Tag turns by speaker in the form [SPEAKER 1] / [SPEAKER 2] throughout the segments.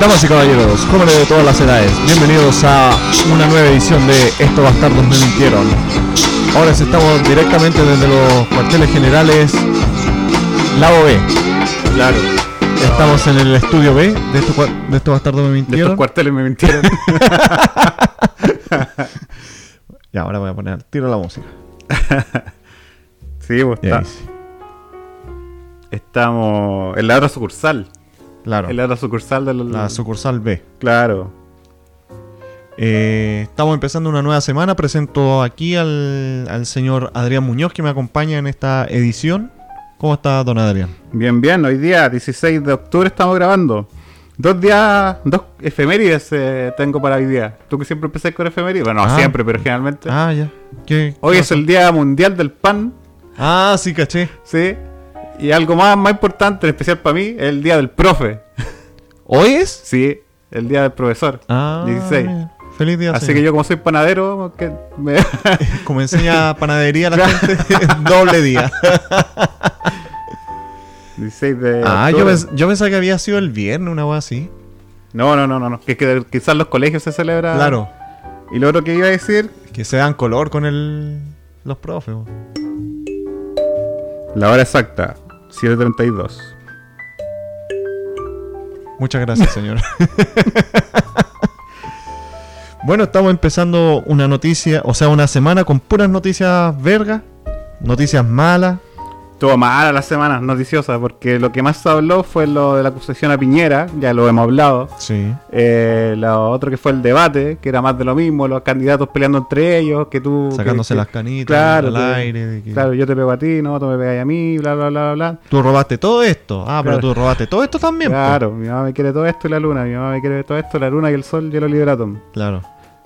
[SPEAKER 1] Damas y caballeros, jóvenes de todas las edades, bienvenidos a una nueva edición de Estos Bastardos Me Mintieron. Ahora sí estamos directamente desde los cuarteles generales Lado B.
[SPEAKER 2] Claro.
[SPEAKER 1] Estamos en el estudio B de Estos, cua- de estos Bastardos Me
[SPEAKER 2] De estos
[SPEAKER 1] Mintieron.
[SPEAKER 2] cuarteles me mintieron.
[SPEAKER 1] Ya, ahora voy a poner al tiro la música.
[SPEAKER 2] sí, pues
[SPEAKER 1] Y
[SPEAKER 2] está-
[SPEAKER 1] ahí sí.
[SPEAKER 2] estamos en la otra sucursal.
[SPEAKER 1] Claro, Ah,
[SPEAKER 2] En la otra sucursal de los...
[SPEAKER 1] la sucursal B.
[SPEAKER 2] claro.
[SPEAKER 1] Eh, estamos empezando una nueva semana. Presento aquí al, al señor Adrián Muñoz que me acompaña en esta edición. ¿Cómo está, don Adrián?
[SPEAKER 2] Bien, bien. Hoy día, 16 de octubre, estamos grabando. Dos días, dos efemérides eh, tengo para hoy día. Tú que siempre empecé con efemérides. Bueno, no
[SPEAKER 1] Ah.
[SPEAKER 2] siempre, pero generalmente.
[SPEAKER 1] Ah, ya. ¿Qué?
[SPEAKER 2] Hoy es el Día Mundial del Pan,
[SPEAKER 1] Ah, sí, caché.
[SPEAKER 2] ¿sí? Y algo más, más importante, en especial para mí, es el Día del Profe.
[SPEAKER 1] ¿Hoy es?
[SPEAKER 2] Sí, el Día del Profesor.
[SPEAKER 1] Ah,
[SPEAKER 2] 16.
[SPEAKER 1] mira. Feliz día.
[SPEAKER 2] Así que yo como soy panadero, que me-
[SPEAKER 1] yo. Como enseña panadería a la gente, doble día.
[SPEAKER 2] 16 de
[SPEAKER 1] Ah, yo,
[SPEAKER 2] octubre.
[SPEAKER 1] pens- yo pensaba que había sido el viernes, una cosa así.
[SPEAKER 2] No, no, no, no, no. Que, que quizás los colegios se celebran.
[SPEAKER 1] Claro.
[SPEAKER 2] Y lo otro que iba a decir,
[SPEAKER 1] Que se dan color con el, los profes. bo.
[SPEAKER 2] la hora exacta, 7.32.
[SPEAKER 1] Muchas gracias, señor. bueno, estamos empezando una noticia, o sea, una semana con puras noticias vergas, noticias malas.
[SPEAKER 2] Estuvo mala la semana, noticiosa, porque lo que más se habló fue lo de la acusación a Piñera, ya lo hemos hablado.
[SPEAKER 1] Sí.
[SPEAKER 2] Eh, lo otro que fue el debate, que era más de lo mismo, los candidatos peleando entre ellos, que tú...
[SPEAKER 1] Sacándose
[SPEAKER 2] que- que-
[SPEAKER 1] las canitas
[SPEAKER 2] claro,
[SPEAKER 1] al
[SPEAKER 2] te-
[SPEAKER 1] aire. de que-
[SPEAKER 2] Claro, yo te pego a ti, no, tú me pegas a mí, bla, bla, bla, bla.
[SPEAKER 1] Tú robaste todo esto. Ah,
[SPEAKER 2] Claro.
[SPEAKER 1] pero tú robaste todo esto también. po.
[SPEAKER 2] Claro, mi mamá me quiere todo esto y la luna, mi mamá me quiere todo esto, la luna y el sol, yo lo libero átomo.
[SPEAKER 1] Claro.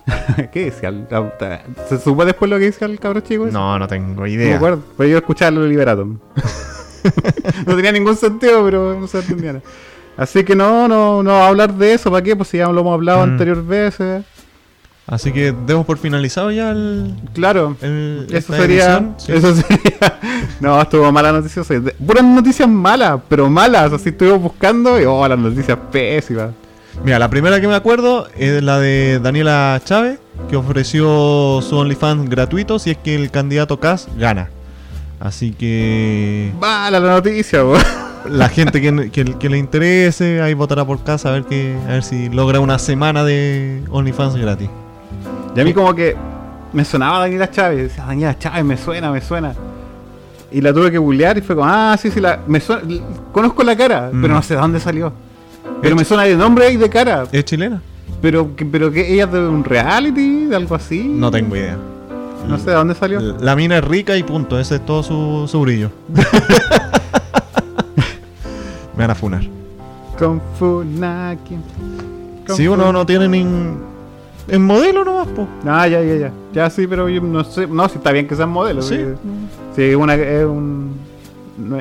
[SPEAKER 2] ¿Qué decía? el- la- ¿Se supo después lo que decía el cabrón chico? ese?
[SPEAKER 1] No, no tengo
[SPEAKER 2] Pues, no me
[SPEAKER 1] idea.
[SPEAKER 2] acuerdo. Pero yo escuchaba lo Liberatum. no tenía ningún sentido, pero no se entendía nada. Así que no, no, no hablar de eso, ¿para qué? Pues si ya lo hemos hablado
[SPEAKER 1] Mm.
[SPEAKER 2] anterior veces.
[SPEAKER 1] Así que demos por finalizado ya el.
[SPEAKER 2] Claro.
[SPEAKER 1] el-
[SPEAKER 2] Eso
[SPEAKER 1] esta
[SPEAKER 2] sería,
[SPEAKER 1] edición, sí.
[SPEAKER 2] eso sería. No, estuvo mala noticia. o sea, de- Puras noticias malas, pero malas. Así estuvimos buscando y oh, las noticias pésimas.
[SPEAKER 1] Mira, la primera que me acuerdo es la de Daniela Chávez, que ofreció su OnlyFans gratuito si es que el candidato Cas gana. Así que
[SPEAKER 2] Mala la noticia, po.
[SPEAKER 1] la gente que, que- que le interese, ahí votará por Cas a ver que, a ver si logra una semana de OnlyFans gratis.
[SPEAKER 2] Y a mí como que me sonaba Daniela Chávez, decía Daniela Chávez, me suena, me suena. Y la tuve que googlear y fue como, ah, sí, sí, la, me suena, l- conozco la cara,
[SPEAKER 1] Mm.
[SPEAKER 2] pero no sé de dónde salió. Pero me suena de nombre y de cara.
[SPEAKER 1] ¿Es chilena?
[SPEAKER 2] Pero, que- pero que ella es de un reality, de algo así.
[SPEAKER 1] No tengo idea. Eh.
[SPEAKER 2] No sé de dónde salió.
[SPEAKER 1] La mina es rica y punto, ese es todo su, su brillo. me van a funar.
[SPEAKER 2] Kung Fu Naki. Kung
[SPEAKER 1] Si
[SPEAKER 2] Fu-
[SPEAKER 1] uno no tiene ni... En modelo nomás, po.
[SPEAKER 2] Ah, ya, ya, ya. Ya sí, pero yo no sé. No, si está bien que sean modelos.
[SPEAKER 1] Sí.
[SPEAKER 2] porque- Sí, es una, es, un-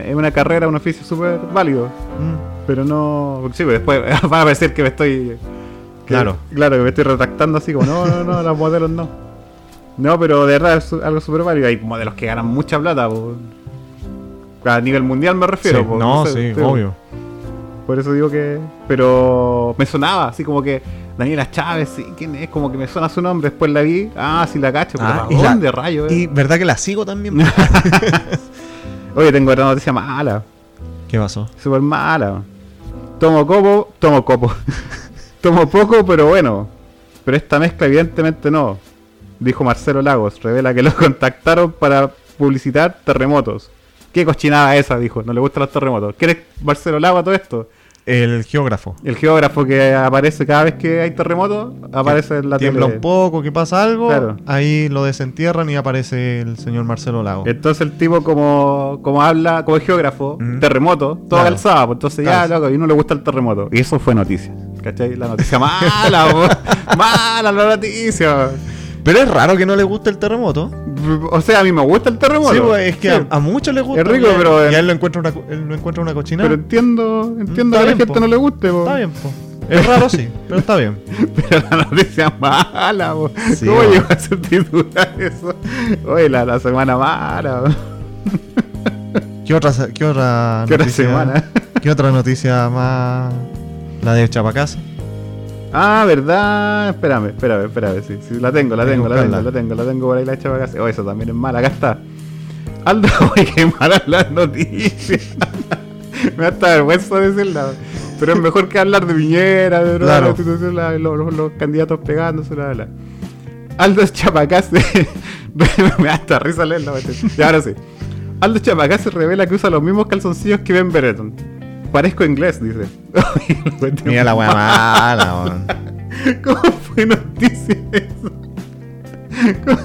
[SPEAKER 2] es una carrera, un oficio súper válido.
[SPEAKER 1] Mm.
[SPEAKER 2] Pero no. porque Sí, pero después va a parecer que me estoy. que-
[SPEAKER 1] Claro.
[SPEAKER 2] Claro, que me estoy retractando así como, no, no, no, los modelos no. No, pero de verdad es su- algo súper válido. Hay modelos que ganan mucha plata, po. A nivel mundial me refiero,
[SPEAKER 1] Sí,
[SPEAKER 2] po,
[SPEAKER 1] no,
[SPEAKER 2] sé,
[SPEAKER 1] sí,
[SPEAKER 2] sí, po.
[SPEAKER 1] obvio.
[SPEAKER 2] Por eso digo que. Pero me sonaba, así como que. Daniela Chávez, sí, ¿quién es? Como que me suena su nombre, después la vi. Ah, sí, la cacho, pero
[SPEAKER 1] Ah, y
[SPEAKER 2] ¿para
[SPEAKER 1] la-
[SPEAKER 2] dónde rayo? eh?
[SPEAKER 1] Y verdad que la sigo también.
[SPEAKER 2] Oye, tengo otra noticia mala.
[SPEAKER 1] ¿Qué pasó?
[SPEAKER 2] Súper mala. Tomo copo, tomo copo. tomo poco, pero bueno. Pero esta mezcla evidentemente no. Dijo Marcelo Lagos. Revela que los contactaron para publicitar terremotos. Qué cochinada esa, dijo. No le gustan los terremotos. ¿Quién es Marcelo Lagos a todo esto?
[SPEAKER 1] El geógrafo.
[SPEAKER 2] El geógrafo que aparece cada vez que hay terremoto, aparece en la
[SPEAKER 1] Tiembla
[SPEAKER 2] tele.
[SPEAKER 1] un poco, que pasa algo,
[SPEAKER 2] Claro.
[SPEAKER 1] ahí lo desentierran y aparece el señor Marcelo Lago.
[SPEAKER 2] Entonces el tipo como, como habla, como geógrafo,
[SPEAKER 1] Mm.
[SPEAKER 2] terremoto, todo
[SPEAKER 1] Claro.
[SPEAKER 2] calzado, pues entonces ya,
[SPEAKER 1] Calza.
[SPEAKER 2] loco, y no le gusta el terremoto. Y eso fue noticia. ¿Cachai? La noticia mala, po. mala la noticia.
[SPEAKER 1] Pero es raro que no le guste el terremoto.
[SPEAKER 2] O sea, a mí me gusta el terremoto.
[SPEAKER 1] sí, pues, es que
[SPEAKER 2] Sí.
[SPEAKER 1] a, a muchos les gusta.
[SPEAKER 2] Es rico,
[SPEAKER 1] y a-
[SPEAKER 2] pero el-
[SPEAKER 1] Y a él lo encuentra una, co- él lo encuentra una cochina.
[SPEAKER 2] Pero entiendo,
[SPEAKER 1] Está
[SPEAKER 2] entiendo que a la
[SPEAKER 1] bien,
[SPEAKER 2] gente
[SPEAKER 1] po.
[SPEAKER 2] no le guste, po.
[SPEAKER 1] Está bien, po. Es raro, sí, pero está bien.
[SPEAKER 2] Pero la noticia mala, po.
[SPEAKER 1] Sí,
[SPEAKER 2] ¿Cómo
[SPEAKER 1] po.
[SPEAKER 2] llegó a ser titular eso? Oye, la, la semana mala, po.
[SPEAKER 1] ¿Qué otra, se- qué otra
[SPEAKER 2] ¿Qué otra semana?
[SPEAKER 1] ¿Qué otra noticia más? La de Chapacasa.
[SPEAKER 2] Ah, ¿verdad? Espérame, espérame, espérame. Sí, sí, la tengo, la
[SPEAKER 1] Hay que
[SPEAKER 2] tengo, la tengo,
[SPEAKER 1] buscarla.
[SPEAKER 2] la tengo, la tengo por ahí la chava casi. Oh, eso también es mala, acá está. Aldo, oye, qué malas las noticias. Me da hasta vergüenza decirla. Pero es mejor que hablar de Piñera, de droga,
[SPEAKER 1] Claro.
[SPEAKER 2] la constitución, la- los, los- los candidatos pegándose, la, la. Aldo Chapacase. Me da hasta risa leerla, macho. Y ahora sí. Aldo Chapacase revela que usa los mismos calzoncillos que Ben Beretton. Parezco inglés, dice.
[SPEAKER 3] Mira la weá mala, weón.
[SPEAKER 2] ¿Cómo fue noticia eso? ¿Cómo?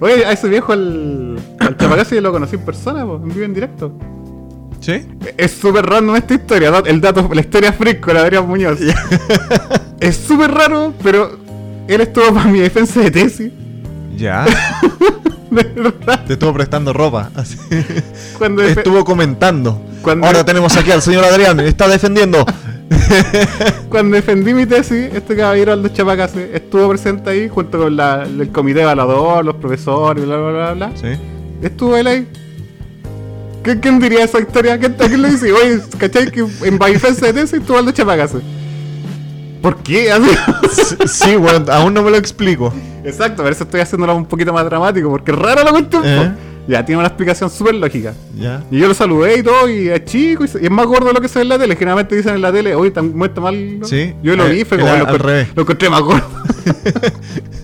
[SPEAKER 2] Oye, a ese viejo, al, al Chapacase, yo lo conocí en persona, po, en vivo en directo.
[SPEAKER 1] ¿Sí?
[SPEAKER 2] Es súper random esta historia, ¿no? el dato, la historia freak con Adrián Muñoz. es súper raro, pero él estuvo para mi defensa de tesis.
[SPEAKER 1] Ya.
[SPEAKER 2] De verdad.
[SPEAKER 1] Te estuvo prestando ropa. así.
[SPEAKER 2] Cuando defe-
[SPEAKER 1] Estuvo comentando.
[SPEAKER 2] Cuando-
[SPEAKER 1] Ahora tenemos aquí al señor Adrián. Está defendiendo.
[SPEAKER 2] Cuando defendí mi tesis, este caballero Aldo Chapacase estuvo presente ahí junto con la- el comité evaluador, los profesores, bla bla bla bla.
[SPEAKER 1] Sí.
[SPEAKER 2] Estuvo él ahí. ¿Qué- ¿Quién diría esa historia? ¿Quién, ¿A quién le dice? Oye, ¿cachai? Que en mi defensa de tesis estuvo Aldo Chapacase. ¿Por qué? Así-
[SPEAKER 1] S- Sí, bueno, aún no me lo explico.
[SPEAKER 2] Exacto, por eso estoy haciéndolo un poquito más dramático, porque es raro la cuestión. po.
[SPEAKER 1] ¿Eh?
[SPEAKER 2] Ya, tiene una explicación súper lógica.
[SPEAKER 1] Ya.
[SPEAKER 2] Y yo lo saludé y todo, y es chico, y, se- y es más gordo de lo que se ve en la tele. Generalmente dicen en la tele, oye, tan muerto mal. ¿no?".
[SPEAKER 1] Sí.
[SPEAKER 2] Yo lo
[SPEAKER 1] Eh,
[SPEAKER 2] vi, fue
[SPEAKER 1] era
[SPEAKER 2] como lo,
[SPEAKER 1] al
[SPEAKER 2] encont-
[SPEAKER 1] revés.
[SPEAKER 2] lo encontré más gordo.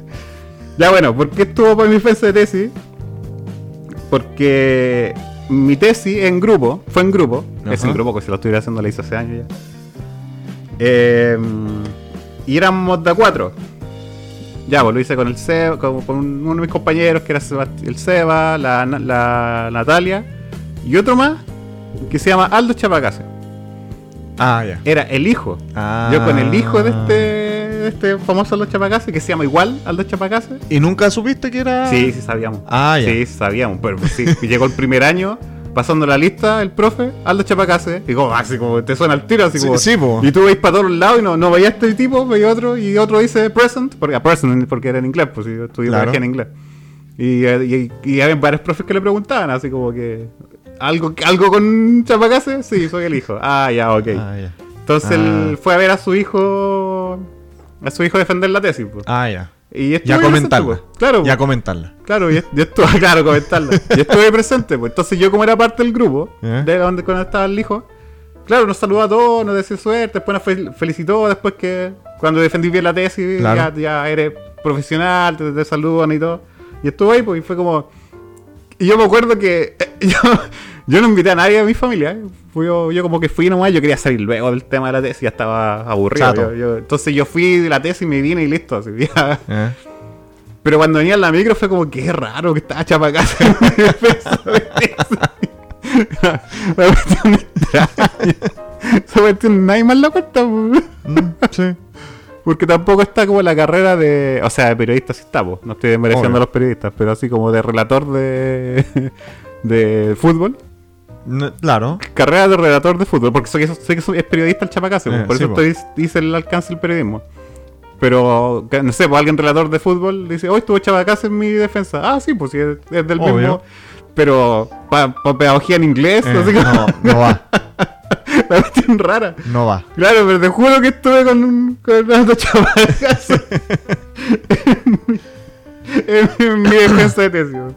[SPEAKER 2] ya bueno, ¿por qué estuvo para mi defensa de tesis? Porque mi tesis en grupo, fue en grupo, es
[SPEAKER 1] Ajá.
[SPEAKER 2] en grupo, porque si lo estuviera haciendo la hice hace años ya. Eh, y éramos de a cuatro. Ya, pues lo hice con el Seba, con, con uno de mis compañeros que era Sebast- el Seba, la, Na- la Natalia y otro más que se llama Aldo Chapacase.
[SPEAKER 1] Ah, ya.
[SPEAKER 2] Era el hijo.
[SPEAKER 1] Ah.
[SPEAKER 2] Yo con el hijo de este, de este famoso Aldo Chapacase, que se llama igual Aldo Chapacase.
[SPEAKER 1] ¿Y nunca supiste que era.?
[SPEAKER 2] Sí, sí sabíamos.
[SPEAKER 1] Ah, ya.
[SPEAKER 2] Sí, sí sabíamos. Pero pues, sí, y llegó el primer año. Pasando la lista, el profe, Aldo Chapacase, y como, así como te suena el tiro, así
[SPEAKER 1] Sí,
[SPEAKER 2] como.
[SPEAKER 1] sí, po.
[SPEAKER 2] Y tú veis para todos lados y no, no veías este tipo, veías otro, y otro dice present, porque, ah, present porque era en inglés, pues yo estudié
[SPEAKER 1] Claro.
[SPEAKER 2] biología en inglés. Y, eh, y, y había varios profes que le preguntaban, así como que. ¿Algo, algo con Chapacase? Sí, soy el hijo. Ah, ya, ok.
[SPEAKER 1] Ah, ya.
[SPEAKER 2] Entonces él fue a ver a su hijo. A su hijo defender la tesis, pues.
[SPEAKER 1] Ah, ya.
[SPEAKER 2] Y estuvo
[SPEAKER 1] Ya
[SPEAKER 2] ahí presente,
[SPEAKER 1] comentarla.
[SPEAKER 2] pues. Claro,
[SPEAKER 1] Ya
[SPEAKER 2] pues.
[SPEAKER 1] comentarla.
[SPEAKER 2] Claro, yo, yo estuve, claro, comentarlo. Yo estuve presente, pues entonces yo como era parte del grupo,
[SPEAKER 1] ¿Eh?
[SPEAKER 2] de donde cuando estaba el hijo, claro, nos saludó a todos, nos deseó suerte, después nos fel- felicitó, después que cuando defendí bien la tesis,
[SPEAKER 1] Claro.
[SPEAKER 2] ya, ya eres profesional, te, te saludan y todo. Y estuve ahí, pues, y fue como... Y yo me acuerdo que eh, yo, yo no invité a nadie de mi familia, eh. Fui yo, yo como que fui nomás, yo quería salir luego del tema de la tesis, ya estaba aburrido.
[SPEAKER 1] Chato.
[SPEAKER 2] yo- yo- entonces yo fui de la tesis, me vine y listo, así ya...
[SPEAKER 1] ¿Eh?
[SPEAKER 2] Pero cuando venía en la micro fue como que raro que estaba chapacasa en mi defensa de tesis. La cuestión extraña. Esa cuestión nadie más la cuenta. po.
[SPEAKER 1] Mm, sí.
[SPEAKER 2] Porque tampoco está como la carrera de. O sea, de periodista sí está, po. No estoy desmereciendo
[SPEAKER 1] Obvio.
[SPEAKER 2] a los periodistas, pero así como de relator de. de fútbol.
[SPEAKER 1] No, claro.
[SPEAKER 2] Carrera de relator de fútbol, porque sé que, sé que soy- es periodista el chapacase, po.
[SPEAKER 1] Eh,
[SPEAKER 2] por
[SPEAKER 1] sí,
[SPEAKER 2] eso
[SPEAKER 1] po.
[SPEAKER 2] estoy, dice el alcance del periodismo. Pero, que- no sé, pues alguien relator de fútbol dice, hoy estuvo chapacase en mi defensa. Ah, sí, pues sí, es, es del
[SPEAKER 1] Obvio.
[SPEAKER 2] mismo. Pero, para pedagogía en inglés,
[SPEAKER 1] Eh,
[SPEAKER 2] así como,
[SPEAKER 1] no, no va.
[SPEAKER 2] la cuestión rara.
[SPEAKER 1] No va.
[SPEAKER 2] Claro, pero te juro que estuve con un con Aldo Chapacase en, mi- en mi defensa de tesis. po.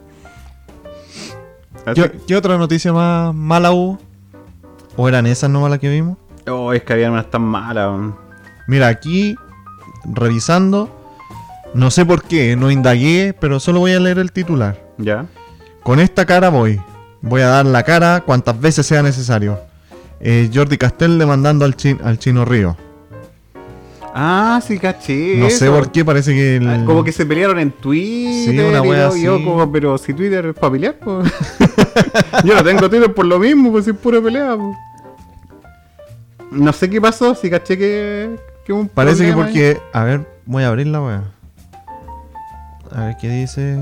[SPEAKER 2] Así
[SPEAKER 1] ¿Qué, qué otra noticia más mala hubo? ¿O eran esas nomás las que vimos?
[SPEAKER 2] Oh, es que había unas tan malas. weón.
[SPEAKER 1] Mira, aquí, revisando, no sé por qué, no indagué, pero solo voy a leer el titular.
[SPEAKER 2] Ya.
[SPEAKER 1] Con esta cara voy. Voy a dar la cara cuantas veces sea necesario. Eh, Jordi Castell demandando al, chin- al Chino Río.
[SPEAKER 2] Ah, sí, caché.
[SPEAKER 1] No sé
[SPEAKER 2] eso.
[SPEAKER 1] por qué, parece que... el-
[SPEAKER 2] Ah, Como que se pelearon en Twitter.
[SPEAKER 1] Sí, una
[SPEAKER 2] y
[SPEAKER 1] wea
[SPEAKER 2] yo- yo
[SPEAKER 1] así.
[SPEAKER 2] como, pero si Twitter es familiar, pues. yo no tengo Twitter por lo mismo, pues si es pura pelea, pues. No sé qué pasó, si caché que. que hubo un
[SPEAKER 1] Parece que
[SPEAKER 2] problema ahí.
[SPEAKER 1] porque... A ver, voy a abrir la weá. A ver qué dice.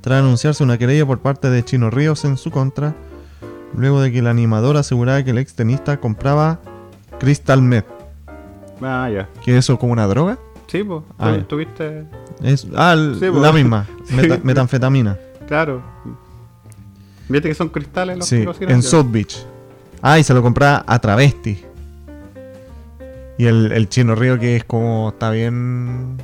[SPEAKER 1] Tras anunciarse una querella por parte de Chino Ríos en su contra, luego de que la animadora aseguraba que el extenista compraba Crystal Meth,
[SPEAKER 2] Ah, ya.
[SPEAKER 1] que eso como una droga.
[SPEAKER 2] Sí, pues.
[SPEAKER 1] Ah,
[SPEAKER 2] tú-
[SPEAKER 1] ya.
[SPEAKER 2] Tuviste.
[SPEAKER 1] Es, ah, el-
[SPEAKER 2] Sí, po.
[SPEAKER 1] la misma,
[SPEAKER 2] Sí.
[SPEAKER 1] meta- metanfetamina.
[SPEAKER 2] Claro. Viste que son cristales los
[SPEAKER 1] Sí,
[SPEAKER 2] los
[SPEAKER 1] en
[SPEAKER 2] giros?
[SPEAKER 1] South Beach. Ah, y se lo compraba a travesti. Y el, el chino río que es como, está bien...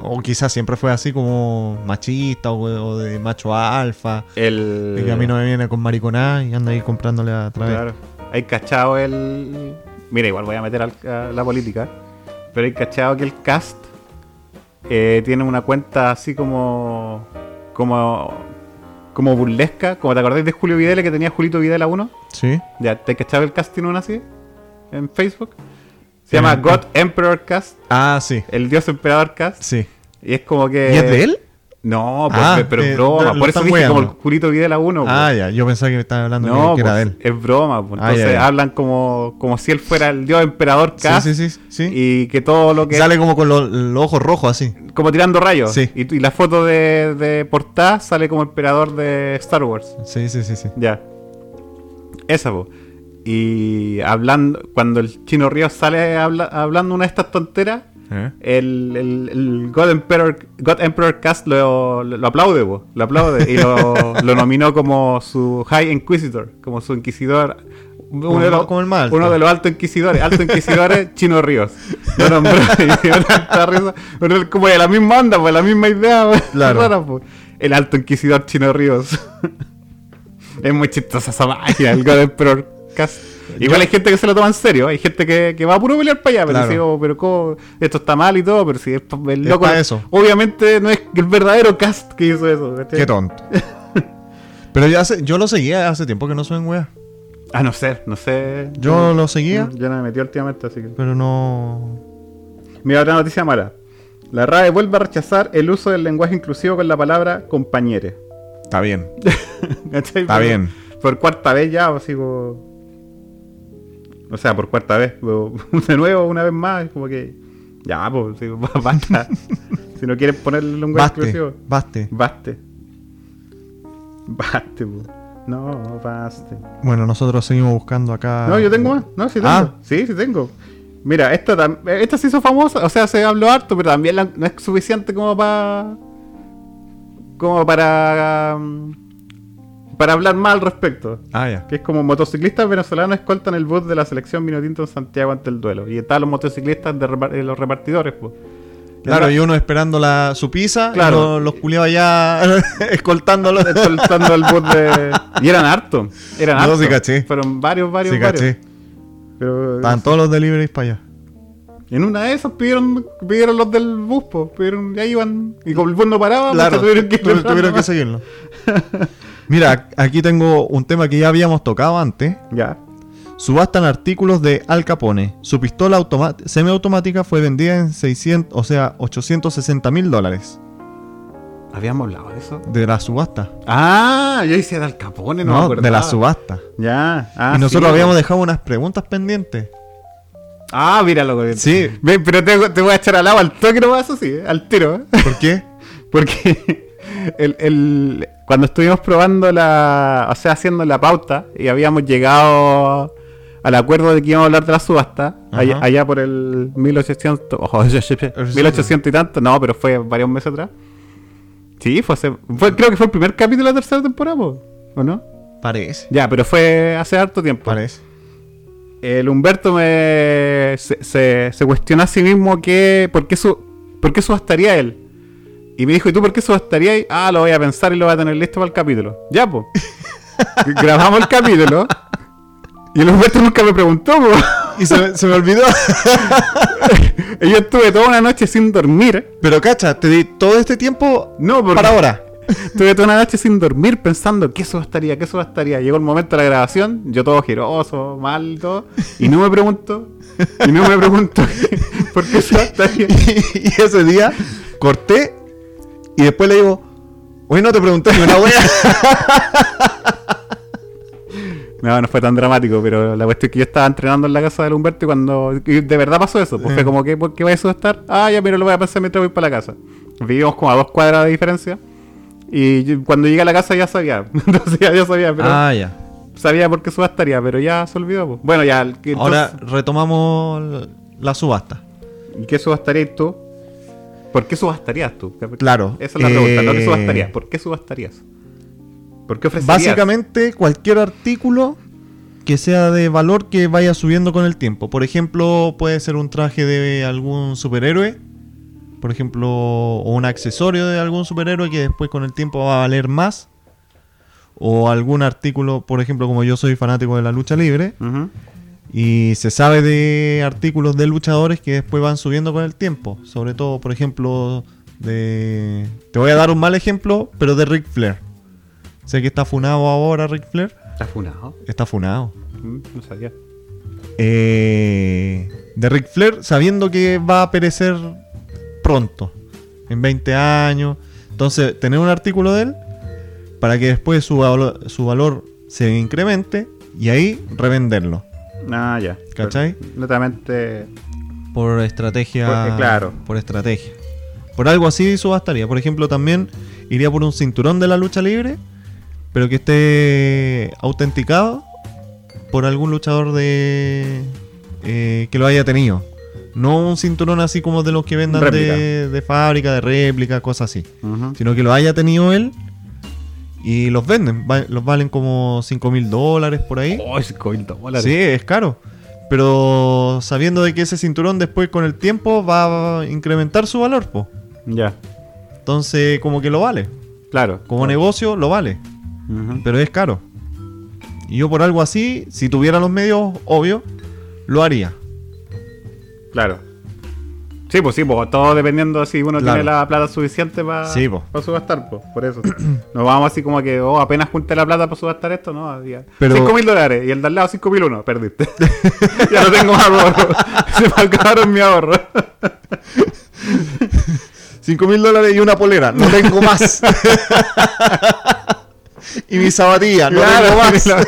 [SPEAKER 1] O quizás siempre fue así como machista o, o de macho alfa.
[SPEAKER 2] El.
[SPEAKER 1] De que a mí no me viene con mariconá y anda ahí comprándole a través.
[SPEAKER 2] Eh. Claro. Hay cachado el. Mira, igual voy a meter al- a la política. Pero hay cachado que el cast eh, tiene una cuenta así como. como. como burlesca. Como te acordáis de Julio Videla que tenía Julito Videla 1.
[SPEAKER 1] Sí.
[SPEAKER 2] Ya, ¿te cachado el cast tiene una así? En Facebook. Se
[SPEAKER 1] Sí.
[SPEAKER 2] llama God Emperor Cast,
[SPEAKER 1] Ah, sí.
[SPEAKER 2] el dios emperador cast.
[SPEAKER 1] Sí.
[SPEAKER 2] Y es como que.
[SPEAKER 1] ¿Y es de él?
[SPEAKER 2] No, pues,
[SPEAKER 1] Ah,
[SPEAKER 2] pe- pero
[SPEAKER 1] eh,
[SPEAKER 2] es
[SPEAKER 1] lo-
[SPEAKER 2] broma.
[SPEAKER 1] lo
[SPEAKER 2] por eso
[SPEAKER 1] están
[SPEAKER 2] dije como el
[SPEAKER 1] weando.
[SPEAKER 2] Julito Videla 1. pues.
[SPEAKER 1] Ah, ya. Yo pensaba que me estaba hablando
[SPEAKER 2] No,
[SPEAKER 1] que- que era de
[SPEAKER 2] pues,
[SPEAKER 1] él.
[SPEAKER 2] es broma. pues.
[SPEAKER 1] Ah,
[SPEAKER 2] Entonces
[SPEAKER 1] ya, ya.
[SPEAKER 2] hablan como, como si él fuera el dios emperador K.
[SPEAKER 1] Sí, sí, sí. sí.
[SPEAKER 2] Y que todo lo que.
[SPEAKER 1] Sale como con los, los ojos rojos así.
[SPEAKER 2] Como tirando rayos.
[SPEAKER 1] Sí.
[SPEAKER 2] Y, y la foto de, de portada sale como emperador de Star Wars.
[SPEAKER 1] Sí, sí, sí, sí.
[SPEAKER 2] Ya. Esa, po. Y hablando. Cuando el chino Río sale habla- hablando una de estas tonteras, el, el- el God, Emperor, God Emperor Cast lo, lo aplaude, po, lo aplaude y lo, lo nominó como su High Inquisitor, como su inquisidor. Uno de, los,
[SPEAKER 1] como el más alto.
[SPEAKER 2] uno de los altos inquisidores, altos inquisidores, Chino Ríos. Lo nombró y dio tanta risa, pero él como de la misma onda, pues la misma idea. pues,
[SPEAKER 1] Claro.
[SPEAKER 2] rara, pues. El alto inquisidor Chino Ríos. es muy chistosa esa magia, el God Emperor Cast. Igual hay gente que se lo toma en serio, hay gente que, que va a puro pelear para allá, pero
[SPEAKER 1] Claro.
[SPEAKER 2] dice, oh, pero cómo, esto está mal y todo, pero si es pa- el
[SPEAKER 1] Es
[SPEAKER 2] loco.
[SPEAKER 1] pa' eso.
[SPEAKER 2] Obviamente no es el verdadero cast que hizo eso. ¿cachai?
[SPEAKER 1] Qué tonto. Pero yo, hace, yo lo seguía hace tiempo que no suben weas.
[SPEAKER 2] Ah, no sé, no sé.
[SPEAKER 1] Yo lo
[SPEAKER 2] no,
[SPEAKER 1] seguía,
[SPEAKER 2] yo no me metí últimamente, así que.
[SPEAKER 1] pero no.
[SPEAKER 2] Mira, otra noticia mala. La RAE vuelve a rechazar el uso del lenguaje inclusivo con la palabra compañere.
[SPEAKER 1] Está bien.
[SPEAKER 2] ¿Cachai?
[SPEAKER 1] Está
[SPEAKER 2] Por-
[SPEAKER 1] bien.
[SPEAKER 2] Por cuarta vez ya, o sigo. O sea, por cuarta vez. pero De nuevo, una vez más, es como que. Ya, pues, sí, basta. si no quieres ponerle el lenguaje
[SPEAKER 1] Baste.
[SPEAKER 2] inclusivo.
[SPEAKER 1] Baste.
[SPEAKER 2] Baste. Baste, po. No, baste.
[SPEAKER 1] Bueno, nosotros seguimos buscando acá.
[SPEAKER 2] No, yo tengo más. No, sí tengo.
[SPEAKER 1] Ah.
[SPEAKER 2] Sí, sí tengo. Mira, esta, tam- esta se hizo famosa, o sea, se habló harto, pero también la- no es suficiente como para. como para. mm, para hablar más al respecto.
[SPEAKER 1] Ah, ya.
[SPEAKER 2] Que es como motociclistas venezolanos escoltan el bus de la selección Minotinto en Santiago ante el duelo. Y están los motociclistas de repa- eh, los repartidores, pues.
[SPEAKER 1] Claro, y uno esperando la, su pizza,
[SPEAKER 2] Claro.
[SPEAKER 1] y los, los culiados allá escoltándolo.
[SPEAKER 2] soltando el bus de. Y eran harto. Eran
[SPEAKER 1] No,
[SPEAKER 2] harto.
[SPEAKER 1] sí caché.
[SPEAKER 2] Fueron varios, varios,
[SPEAKER 1] Sí,
[SPEAKER 2] varios.
[SPEAKER 1] caché.
[SPEAKER 2] Pero.
[SPEAKER 1] Estaban todos los deliveries para allá.
[SPEAKER 2] En una de esas pidieron, pidieron los del bus, po, pidieron, ya iban. Y como el bus no paraba, pues,
[SPEAKER 1] Claro,
[SPEAKER 2] se tuvieron que ir
[SPEAKER 1] tu- tuvieron
[SPEAKER 2] entrando
[SPEAKER 1] que
[SPEAKER 2] más.
[SPEAKER 1] seguirlo. Mira, aquí tengo un tema que ya habíamos tocado antes.
[SPEAKER 2] Ya.
[SPEAKER 1] Subastan artículos de Al Capone. Su pistola automa- semiautomática fue vendida en 600, o sea, 860 mil dólares
[SPEAKER 2] Habíamos hablado de eso.
[SPEAKER 1] de la subasta.
[SPEAKER 2] Ah, yo hice de Al Capone, no, me
[SPEAKER 1] No,
[SPEAKER 2] acordaba.
[SPEAKER 1] de la subasta.
[SPEAKER 2] Ya. Ah,
[SPEAKER 1] y nosotros
[SPEAKER 2] sí.
[SPEAKER 1] habíamos dejado unas preguntas pendientes.
[SPEAKER 2] Ah, míralo, güey.
[SPEAKER 1] Sí.
[SPEAKER 2] Ve, pero te, te voy a echar al agua al toque nomás, eso sí, eh, al tiro. eh.
[SPEAKER 1] ¿Por qué?
[SPEAKER 2] Porque el, el- cuando estuvimos probando la. O sea, haciendo la pauta y habíamos llegado al acuerdo de que íbamos a hablar de la subasta,
[SPEAKER 1] Ajá.
[SPEAKER 2] allá, allá por el 1800. ojo, 1800 y tanto, no, pero fue varios meses atrás. Sí, fue hace. fue- creo que fue el primer capítulo de la tercera temporada, po, ¿o no?
[SPEAKER 1] Parece.
[SPEAKER 2] Ya, pero fue hace harto tiempo.
[SPEAKER 1] Parece.
[SPEAKER 2] El Humberto me, se, se, se cuestiona a sí mismo que, ¿por, qué su, por qué subastaría él. Y me dijo, ¿y tú por qué subastarías? Ah, lo voy a pensar y lo voy a tener listo para el capítulo. Ya, po. Grabamos el capítulo. Y el Humberto nunca me preguntó, po.
[SPEAKER 1] Y se, se me olvidó.
[SPEAKER 2] Y yo estuve toda una noche sin dormir.
[SPEAKER 1] Pero cacha, te di todo este tiempo
[SPEAKER 2] No, porque
[SPEAKER 1] para ahora.
[SPEAKER 2] estuve toda una noche sin dormir pensando, ¿qué subastaría? ¿Qué subastaría? Llegó el momento de la grabación, yo todo giroso, mal, y todo. Y no me preguntó. Y no me preguntó por qué subastaría.
[SPEAKER 1] y ese día corté y después le digo, hoy no te pregunté ni una wea.
[SPEAKER 2] No, no fue tan dramático, pero la cuestión es que yo estaba entrenando en la casa del Humberto y cuando y de verdad pasó eso,
[SPEAKER 1] Mm.
[SPEAKER 2] pues fue como que ¿por qué va a estar? Ah, ya, pero lo voy a pasar mientras voy para la casa. Vivimos como a dos cuadras de diferencia y yo- cuando llegué a la casa ya sabía, entonces ya, ya sabía, pero
[SPEAKER 1] Ah, ya.
[SPEAKER 2] sabía por qué subastaría, pero ya se olvidó. pues. Bueno, ya, el que-
[SPEAKER 1] Ahora retomamos l- la subasta.
[SPEAKER 2] entonces, ¿y qué subastarías tú? ¿Por qué subastarías tú?
[SPEAKER 1] Claro,
[SPEAKER 2] Esa es la pregunta, no
[SPEAKER 1] eh,
[SPEAKER 2] qué subastarías, ¿por qué subastarías? ¿Por qué ofrecerías?
[SPEAKER 1] Básicamente cualquier artículo que sea de valor que vaya subiendo con el tiempo. Por ejemplo, puede ser un traje de algún superhéroe, por ejemplo, o un accesorio de algún superhéroe que después con el tiempo va a valer más. O algún artículo, por ejemplo, como yo soy fanático de la lucha libre,
[SPEAKER 2] Ujú.
[SPEAKER 1] y se sabe de artículos de luchadores que después van subiendo con el tiempo. Sobre todo, por ejemplo, de... Te voy a dar un mal ejemplo, pero de Ric Flair. Sé que está funado ahora Ric Flair.
[SPEAKER 2] Está funado.
[SPEAKER 1] Está funado.
[SPEAKER 2] Mm, No sabía.
[SPEAKER 1] Eh, de Ric Flair sabiendo que va a perecer pronto, en 20 años. Entonces, tener un artículo de él para que después su valor, su valor se incremente y ahí revenderlo.
[SPEAKER 2] Ah, ya.
[SPEAKER 1] ¿Cachai?
[SPEAKER 2] Pero Netamente.
[SPEAKER 1] Por estrategia.
[SPEAKER 2] Porque, eh, claro.
[SPEAKER 1] Por estrategia. Por algo así subastaría. Por ejemplo, también iría por un cinturón de la lucha libre, pero que esté autenticado por algún luchador de eh, que lo haya tenido. No un cinturón así como de los que vendan
[SPEAKER 2] Réplica.
[SPEAKER 1] de, de fábrica, de réplica, cosas así.
[SPEAKER 2] Ujú.
[SPEAKER 1] Sino que lo haya tenido él y los venden. Va- los valen como 5 mil dólares por ahí.
[SPEAKER 2] Oh, es coil dólares.
[SPEAKER 1] Sí, es caro. Pero sabiendo de que ese cinturón después con el tiempo va a incrementar su valor, po.
[SPEAKER 2] Ya.
[SPEAKER 1] Entonces, como que lo vale.
[SPEAKER 2] Claro.
[SPEAKER 1] Como negocio, lo vale.
[SPEAKER 2] Ujú.
[SPEAKER 1] Pero es caro. Y yo por algo así, si tuviera los medios, obvio, lo haría.
[SPEAKER 2] Claro. Sí, pues sí, pues todo dependiendo si uno
[SPEAKER 1] Claro.
[SPEAKER 2] tiene la plata suficiente para
[SPEAKER 1] Sí, pues.
[SPEAKER 2] subastar, pues, por eso. no vamos así como que, oh, apenas junté la plata para subastar esto, no, había
[SPEAKER 1] Pero-
[SPEAKER 2] 5 mil dólares y el de al lado 5 mil uno, perdiste. ya no tengo más ahorro. Se me acabaron mi ahorro.
[SPEAKER 1] 5 mil dólares y una polera, no tengo más. y mis zapatillas, no
[SPEAKER 2] Claro,
[SPEAKER 1] tengo más.
[SPEAKER 2] claro.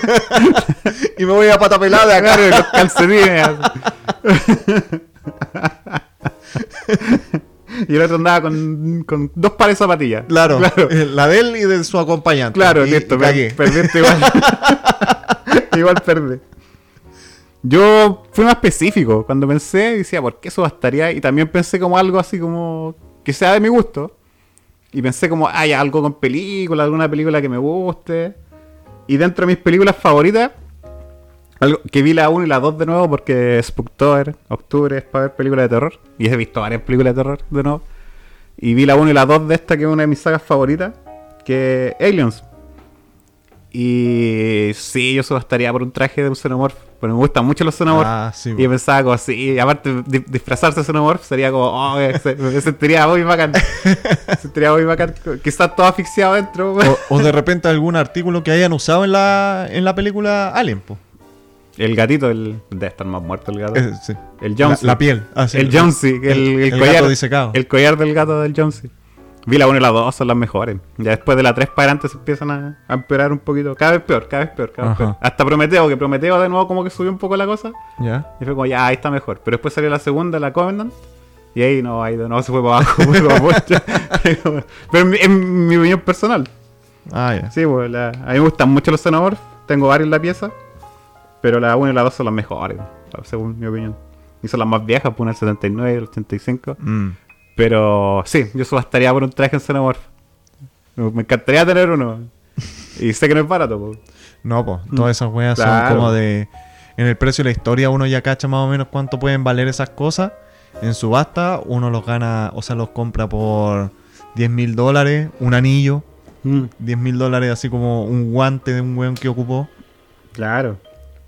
[SPEAKER 1] y me voy a pata pelada acá.
[SPEAKER 2] Claro, y los calcetines. y el otro andaba con, con dos pares de zapatillas.
[SPEAKER 1] Claro,
[SPEAKER 2] Claro.
[SPEAKER 1] eh, la de él y de su acompañante.
[SPEAKER 2] Claro,
[SPEAKER 1] Y-
[SPEAKER 2] listo,
[SPEAKER 1] y
[SPEAKER 2] per-
[SPEAKER 1] cagué.
[SPEAKER 2] perdiste igual. igual perdí. Yo fui más específico. Cuando pensé, decía, ¿por qué subastaría? Y también pensé como algo así como que sea de mi gusto. Y pensé como, hay algo con película, alguna película que me guste. Y dentro de mis películas favoritas, algo que vi la 1 y la 2 de nuevo porque Spooktober, octubre es para ver películas de terror. Y he visto varias películas de terror de nuevo. Y vi la 1 y la 2 de esta, que es una de mis sagas favoritas, que es Aliens. Y sí, yo subastaría por un traje de un xenomorph. Pero me gustan mucho los xenomorphs.
[SPEAKER 1] Ah, sí,
[SPEAKER 2] y pensaba como así. Y aparte, di- disfrazarse de xenomorph sería como, oh, me, se- me sentiría muy bacán. me sentiría muy bacán. Quizás todo asfixiado dentro.
[SPEAKER 1] O, o de repente algún artículo que hayan usado en la, en la película Alien, po.
[SPEAKER 2] El gatito, el. Debe estar más muerto el gato.
[SPEAKER 1] Eh, sí.
[SPEAKER 2] El
[SPEAKER 1] la,
[SPEAKER 2] Jonesy.
[SPEAKER 1] la piel. Ah, sí.
[SPEAKER 2] el Jonesy, el, el
[SPEAKER 1] el
[SPEAKER 2] collar.
[SPEAKER 1] gato disecado.
[SPEAKER 2] El collar del gato del Jonesy. Vi la 1 y la 2 son las mejores. Ya después de la 3 para adelante se empiezan a, a empeorar un poquito. Cada vez peor, cada vez peor, cada vez
[SPEAKER 1] Ajá.
[SPEAKER 2] peor. Hasta Prometeo, que Prometeo de nuevo como que subió un poco la cosa.
[SPEAKER 1] Ya.
[SPEAKER 2] Y fue como, ya, ahí está mejor. Pero después salió la segunda, la Covenant. Y ahí no, ahí de nuevo se fue para abajo. fue para abajo. Pero en mi, en mi opinión personal.
[SPEAKER 1] Ah, ya.
[SPEAKER 2] Sí, pues la- a mí me gustan mucho los xenomorphs. Tengo varios en la pieza. Pero la 1 y la 2 son las mejores, según mi opinión. Y son las más viejas, pues una del 79 y el 85.
[SPEAKER 1] Mm.
[SPEAKER 2] Pero sí, yo subastaría por un traje en xenomorfo. Me me encantaría tener uno. Y sé que no es barato, pues. po.
[SPEAKER 1] No, po. Todas esas weas
[SPEAKER 2] Claro.
[SPEAKER 1] son como de. En el precio de la historia uno ya cacha más o menos cuánto pueden valer esas cosas. En subasta uno los gana, o sea, los compra por 10 mil dólares, un anillo, 10 mil dólares así como un guante de un weón que ocupó.
[SPEAKER 2] Claro.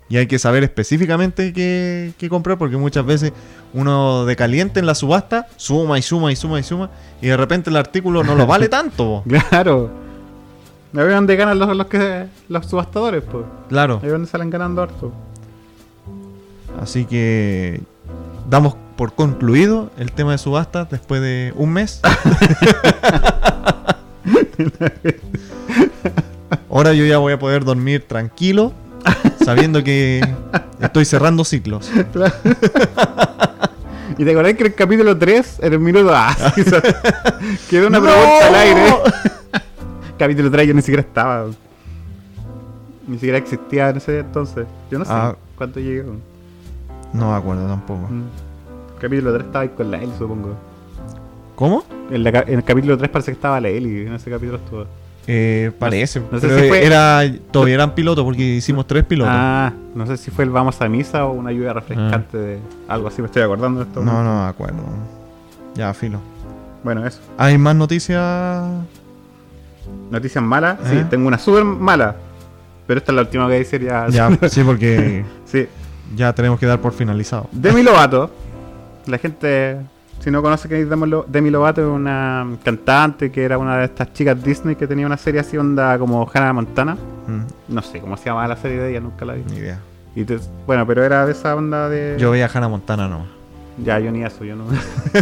[SPEAKER 1] Y hay que saber específicamente qué, qué comprar porque muchas veces uno de caliente en la subasta suma y suma y suma y suma y de repente el artículo no lo vale tanto. po.
[SPEAKER 2] Claro. Ahí es donde ganan los, los, que, los subastadores, po.
[SPEAKER 1] Claro.
[SPEAKER 2] Ahí es donde salen ganando harto.
[SPEAKER 1] Así que damos por concluido el tema de subasta después de un mes. Ahora yo ya voy a poder dormir tranquilo sabiendo que estoy cerrando ciclos.
[SPEAKER 2] Y te acordás que en el capítulo 3, en el minuto ah, sí, sa- quedó una
[SPEAKER 1] ¡No!
[SPEAKER 2] pregunta al aire. capítulo 3 yo ni siquiera estaba. Ni siquiera existía en ese entonces. Yo no sé
[SPEAKER 1] Ah.
[SPEAKER 2] cuánto llegué. Mm. po.
[SPEAKER 1] No me acuerdo tampoco.
[SPEAKER 2] Mm. Capítulo 3 estaba ahí con la L, supongo.
[SPEAKER 1] ¿Cómo?
[SPEAKER 2] En, la ca- en el capítulo 3 parece que estaba la Eli, en ese capítulo estuvo.
[SPEAKER 1] Eh, parece.
[SPEAKER 2] no sé
[SPEAKER 1] pero
[SPEAKER 2] si fue-
[SPEAKER 1] era, todavía eran pilotos porque hicimos tres pilotos.
[SPEAKER 2] Ah, no sé si fue el vamos a misa o una lluvia refrescante de algo así, me estoy acordando de esto.
[SPEAKER 1] Ah. no, no me acuerdo. Ya, filo.
[SPEAKER 2] Bueno, eso.
[SPEAKER 1] ¿Hay más noticias?
[SPEAKER 2] Noticias malas,
[SPEAKER 1] ¿Eh?
[SPEAKER 2] sí, tengo una súper mala. Pero esta es la última que voy a decir ya.
[SPEAKER 1] Ya, sí, porque
[SPEAKER 2] sí.
[SPEAKER 1] ya tenemos que dar por finalizado.
[SPEAKER 2] Demi Lovato. La gente, si no conoce que es Demi Lo- Demi Lovato, es una cantante que era una de estas chicas Disney que tenía una serie así onda como Hannah Montana.
[SPEAKER 1] Mm,
[SPEAKER 2] No sé cómo se llamaba la serie de ella, nunca la vi.
[SPEAKER 1] ni idea.
[SPEAKER 2] Y te- bueno, pero era de esa onda de.
[SPEAKER 1] Yo veía a Hannah Montana, no.
[SPEAKER 2] Ya, yo ni eso, yo no.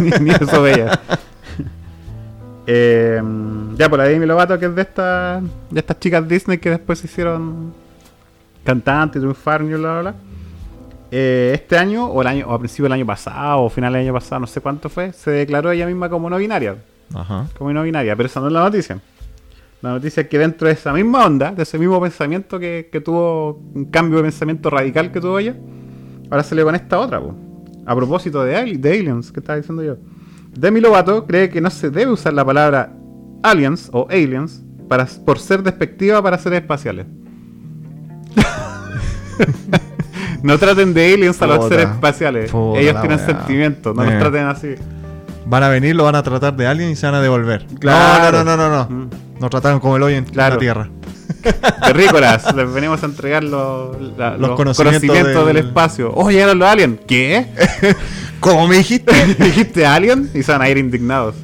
[SPEAKER 2] ni, ni eso veía. Eh, ya, por la Demi Lovato, que es de, esta- de estas chicas Disney que después se hicieron cantantes, triunfaron y bla, bla, bla. Eh, este año, o, el año, o a principio del año pasado, o final del año pasado, no sé cuánto fue, se declaró ella misma como no binaria.
[SPEAKER 1] Ajá.
[SPEAKER 2] Como no binaria, pero esa no es la noticia. La noticia es que dentro de esa misma onda, de ese mismo pensamiento que, que tuvo, un cambio de pensamiento radical que tuvo ella, ahora se le con esta otra, po. A propósito de, ali- de aliens, que estaba diciendo yo. Demi Lovato cree que no se debe usar la palabra aliens o aliens para, por ser despectiva para seres espaciales. no traten de aliens a los
[SPEAKER 1] Puta.
[SPEAKER 2] seres espaciales.
[SPEAKER 1] Puta
[SPEAKER 2] Ellos
[SPEAKER 1] la
[SPEAKER 2] tienen
[SPEAKER 1] weá.
[SPEAKER 2] sentimientos, no
[SPEAKER 1] Eh.
[SPEAKER 2] los traten así.
[SPEAKER 1] Van a venir, lo van a tratar de alguien y se van a devolver.
[SPEAKER 2] Claro.
[SPEAKER 1] No, no, no, no. no.
[SPEAKER 2] Mm.
[SPEAKER 1] Nos trataron como el hoy en
[SPEAKER 2] Claro.
[SPEAKER 1] la tierra.
[SPEAKER 2] Terrícolas, les venimos a entregar los, la-
[SPEAKER 1] Los conocimientos del-
[SPEAKER 2] del... espacio. ¡Oh, llegaron los aliens! ¿Qué?
[SPEAKER 1] ¿Cómo me dijiste?
[SPEAKER 2] ¿Dijiste alien? Y se van a ir indignados.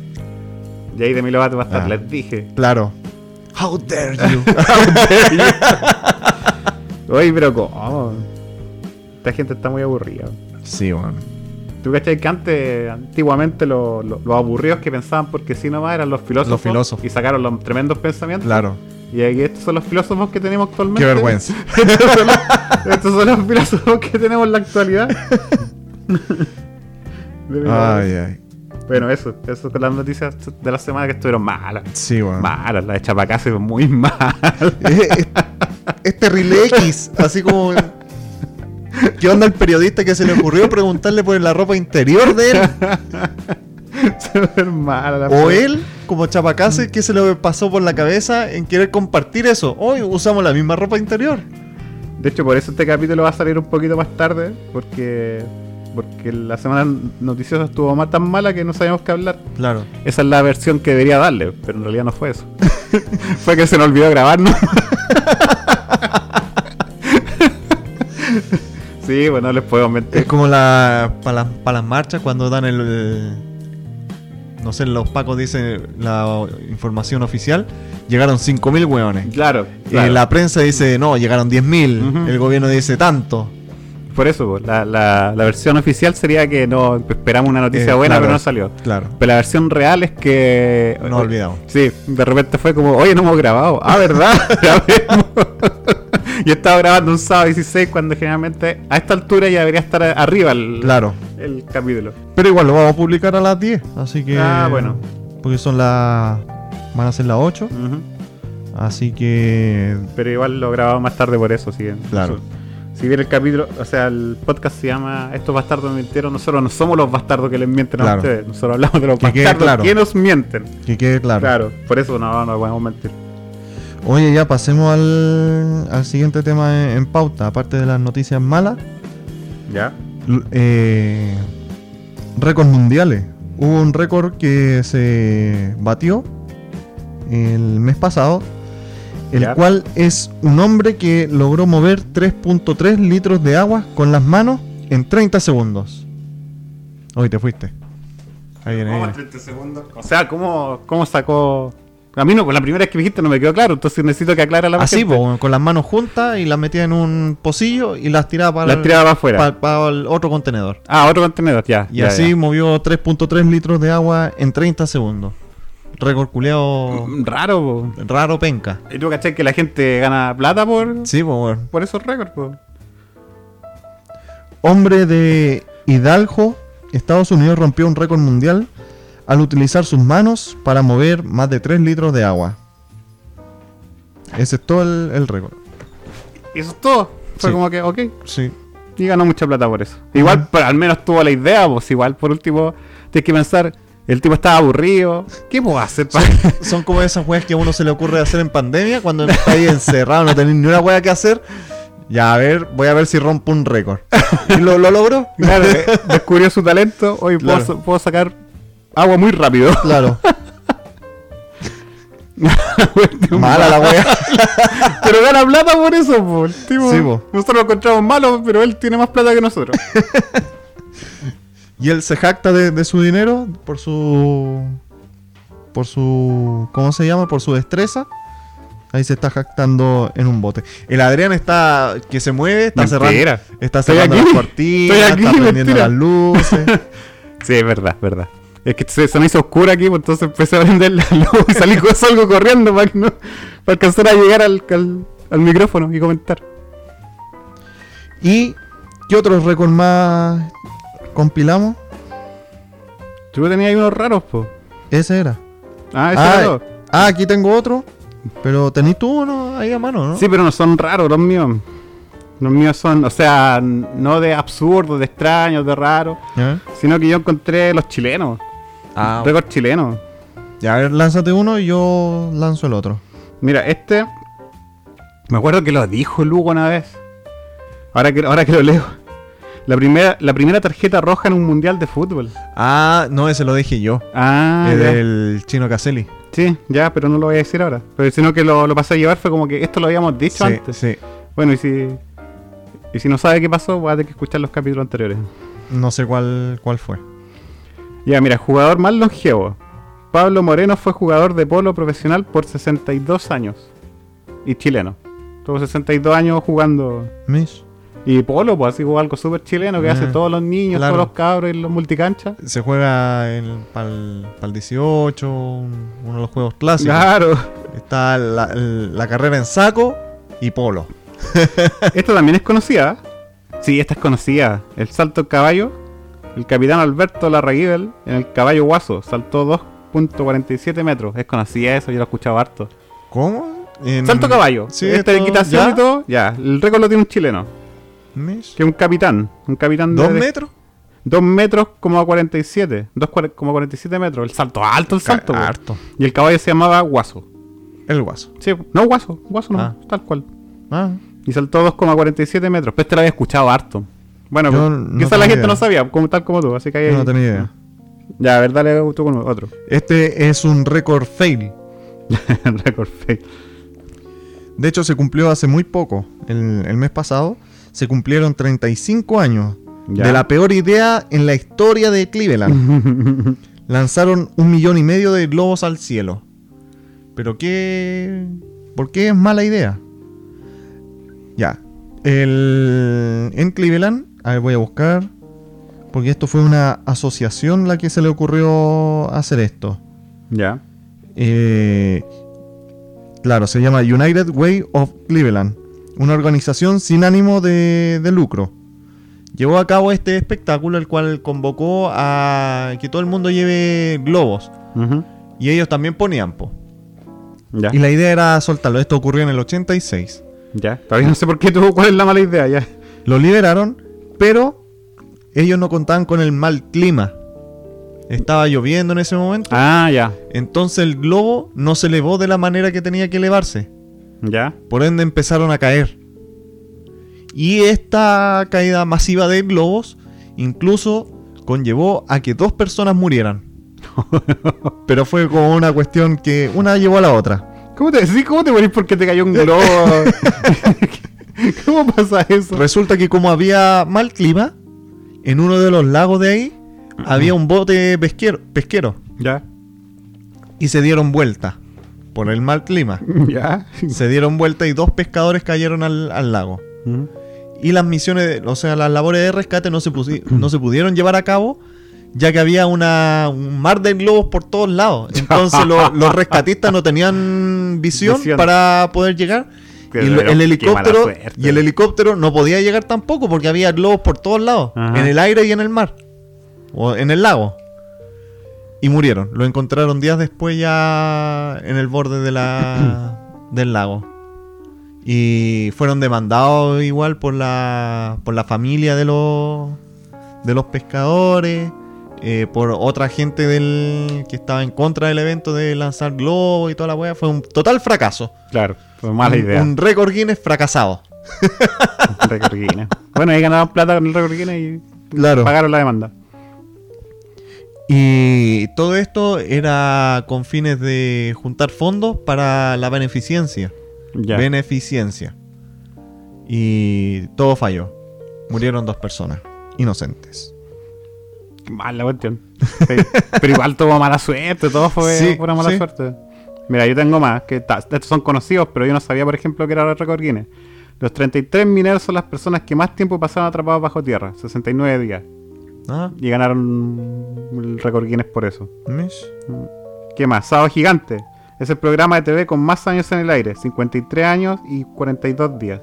[SPEAKER 2] Y ahí de mi Lovato va a estar,
[SPEAKER 1] Ah.
[SPEAKER 2] les dije.
[SPEAKER 1] Claro. How dare you.
[SPEAKER 2] Oye, pero ¿cómo? Esta gente está muy aburrida.
[SPEAKER 1] sí, weón.
[SPEAKER 2] ¿Tú cachai que antes, antiguamente, lo- lo- los aburridos que pensaban porque sí nomás eran los filósofos?
[SPEAKER 1] Los filósofos.
[SPEAKER 2] Y sacaron los tremendos pensamientos.
[SPEAKER 1] Claro.
[SPEAKER 2] Y aquí estos son los filósofos que tenemos actualmente.
[SPEAKER 1] Qué vergüenza.
[SPEAKER 2] estos, son los, estos son los filósofos que tenemos en la actualidad. De mi lado.
[SPEAKER 1] Ay, ay.
[SPEAKER 2] Bueno, eso, eso con las noticias de la semana que estuvieron malas.
[SPEAKER 1] Sí, weón.
[SPEAKER 2] Malas, la de Chapacá se fue muy mal.
[SPEAKER 1] Eh, eh, este Relay X, así como. ¿Qué onda el periodista que se le ocurrió preguntarle por la ropa interior de él?
[SPEAKER 2] se fue mala la
[SPEAKER 1] O él, como chapacase, que se le pasó por la cabeza en querer compartir eso? Hoy usamos la misma ropa interior.
[SPEAKER 2] De hecho, por eso este capítulo va a salir un poquito más tarde, porque porque la semana noticiosa estuvo más tan mala que no sabíamos qué hablar.
[SPEAKER 1] Claro.
[SPEAKER 2] Esa es la versión que debería darle, pero en realidad no fue eso. fue que se nos olvidó grabarnos. sí, bueno, no les puedo mentir.
[SPEAKER 1] Es como la para las pa' las marchas cuando dan el, eh, no sé, los pacos dicen la información oficial, llegaron 5000 hueones.
[SPEAKER 2] Claro,
[SPEAKER 1] Y
[SPEAKER 2] claro.
[SPEAKER 1] la prensa dice, "No, llegaron 10000."
[SPEAKER 2] Ujú.
[SPEAKER 1] El gobierno dice tanto.
[SPEAKER 2] por eso, po, la, la- la versión oficial sería que no esperamos una noticia
[SPEAKER 1] Eh,
[SPEAKER 2] buena,
[SPEAKER 1] claro,
[SPEAKER 2] pero no salió. Eh,
[SPEAKER 1] Claro.
[SPEAKER 2] Pero la versión real es que.
[SPEAKER 1] Nos olvidamos.
[SPEAKER 2] Sí, de repente fue como, oye, no hemos grabado. Ah, ¿verdad? Grabemos. Yo estaba grabando un sábado 16 cuando generalmente a esta altura ya debería estar a- arriba el,
[SPEAKER 1] Claro.
[SPEAKER 2] el capítulo.
[SPEAKER 1] Pero igual lo vamos a publicar a las 10, así que
[SPEAKER 2] Ah, bueno.
[SPEAKER 1] Porque son las van a ser las 8, así que
[SPEAKER 2] Pero igual lo grababa más tarde por eso, así que-
[SPEAKER 1] Claro.
[SPEAKER 2] Si bien el capítulo, o sea, el podcast se llama Estos bastardos mintieron, nosotros no somos los bastardos que les mienten
[SPEAKER 1] Claro.
[SPEAKER 2] a ustedes, nosotros hablamos de los
[SPEAKER 1] Que quede
[SPEAKER 2] bastardos
[SPEAKER 1] claro.
[SPEAKER 2] que nos mienten.
[SPEAKER 1] que quede claro.
[SPEAKER 2] Claro, por eso no, no podemos mentir.
[SPEAKER 1] Oye, ya pasemos al, al siguiente tema en- en pauta, aparte de las noticias malas.
[SPEAKER 2] ¿Ya?
[SPEAKER 1] L- eh, récords mundiales. Hubo un récord que se batió el mes pasado, el
[SPEAKER 2] Ya.
[SPEAKER 1] cual es un hombre que logró mover 3.3 litros de agua con las manos en 30 segundos. Hoy te fuiste. Ahí viene, ahí viene.
[SPEAKER 2] O sea, ¿cómo, cómo sacó? A mí no, pues la primera vez que me dijiste no me quedó claro, entonces necesito que aclara la
[SPEAKER 1] Así,
[SPEAKER 2] gente.
[SPEAKER 1] po, con las manos juntas y las metía en un pocillo y las tiraba para,
[SPEAKER 2] La tiraba para
[SPEAKER 1] el,
[SPEAKER 2] afuera.
[SPEAKER 1] pa- para el otro contenedor.
[SPEAKER 2] Ah, otro contenedor, ya.
[SPEAKER 1] Y
[SPEAKER 2] ya,
[SPEAKER 1] así
[SPEAKER 2] ya.
[SPEAKER 1] movió 3.3 litros de agua en 30 segundos. Récord culeado
[SPEAKER 2] Mm, Raro, po.
[SPEAKER 1] raro penca.
[SPEAKER 2] Y tú caché que la gente gana plata por,
[SPEAKER 1] Sí, po, weón.
[SPEAKER 2] por esos récords, po.
[SPEAKER 1] Hombre de Hidalgo, Estados Unidos rompió un récord mundial al utilizar sus manos para mover más de 3 litros de agua. Ese es todo el, el récord.
[SPEAKER 2] Y eso es todo. Fue
[SPEAKER 1] Sí.
[SPEAKER 2] como que, ok,
[SPEAKER 1] Sí.
[SPEAKER 2] y ganó mucha plata por eso. Igual, pero al menos tuvo la idea, pues igual, por último, tienes que pensar, El tipo estaba aburrido. ¿Qué puedo hacer para.?
[SPEAKER 1] Son como esas weas que a uno se le ocurre hacer en pandemia cuando estáis encerrado, no tenéis ni una wea que hacer. Ya, a ver, voy a ver si rompo un récord. ¿Y lo, lo logro?
[SPEAKER 2] Claro, eh, descubrió su talento. Hoy puedo
[SPEAKER 1] Claro.
[SPEAKER 2] sa- puedo, sacar agua muy rápido.
[SPEAKER 1] Claro. Mala
[SPEAKER 2] Mala.
[SPEAKER 1] la wea.
[SPEAKER 2] Pero gana plata por eso, po. El tipo-
[SPEAKER 1] Sí, po.
[SPEAKER 2] Nosotros lo encontramos malo, pero él tiene más plata que nosotros.
[SPEAKER 1] Y él se jacta de, de su dinero por su. Por su. ¿Cómo se llama? Por su destreza. Ahí se está jactando en un bote. El Adrián está. que se mueve, está cerrando.
[SPEAKER 2] Mentira.
[SPEAKER 1] Está
[SPEAKER 2] Estoy
[SPEAKER 1] cerrando
[SPEAKER 2] aquí.
[SPEAKER 1] las cortinas,
[SPEAKER 2] Estoy aquí,
[SPEAKER 1] está prendiendo
[SPEAKER 2] mentira.
[SPEAKER 1] las luces.
[SPEAKER 2] Sí, es verdad, es verdad. Es que se, se me hizo oscura aquí, pues, entonces empecé a prender la luz y salí con salgo corriendo para, que no, para alcanzar a llegar al, al, al micrófono y comentar.
[SPEAKER 1] ¿Y qué otros récords más compilamos?
[SPEAKER 2] Yo tenía ahí unos raros, po.
[SPEAKER 1] Ese era.
[SPEAKER 2] Ah, ese
[SPEAKER 1] ah,
[SPEAKER 2] era todo.
[SPEAKER 1] ah, aquí tengo otro. Pero tenés tú uno ahí a mano, ¿no?
[SPEAKER 2] Sí, pero no son raros los míos. Los míos son, o sea, n- no de absurdos, de extraños, de raros,
[SPEAKER 1] Ya.
[SPEAKER 2] sino que yo encontré los chilenos,
[SPEAKER 1] Ah,
[SPEAKER 2] récords chilenos.
[SPEAKER 1] ya, a ver, lánzate uno y yo lanzo el otro.
[SPEAKER 2] Mira, este, me acuerdo que lo dijo Lugo una vez. Ahora que, ahora que lo leo. La primera, la primera tarjeta roja en un mundial de fútbol.
[SPEAKER 1] Ah, no, ese lo dije yo.
[SPEAKER 2] Ah,
[SPEAKER 1] el
[SPEAKER 2] ya.
[SPEAKER 1] del chino Caselli.
[SPEAKER 2] sí, ya, pero no lo voy a decir ahora. Pero sino que lo, lo pasé a llevar fue como que esto lo habíamos dicho
[SPEAKER 1] Sí,
[SPEAKER 2] antes.
[SPEAKER 1] sí.
[SPEAKER 2] Bueno, y si, y si no sabe qué pasó, va a tener que escuchar los capítulos anteriores.
[SPEAKER 1] No sé cuál, cuál fue.
[SPEAKER 2] Ya, mira, jugador más longevo. Pablo Moreno fue jugador de polo profesional por 62 años. Y chileno. Tuvo 62 años jugando.
[SPEAKER 1] Mish.
[SPEAKER 2] Y polo, pues así como algo súper chileno que
[SPEAKER 1] Ah,
[SPEAKER 2] hace todos los niños,
[SPEAKER 1] claro.
[SPEAKER 2] todos los cabros en los multicanchas.
[SPEAKER 1] Se juega en, para el 18, un- uno de los juegos clásicos.
[SPEAKER 2] Claro.
[SPEAKER 1] Está la, la carrera en saco y polo.
[SPEAKER 2] Esta también es conocida. Sí, esta es conocida. El salto en caballo. El capitán Alberto Larraguibel en el caballo guaso saltó 2.47 metros. Es conocida eso, yo lo he escuchado harto.
[SPEAKER 1] ¿Cómo? En-
[SPEAKER 2] Salto caballo.
[SPEAKER 1] Mm. Sí,
[SPEAKER 2] Esta
[SPEAKER 1] esto-
[SPEAKER 2] equitación
[SPEAKER 1] ¿ya?
[SPEAKER 2] y todo, ya. El récord lo tiene un chileno.
[SPEAKER 1] Mish.
[SPEAKER 2] Que un capitán. Un capitán de.
[SPEAKER 1] ¿Dos
[SPEAKER 2] de-
[SPEAKER 1] metros?
[SPEAKER 2] dos metros como a 47. 2,47 metros. El salto alto, el salto. po.
[SPEAKER 1] Harto.
[SPEAKER 2] Y el caballo se llamaba Guaso.
[SPEAKER 1] El guaso.
[SPEAKER 2] Sí, no Guaso. Guaso no.
[SPEAKER 1] Ah.
[SPEAKER 2] Tal cual.
[SPEAKER 1] Ah,
[SPEAKER 2] Y saltó 2,47 metros. Pues te lo había escuchado harto. Bueno,
[SPEAKER 1] Yo
[SPEAKER 2] pues,
[SPEAKER 1] no
[SPEAKER 2] quizás
[SPEAKER 1] tenía
[SPEAKER 2] la gente
[SPEAKER 1] idea.
[SPEAKER 2] no sabía, como, tal como tú. Así que ahí.
[SPEAKER 1] yo no tenía idea.
[SPEAKER 2] Ya, a ver, dale tú con otro.
[SPEAKER 1] Este es un récord fail.
[SPEAKER 2] Record fake.
[SPEAKER 1] De hecho, se cumplió hace muy poco. El, el mes pasado se cumplieron 35 años
[SPEAKER 2] Ya.
[SPEAKER 1] de la peor idea en la historia de Cleveland. Lanzaron un millón y medio de globos al cielo. ¿Pero qué? ¿Por qué es mala idea? Ya. El- en Cleveland, a ver, voy a buscar. Porque esto fue una asociación la que se le ocurrió hacer esto.
[SPEAKER 2] Ya.
[SPEAKER 1] Eh, claro, se llama United Way of Cleveland, una organización sin ánimo de, de lucro. Llevó a cabo este espectáculo, el cual convocó a que todo el mundo lleve globos.
[SPEAKER 2] Ujú.
[SPEAKER 1] Y ellos también ponían po.
[SPEAKER 2] Ya.
[SPEAKER 1] Y la idea era soltarlo. Esto ocurrió en el 86.
[SPEAKER 2] Ya. Todavía no sé por qué tú, cuál es la mala idea. Ya.
[SPEAKER 1] Lo liberaron, pero ellos no contaban con el mal clima. Estaba lloviendo en ese momento.
[SPEAKER 2] Ah, ya.
[SPEAKER 1] Entonces el globo no se elevó de la manera que tenía que elevarse.
[SPEAKER 2] Ya.
[SPEAKER 1] Por ende empezaron a caer. Y esta caída masiva de globos incluso conllevó a que dos personas murieran. Pero fue como una cuestión que una llevó a la otra.
[SPEAKER 2] ¿Cómo te, sí, ¿Cómo te morís porque te cayó un globo? ¿Cómo pasa eso?
[SPEAKER 1] Resulta que como había mal clima, en uno de los lagos de ahí había un bote pesquero, pesquero
[SPEAKER 2] Ya,
[SPEAKER 1] y se dieron vuelta por el mal clima.
[SPEAKER 2] ya.
[SPEAKER 1] Se dieron vuelta y dos pescadores cayeron al- al lago. y las misiones, o sea, las labores de rescate no se, pusi- no se pudieron llevar a cabo, ya que había una, un mar de globos por todos lados. Entonces lo- los rescatistas no tenían visión,
[SPEAKER 2] Visión.
[SPEAKER 1] para poder llegar.
[SPEAKER 2] Qué
[SPEAKER 1] Y lo-
[SPEAKER 2] raro,
[SPEAKER 1] el
[SPEAKER 2] qué
[SPEAKER 1] helicóptero
[SPEAKER 2] mala suerte.
[SPEAKER 1] y el helicóptero no podía llegar tampoco porque había globos por todos lados,
[SPEAKER 2] Ajá.
[SPEAKER 1] en el aire y en el mar, o en el lago. Y murieron. Lo encontraron días después ya en el borde de la, del lago. Y fueron demandados igual por la, por la familia de los, de los pescadores. eh, por otra gente del que estaba en contra del evento de lanzar globos y toda la wea. Fue un total fracaso.
[SPEAKER 2] Claro, fue mala
[SPEAKER 1] Un-
[SPEAKER 2] idea.
[SPEAKER 1] Un récord Guinness fracasado.
[SPEAKER 2] Récord Guinness. Bueno, ahí ganaban plata con el récord Guinness y
[SPEAKER 1] Claro.
[SPEAKER 2] pagaron la demanda.
[SPEAKER 1] Y todo esto era con fines de juntar fondos para la beneficencia.
[SPEAKER 2] Ya.
[SPEAKER 1] Beneficencia. Y todo falló. Murieron dos personas inocentes.
[SPEAKER 2] Qué Mala cuestión. Sí. Pero igual tuvo mala suerte, todo fue
[SPEAKER 1] Sí,
[SPEAKER 2] pura mala
[SPEAKER 1] sí.
[SPEAKER 2] suerte. Mira, yo tengo más, que ta- estos son conocidos, pero yo no sabía, por ejemplo, que era el récord Guinness. Los 33 mineros son las personas que más tiempo pasaron atrapados bajo tierra, 69 días.
[SPEAKER 1] Ah,
[SPEAKER 2] Y ganaron el récord Guinness por eso.
[SPEAKER 1] mish.
[SPEAKER 2] ¿Qué más? Sábado Gigante. Es el programa de TV con más años en el aire, 53 años y 42 días.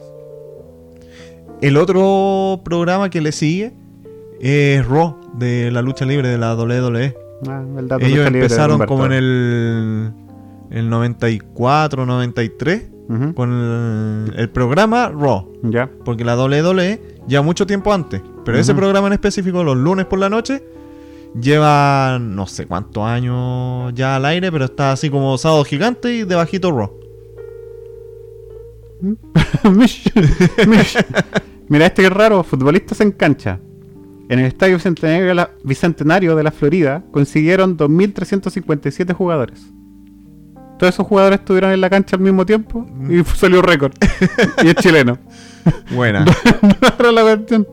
[SPEAKER 1] El otro programa que le sigue es Raw de la lucha libre de la WWE.
[SPEAKER 2] Ah, el dato
[SPEAKER 1] Ellos
[SPEAKER 2] lucha libre de
[SPEAKER 1] empezaron
[SPEAKER 2] Humberto.
[SPEAKER 1] como en el, el 94, 93
[SPEAKER 2] Ujú.
[SPEAKER 1] con el, el programa Raw.
[SPEAKER 2] Ya.
[SPEAKER 1] Porque la WWE ya mucho tiempo antes. Pero ese
[SPEAKER 2] Ujú.
[SPEAKER 1] programa en específico, los lunes por la noche, lleva no sé cuántos años ya al aire, pero está así como sábado gigante y debajito Raw.
[SPEAKER 2] Mish, mish. Mira, este que es raro, futbolistas en cancha. En el estadio bicentenario de la, bicentenario de la Florida consiguieron 2.357 jugadores. Todos esos jugadores estuvieron en la cancha al mismo tiempo y salió récord. y es chileno.
[SPEAKER 1] Buena.
[SPEAKER 2] Rara la cuestión.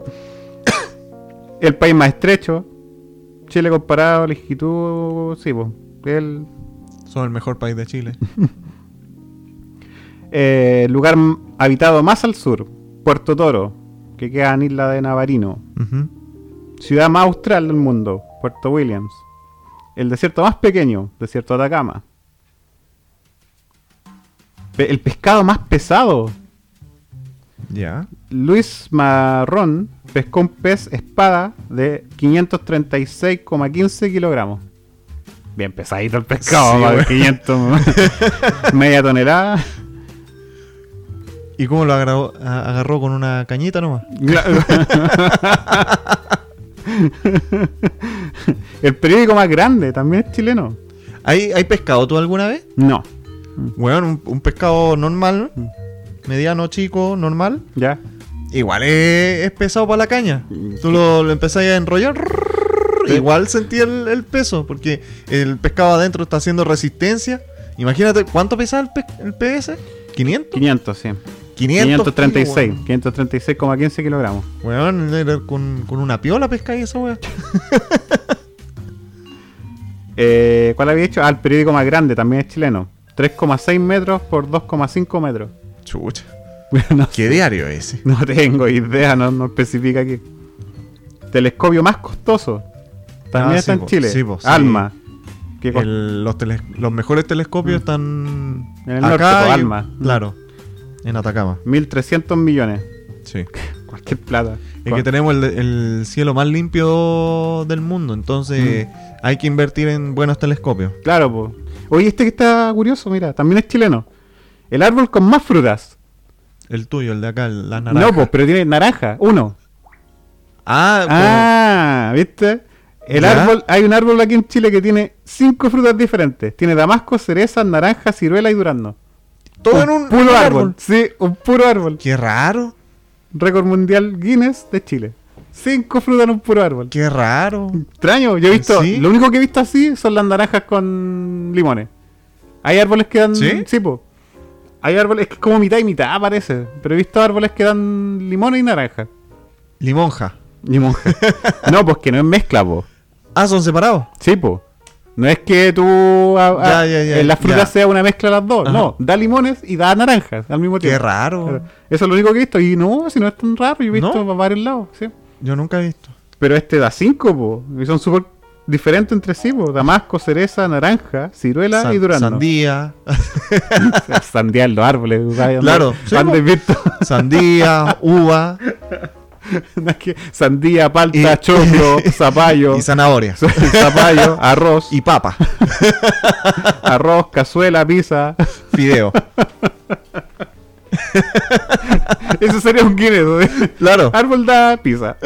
[SPEAKER 2] El país más estrecho. Chile comparado, longitud, sí, pues. El
[SPEAKER 1] Son el mejor país de Chile.
[SPEAKER 2] eh, lugar m- habitado más al sur, Puerto Toro, que queda en Isla de Navarino.
[SPEAKER 1] Ujú.
[SPEAKER 2] Ciudad más austral del mundo, Puerto Williams. El desierto más pequeño, desierto de Atacama. Pe- el pescado más pesado.
[SPEAKER 1] Ya.
[SPEAKER 2] Luis Marrón pescó un pez espada de 536,15 kilogramos. Bien pesadito el pescado,
[SPEAKER 1] Sí,
[SPEAKER 2] va,
[SPEAKER 1] güey.
[SPEAKER 2] 500, media tonelada.
[SPEAKER 1] ¿Y cómo lo agarró, a- agarró con una cañita nomás?
[SPEAKER 2] el periódico más grande también es chileno.
[SPEAKER 1] ¿Hay, hay pescado tú alguna vez?
[SPEAKER 2] No,
[SPEAKER 1] Bueno, un, un pescado normal, mediano, chico, normal.
[SPEAKER 2] ya.
[SPEAKER 1] Igual es, es pesado para la caña. Tú lo, lo empezás a enrollar. Igual sentí el, el peso, porque el pescado adentro está haciendo resistencia. Imagínate, ¿cuánto pesaba el, pes- el PS? ¿500?
[SPEAKER 2] 500, sí.
[SPEAKER 1] 500
[SPEAKER 2] 536,
[SPEAKER 1] kilos,
[SPEAKER 2] 536,15 kilogramos.
[SPEAKER 1] Weón, Weón, era con, con una piola pesca y esa weón.
[SPEAKER 2] Eh, ¿Cuál había hecho? Ah, el periódico más grande, también es chileno. 3,6 metros por 2,5 metros.
[SPEAKER 1] Chucha.
[SPEAKER 2] no,
[SPEAKER 1] ¿Qué diario es ese?
[SPEAKER 2] no tengo idea, no, no especifica aquí. Telescopio más costoso. También
[SPEAKER 1] Ah,
[SPEAKER 2] está
[SPEAKER 1] sí,
[SPEAKER 2] en
[SPEAKER 1] po,
[SPEAKER 2] Chile.
[SPEAKER 1] sí, po, sí.
[SPEAKER 2] Alma. Que costó
[SPEAKER 1] El- los, teles- los mejores telescopios están
[SPEAKER 2] En el norte, po,
[SPEAKER 1] y-
[SPEAKER 2] Alma.
[SPEAKER 1] Claro, en Atacama.
[SPEAKER 2] 1.300 millones.
[SPEAKER 1] Sí.
[SPEAKER 2] Cualquier plata.
[SPEAKER 1] Es que tenemos el, el cielo más limpio del mundo,
[SPEAKER 2] Mm.
[SPEAKER 1] entonces hay que invertir en buenos telescopios.
[SPEAKER 2] Claro, po. Oye, este que está curioso, mira, también es chileno. El árbol con más frutas.
[SPEAKER 1] El tuyo, el de acá, el- la naranja.
[SPEAKER 2] No, pues, pero tiene naranja. Uno.
[SPEAKER 1] Ah,
[SPEAKER 2] Ah, ¿viste? El
[SPEAKER 1] ¿Ya?
[SPEAKER 2] árbol, hay un árbol aquí en Chile que tiene cinco frutas diferentes. Tiene damasco, cereza, naranja, ciruela y durazno.
[SPEAKER 1] pero pues, todo en un, en
[SPEAKER 2] puro
[SPEAKER 1] un
[SPEAKER 2] árbol. Sí, un puro árbol.
[SPEAKER 1] Qué raro,
[SPEAKER 2] Récord mundial Guinness de Chile. Cinco frutas en un puro árbol.
[SPEAKER 1] qué raro.
[SPEAKER 2] Extraño, yo he visto,
[SPEAKER 1] ¿Sí?
[SPEAKER 2] lo único que he visto así son las naranjas con limones. Hay árboles que dan,
[SPEAKER 1] ¿Sí?
[SPEAKER 2] po. Hay árboles que es como mitad y mitad parece, pero he visto árboles que dan limones y naranja.
[SPEAKER 1] Limonja.
[SPEAKER 2] Limón. no, pues que no es mezcla, po.
[SPEAKER 1] Ah, son separados.
[SPEAKER 2] Sí, po. No es que tú ah, a- a-
[SPEAKER 1] Ya, ya, ya,
[SPEAKER 2] en las frutas
[SPEAKER 1] ya.
[SPEAKER 2] sea una mezcla de las dos.
[SPEAKER 1] Ajá.
[SPEAKER 2] No, da limones y da naranjas al mismo
[SPEAKER 1] Qué
[SPEAKER 2] tiempo.
[SPEAKER 1] raro.
[SPEAKER 2] Eso es lo único que he visto. Y no, si no es tan raro, yo he visto
[SPEAKER 1] ¿No?
[SPEAKER 2] para varios lados, sí.
[SPEAKER 1] Yo nunca he visto.
[SPEAKER 2] Pero este da 5, po. Y son súper diferentes entre sí, po. Damasco, cereza, naranja, ciruela
[SPEAKER 1] San-
[SPEAKER 2] y durazno.
[SPEAKER 1] sandía,
[SPEAKER 2] Sandía en los árboles. ¿sabes?
[SPEAKER 1] Claro, sí,
[SPEAKER 2] Pan
[SPEAKER 1] po.
[SPEAKER 2] de viento.
[SPEAKER 1] sandía, uva
[SPEAKER 2] No es que- Sandía, palta,
[SPEAKER 1] Y-
[SPEAKER 2] choclo, zapallo,
[SPEAKER 1] y zanahoria.
[SPEAKER 2] zapallo, arroz,
[SPEAKER 1] Y papa,
[SPEAKER 2] arroz, cazuela, pizza.
[SPEAKER 1] fideo.
[SPEAKER 2] Eso sería un Guinness. ¿no?
[SPEAKER 1] Claro.
[SPEAKER 2] Árbol da pizza.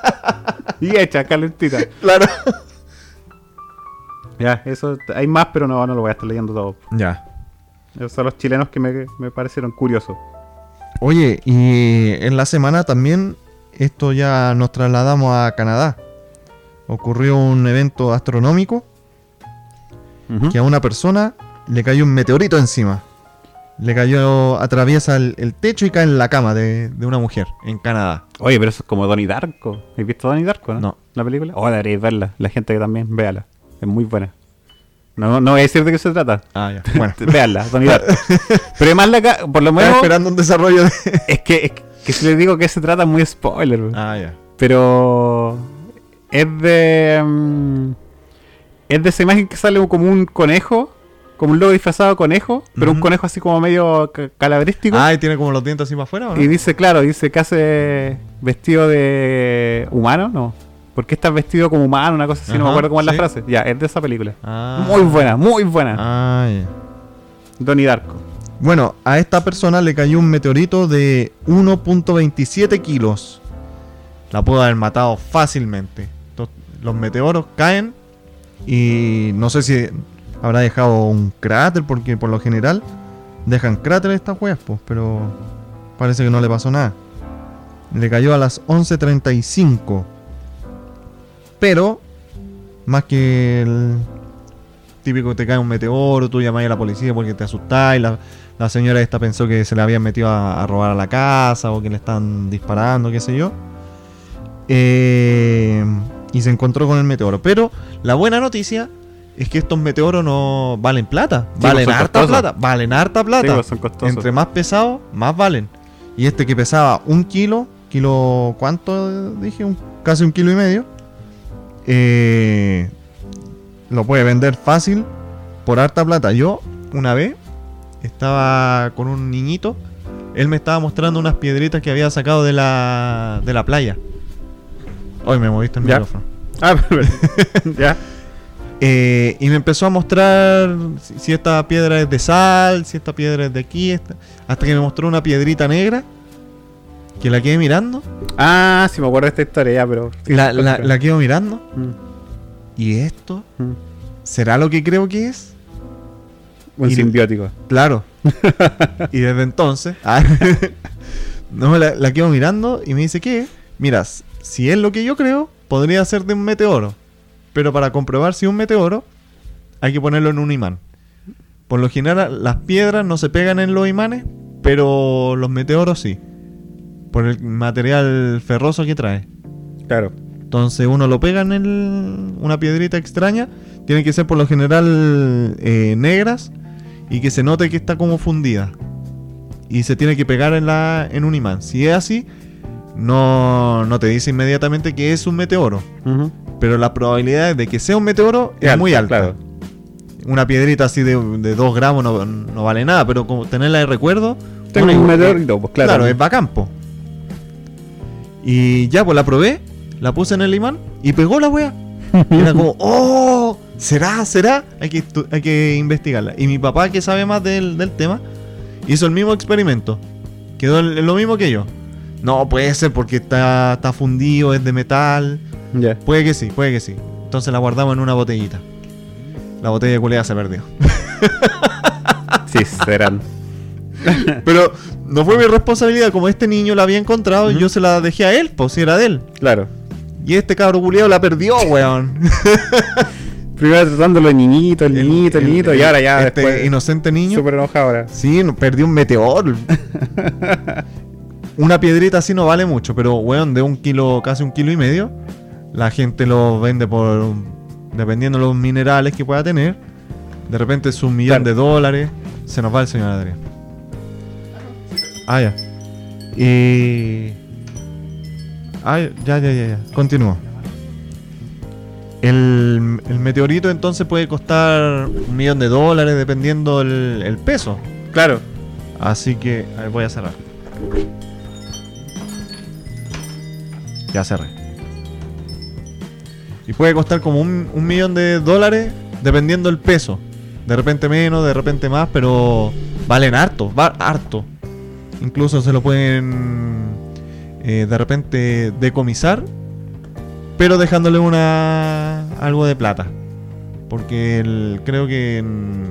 [SPEAKER 2] y hecha, calentita.
[SPEAKER 1] Claro.
[SPEAKER 2] Ya, eso, hay más, pero no, no lo voy a estar leyendo todo.
[SPEAKER 1] Ya.
[SPEAKER 2] Esos son los chilenos que me, me parecieron curiosos.
[SPEAKER 1] Oye, y en la semana también, esto ya nos trasladamos a Canadá. Ocurrió un evento astronómico que a una persona le cayó un meteorito encima. Le cayó, atraviesa el, el techo y cae en la cama de, de una mujer en Canadá.
[SPEAKER 2] Oye, pero eso es como Donnie Darko. ¿Has visto Donnie Darko, no?
[SPEAKER 1] No.
[SPEAKER 2] ¿La película? Oh, deberíais verla. La gente que también, véala. Es muy buena. No, no voy a decir de qué se trata.
[SPEAKER 1] Ah, ya. Bueno,
[SPEAKER 2] véanla, Donnie Darko. pero además la ca- por lo
[SPEAKER 1] estaba
[SPEAKER 2] menos
[SPEAKER 1] esperando un desarrollo de.
[SPEAKER 2] es que, es que si les digo que se trata es muy spoiler. weón.
[SPEAKER 1] Ah, ya.
[SPEAKER 2] Pero es de mm, es de esa imagen que sale como un conejo, como un lobo disfrazado de conejo, pero un
[SPEAKER 1] Ujú.
[SPEAKER 2] conejo así como medio ca- calabrístico.
[SPEAKER 1] Ah, y tiene como los dientes así para afuera, ¿o no?
[SPEAKER 2] Y dice, claro, dice que hace vestido de humano, no. ¿Por qué estás vestido como humano? Una cosa así, no me
[SPEAKER 1] Ajá,
[SPEAKER 2] acuerdo cómo es la
[SPEAKER 1] sí.
[SPEAKER 2] frase. Ya, es de esa película.
[SPEAKER 1] Ah.
[SPEAKER 2] Muy buena, muy buena.
[SPEAKER 1] Ah, ya.
[SPEAKER 2] Donnie Darko.
[SPEAKER 1] Bueno, a esta persona le cayó un meteorito de 1.27 kilos. La pudo haber matado fácilmente. To- Los meteoros caen y no sé si habrá dejado un cráter, porque por lo general dejan cráteres estas weas, pues, pero parece que no le pasó nada. Le cayó a las 11.35. Pero, más que el típico te cae un meteoro, tú llamáis a la policía porque te asustás y la, la señora esta pensó que se le habían metido a, a robar a la casa o que le están disparando, qué sé yo. Eh, y se encontró con el meteoro. Pero la buena noticia es que estos meteoros no valen plata.
[SPEAKER 2] Sí, pues
[SPEAKER 1] Valen
[SPEAKER 2] son
[SPEAKER 1] harta
[SPEAKER 2] costosos.
[SPEAKER 1] plata. Valen harta plata.
[SPEAKER 2] Sí, pues son costosos.
[SPEAKER 1] Entre más pesado, más valen. Y este que pesaba un kilo, kilo, ¿cuánto dije? Un- casi un kilo y medio. Eh, lo puede vender fácil por harta plata. Yo, una vez, estaba con un niñito. Él me estaba mostrando unas piedritas que había sacado de la, de la playa. Hoy me moviste el
[SPEAKER 2] Ya.
[SPEAKER 1] micrófono.
[SPEAKER 2] Ah, pero, ya.
[SPEAKER 1] Eh, y me empezó a mostrar si, si esta piedra es de sal, si esta piedra es de aquí, esta- hasta que me mostró una piedrita negra que la quedé mirando.
[SPEAKER 2] Ah, sí me acuerdo de esta historia ya, pero...
[SPEAKER 1] La, la, la quedo mirando.
[SPEAKER 2] Mm,
[SPEAKER 1] ¿Y esto
[SPEAKER 2] mm.
[SPEAKER 1] será lo que creo que es?
[SPEAKER 2] Un
[SPEAKER 1] Y-
[SPEAKER 2] simbiótico.
[SPEAKER 1] Claro. y desde entonces. ah, no, la, la quedo mirando y me dice que, mira, s- si es lo que yo creo, podría ser de un meteoro. Pero para comprobar si es un meteoro, hay que ponerlo en un imán. Por lo general, las piedras no se pegan en los imanes, pero los meteoros sí. Por el material ferroso que trae.
[SPEAKER 2] Claro.
[SPEAKER 1] Entonces uno lo pega en el- una piedrita extraña. Tienen que ser por lo general eh, negras y que se note que está como fundida. Y se tiene que pegar en, la, en un imán. Si es así, no, no te dice inmediatamente que es un meteoro.
[SPEAKER 2] Ujú.
[SPEAKER 1] Pero la probabilidad de que sea un meteoro es muy alta.
[SPEAKER 2] Claro.
[SPEAKER 1] Una piedrita así de, de 2 gramos no, no vale nada, pero como tenerla de recuerdo.
[SPEAKER 2] Tengo
[SPEAKER 1] uno-
[SPEAKER 2] un meteorito, pues claro.
[SPEAKER 1] Claro, es bacampo. Y ya, pues la probé, la puse en el imán y pegó la wea. Y Era como, oh, será, será. Hay que, estu- hay que investigarla. Y mi papá, que sabe más del, del tema, hizo el mismo experimento. Quedó en lo mismo que yo. No, puede ser porque está, está fundido, es de metal.
[SPEAKER 2] Ya.
[SPEAKER 1] Puede que sí, puede que sí. Entonces la guardamos en una botellita. La botella de culea se perdió.
[SPEAKER 2] Sí, serán.
[SPEAKER 1] Pero no fue mi responsabilidad, como este niño la había encontrado, yo se la dejé a él, pues si era de él.
[SPEAKER 2] Claro.
[SPEAKER 1] Y este cabro culiao la perdió, weón.
[SPEAKER 2] Primero tratándolo de niñito, el niñito, el, niñito, y ahora ya
[SPEAKER 1] Este
[SPEAKER 2] después...
[SPEAKER 1] inocente niño.
[SPEAKER 2] Súper enojado ahora.
[SPEAKER 1] Sí, no- perdió un meteor. Una piedrita así no vale mucho, pero weón, de un kilo, casi un kilo y medio, la gente lo vende por. un- dependiendo de los minerales que pueda tener. De repente es un millón
[SPEAKER 2] Claro.
[SPEAKER 1] de dólares. Se nos va el señor Adrián. Ah, ya. Y. Ah, ya, ya, ya, ya. Continúo. El, el meteorito entonces puede costar un millón de dólares dependiendo el, el peso.
[SPEAKER 2] Claro.
[SPEAKER 1] Así que a ver, voy a cerrar. Ya cerré. Y puede costar como un, un millón de dólares dependiendo el peso. De repente menos, de repente más, pero valen harto, va harto. Incluso se lo pueden eh, de repente decomisar pero dejándole una algo de plata. Porque el- creo que en-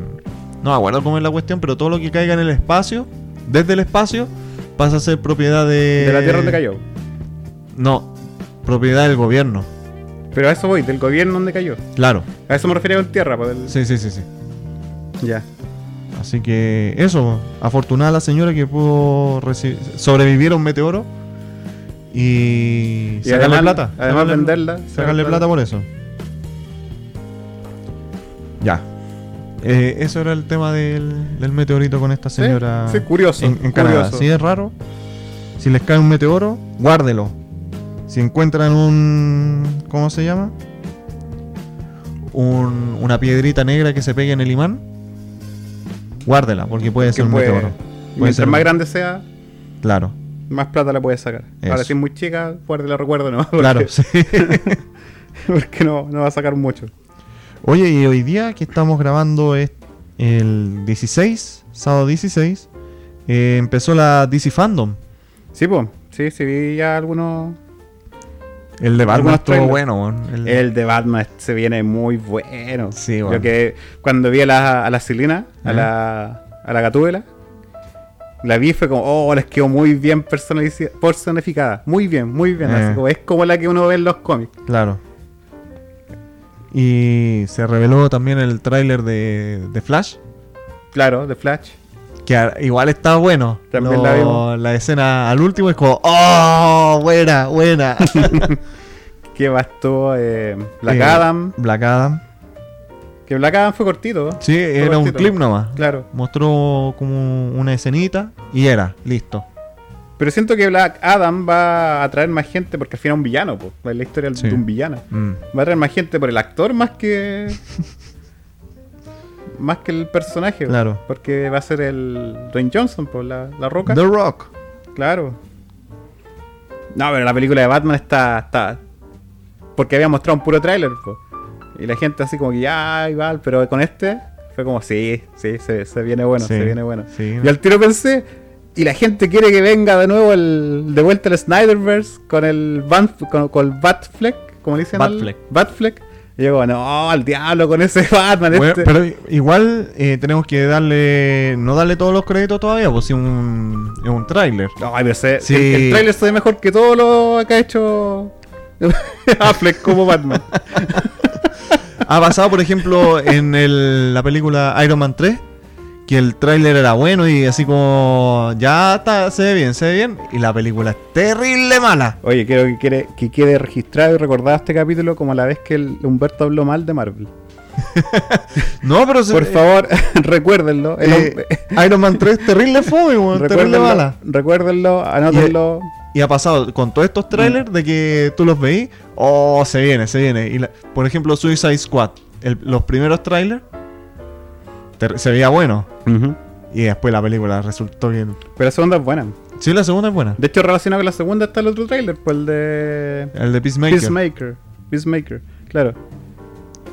[SPEAKER 1] no me acuerdo cómo es la cuestión, pero todo lo que caiga en el espacio, desde el espacio, pasa a ser propiedad de
[SPEAKER 2] De la tierra donde cayó.
[SPEAKER 1] No, propiedad del gobierno.
[SPEAKER 2] Pero a eso voy, del gobierno donde cayó.
[SPEAKER 1] Claro.
[SPEAKER 2] A eso me refería con tierra, pues, del-
[SPEAKER 1] Sí, sí, sí, sí.
[SPEAKER 2] Ya.
[SPEAKER 1] Así que eso, afortunada la señora que pudo reci- sobrevivir a un meteoro y,
[SPEAKER 2] Y
[SPEAKER 1] sacarle
[SPEAKER 2] además-
[SPEAKER 1] plata.
[SPEAKER 2] además
[SPEAKER 1] sacarle-
[SPEAKER 2] venderla,
[SPEAKER 1] Sacarle
[SPEAKER 2] sacar
[SPEAKER 1] plata
[SPEAKER 2] plata.
[SPEAKER 1] por eso. Ya. Eh, eso era el tema del, del meteorito con esta
[SPEAKER 2] Sí,
[SPEAKER 1] señora.
[SPEAKER 2] sí, curioso,
[SPEAKER 1] En, en Canadá.
[SPEAKER 2] curioso.
[SPEAKER 1] Si es raro, si les cae un meteoro, guárdelo. Si encuentran un. ¿Cómo se llama? Un- una piedrita negra que se pegue en el imán, guárdela, porque puede
[SPEAKER 2] Que
[SPEAKER 1] ser un
[SPEAKER 2] puede-
[SPEAKER 1] meteoro.
[SPEAKER 2] y mientras
[SPEAKER 1] ser-
[SPEAKER 2] más grande sea,
[SPEAKER 1] Claro,
[SPEAKER 2] más plata la puedes sacar.
[SPEAKER 1] Eso.
[SPEAKER 2] Ahora, si es muy chica, guárdela recuerdo, ¿no? Porque-
[SPEAKER 1] claro. sí.
[SPEAKER 2] Porque no, no va a sacar mucho.
[SPEAKER 1] Oye, y hoy día que estamos grabando es el 16, sábado 16, eh, empezó la DC Fandom.
[SPEAKER 2] Sí, pues. Sí, sí, vi ya algunos.
[SPEAKER 1] El de
[SPEAKER 2] Batman
[SPEAKER 1] estuvo
[SPEAKER 2] trailers.
[SPEAKER 1] bueno. weón. El-
[SPEAKER 2] El de Batman se viene muy bueno.
[SPEAKER 1] Sí, bueno.
[SPEAKER 2] Yo que cuando vi a la, a la Selina, a
[SPEAKER 1] Ajá.
[SPEAKER 2] la, a la Gatúbela, la vi y fue como, oh, les quedó muy bien personalici- personificada. Muy bien, muy bien.
[SPEAKER 1] Eh.
[SPEAKER 2] Así como, es como la que uno ve en los cómics.
[SPEAKER 1] Claro. Y se reveló también el tráiler de, de Flash,
[SPEAKER 2] Claro, de Flash.
[SPEAKER 1] que a- igual está bueno.
[SPEAKER 2] También la vimos.
[SPEAKER 1] la escena al último es como, ¡oh! Buena, buena.
[SPEAKER 2] Que bastó eh, Black
[SPEAKER 1] Eh,
[SPEAKER 2] Adam.
[SPEAKER 1] Black Adam.
[SPEAKER 2] Que Black Adam fue cortito.
[SPEAKER 1] Sí, era un
[SPEAKER 2] cortito.
[SPEAKER 1] clip nomás.
[SPEAKER 2] Claro.
[SPEAKER 1] Mostró como una escenita y era, listo.
[SPEAKER 2] Pero siento que Black Adam va a atraer más gente porque al final es un villano, pues. Es la historia
[SPEAKER 1] Sí.
[SPEAKER 2] de un villano.
[SPEAKER 1] Mm.
[SPEAKER 2] Va a traer más gente por el actor más que. más que el personaje. po.
[SPEAKER 1] Claro.
[SPEAKER 2] Porque va a ser el Dwayne Johnson, por la, la roca.
[SPEAKER 1] The Rock.
[SPEAKER 2] Claro. No, pero la película de Batman está. está porque había mostrado un puro tráiler, po. Y la gente así como que ya, igual, pero con este fue como, sí, sí, se, se viene bueno,
[SPEAKER 1] Sí,
[SPEAKER 2] se viene bueno.
[SPEAKER 1] sí.
[SPEAKER 2] Y al tiro pensé, y la gente quiere que venga de nuevo el, de vuelta el Snyderverse con el, Ban- con, con el Batfleck, como le dicen. al-
[SPEAKER 1] Batfleck.
[SPEAKER 2] Batfleck. Y yo como, no, al diablo con ese Batman.
[SPEAKER 1] Bueno,
[SPEAKER 2] este.
[SPEAKER 1] pero igual eh, tenemos que darle, no darle todos los créditos todavía, pues si un, es un tráiler.
[SPEAKER 2] Ay, pero se-
[SPEAKER 1] Sí.
[SPEAKER 2] el, el trailer se ve mejor que todo lo que ha hecho Affleck como Batman.
[SPEAKER 1] Ha pasado, por ejemplo, en el- la película Iron Man 3, que el tráiler era bueno y así como ya está, se ve bien, se ve bien, y la película es terrible mala.
[SPEAKER 2] Oye, quiero que quede, que quede registrado y recordado este capítulo como la vez que el Humberto habló mal de Marvel.
[SPEAKER 1] No, pero se-
[SPEAKER 2] Por favor, recuérdenlo. El
[SPEAKER 1] eh,
[SPEAKER 2] hom-
[SPEAKER 1] Iron Man 3 terrible fome, weón, terrible
[SPEAKER 2] recuérdenlo,
[SPEAKER 1] mala.
[SPEAKER 2] recuérdenlo, anótenlo.
[SPEAKER 1] Y ha pasado con todos estos trailers de que tú los veís, oh, se viene, se viene. Y la- por ejemplo, Suicide Squad, el- los primeros trailers ter- se veía bueno.
[SPEAKER 2] Ujú.
[SPEAKER 1] Y después la película resultó bien.
[SPEAKER 2] Pero la segunda es buena.
[SPEAKER 1] Sí, la segunda es buena.
[SPEAKER 2] De hecho, relacionado con la segunda está el otro trailer, pues el de
[SPEAKER 1] El de Peacemaker.
[SPEAKER 2] Peacemaker. Peacemaker, claro.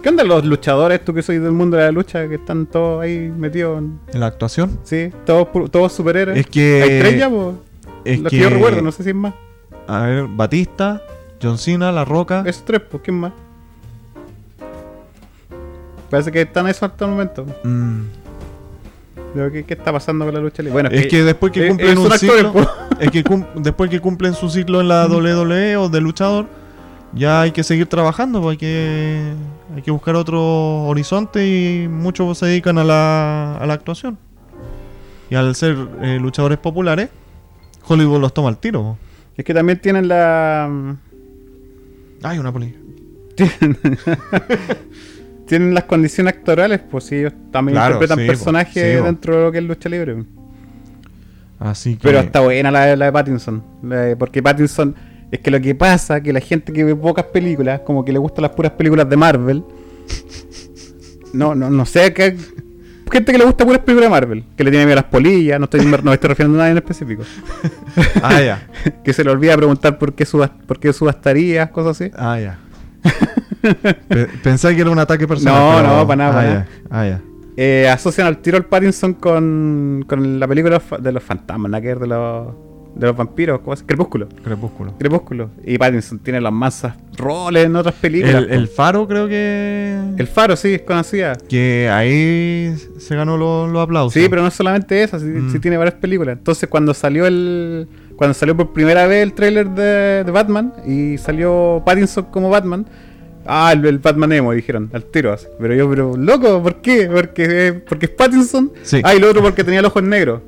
[SPEAKER 2] ¿Qué onda los luchadores, tú que soy del mundo de la lucha, que están todos ahí metidos? en-
[SPEAKER 1] En la actuación.
[SPEAKER 2] Sí, todos, pu- todos superhéroes.
[SPEAKER 1] Es que-
[SPEAKER 2] Hay tres ya, po.
[SPEAKER 1] Es
[SPEAKER 2] Los
[SPEAKER 1] que,
[SPEAKER 2] que... yo recuerdo, no sé si es más.
[SPEAKER 1] A ver, Batista, John Cena, La Roca.
[SPEAKER 2] Esos tres, pues, ¿quién más? Parece que están eso hasta el momento.
[SPEAKER 1] Mm,
[SPEAKER 2] Pero, ¿qué, qué está pasando con la lucha libre? Bueno,
[SPEAKER 1] es que después que
[SPEAKER 2] eh,
[SPEAKER 1] cumplen
[SPEAKER 2] son
[SPEAKER 1] un Mm.
[SPEAKER 2] actores,
[SPEAKER 1] ciclo.
[SPEAKER 2] po.
[SPEAKER 1] Es que cum- después que cumplen su ciclo en la WWE o de luchador, ya hay que seguir trabajando, pues, hay que, hay que buscar otro horizonte y muchos se dedican a la, a la actuación. Y al ser eh, luchadores populares, Hollywood los toma al tiro. pues.
[SPEAKER 2] Es que también tienen la. mm,
[SPEAKER 1] Hay una poli.
[SPEAKER 2] tienen, tienen las condiciones actorales, pues si ellos también
[SPEAKER 1] Claro,
[SPEAKER 2] interpretan
[SPEAKER 1] sí, po,
[SPEAKER 2] personajes
[SPEAKER 1] sí, po.
[SPEAKER 2] dentro de lo que es lucha libre.
[SPEAKER 1] Así que.
[SPEAKER 2] Pero está buena la, de- la de Pattinson, la de- porque Pattinson es que lo que pasa que la gente que ve pocas películas, como que le gustan las puras películas de Marvel. No, no, no sé qué gente que le gusta puras películas de Marvel, que le tiene miedo a las polillas, no estoy no me estoy refiriendo a nadie en específico,
[SPEAKER 1] Ah, ya.
[SPEAKER 2] que se le olvida preguntar por qué subas, por qué subastarías, cosas así.
[SPEAKER 1] Ah, ya. Pe- Pensé que era un ataque personal.
[SPEAKER 2] No,
[SPEAKER 1] pero-
[SPEAKER 2] no, pa' nada,
[SPEAKER 1] Ah,
[SPEAKER 2] pa'
[SPEAKER 1] ya.
[SPEAKER 2] nada.
[SPEAKER 1] Ah, ya.
[SPEAKER 2] Eh, asocian al tiro al Pattinson con, con la película fa- de los fantasmas, nada que ver de los, de los vampiros, ¿cómo se llama? Crepúsculo.
[SPEAKER 1] Crepúsculo.
[SPEAKER 2] Crepúsculo. Y Pattinson tiene las masas roles en otras películas.
[SPEAKER 1] El, el Faro creo que...
[SPEAKER 2] El faro, sí, es conocida.
[SPEAKER 1] Que ahí se ganó lo- los aplausos.
[SPEAKER 2] Sí, pero no solamente esa, sí,
[SPEAKER 1] Mm.
[SPEAKER 2] sí tiene varias películas. Entonces cuando salió el. Cuando salió por primera vez el tráiler de, de Batman y salió Pattinson como Batman. Ah, el, el Batman emo, dijeron, al tiro así. Pero yo, pero, loco, ¿por qué? Porque, eh, porque es Pattinson.
[SPEAKER 1] Sí.
[SPEAKER 2] Ah, y lo otro porque tenía los ojos negros.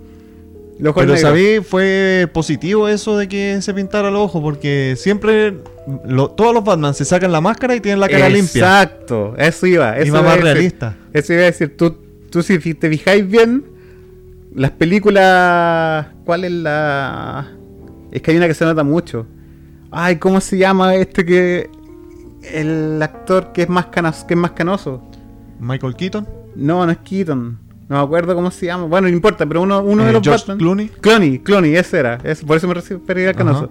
[SPEAKER 2] Los ojos
[SPEAKER 1] Pero
[SPEAKER 2] negros.
[SPEAKER 1] sabí, fue positivo eso de que se pintara el ojo, porque siempre lo- todos los Batman se sacan la máscara y tienen la cara limpia.
[SPEAKER 2] Exacto, eso iba. Eso
[SPEAKER 1] Iba
[SPEAKER 2] iba a
[SPEAKER 1] más
[SPEAKER 2] decir.
[SPEAKER 1] realista.
[SPEAKER 2] Eso iba a decir, tú, tú si fi- te fijáis bien, las películas. ¿Cuál es la.? Es que hay una que se nota mucho. Ay, ¿cómo se llama este que. El actor que es más, canas- que es más canoso?
[SPEAKER 1] Michael Keaton,
[SPEAKER 2] No, no es Keaton. No me acuerdo cómo se llama. Bueno, no importa, pero uno, uno de
[SPEAKER 1] eh,
[SPEAKER 2] los
[SPEAKER 1] George
[SPEAKER 2] Batman-
[SPEAKER 1] Clooney.
[SPEAKER 2] Clooney, Clooney, ese era. Es, por eso me refería al
[SPEAKER 1] Ajá.
[SPEAKER 2] canoso.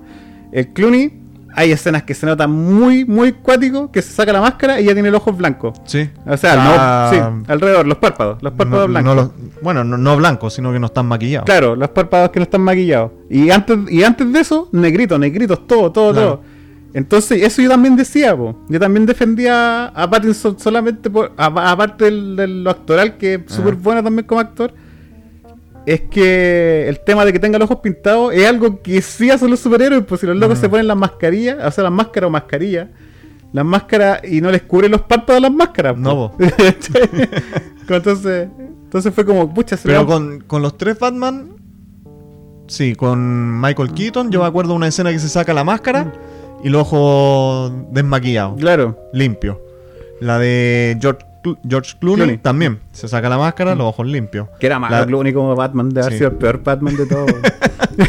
[SPEAKER 2] El Clooney, hay escenas que se nota muy, muy cuático, que se saca la máscara y ya tiene el ojo blanco.
[SPEAKER 1] Sí.
[SPEAKER 2] O sea,
[SPEAKER 1] Ah,
[SPEAKER 2] no, sí, alrededor, los párpados, los párpados
[SPEAKER 1] no-
[SPEAKER 2] blancos.
[SPEAKER 1] no los- bueno, no, no blancos, sino que no están maquillados.
[SPEAKER 2] Claro, los párpados que no están maquillados. Y antes, y antes de eso, negritos, negritos, todo, todo,
[SPEAKER 1] Claro.
[SPEAKER 2] todo. Entonces, eso yo también decía, po. yo también defendía a Pattinson solamente por, a- aparte del, de lo actoral, que es súper bueno también como actor, es que el tema de que tenga los ojos pintados es algo que sí hacen los superhéroes, pues si los locos se ponen las mascarillas, o sea, las máscaras o mascarillas, las máscaras y no les cubren los párpados las máscaras. po.
[SPEAKER 1] No, po.
[SPEAKER 2] entonces, entonces fue como, pucha, se le
[SPEAKER 1] Pero
[SPEAKER 2] va-
[SPEAKER 1] con, con los tres Batman, sí, con Michael Keaton, yo me acuerdo una escena que se saca la máscara y los ojos desmaquillados,
[SPEAKER 2] Claro.
[SPEAKER 1] limpio. La de George, Clo- George Clooney,
[SPEAKER 2] Clooney.
[SPEAKER 1] también, se saca la máscara, los ojos limpios.
[SPEAKER 2] Que era malo
[SPEAKER 1] La-
[SPEAKER 2] Clooney como Batman, de haber
[SPEAKER 1] Sí.
[SPEAKER 2] sido el peor Batman de todo.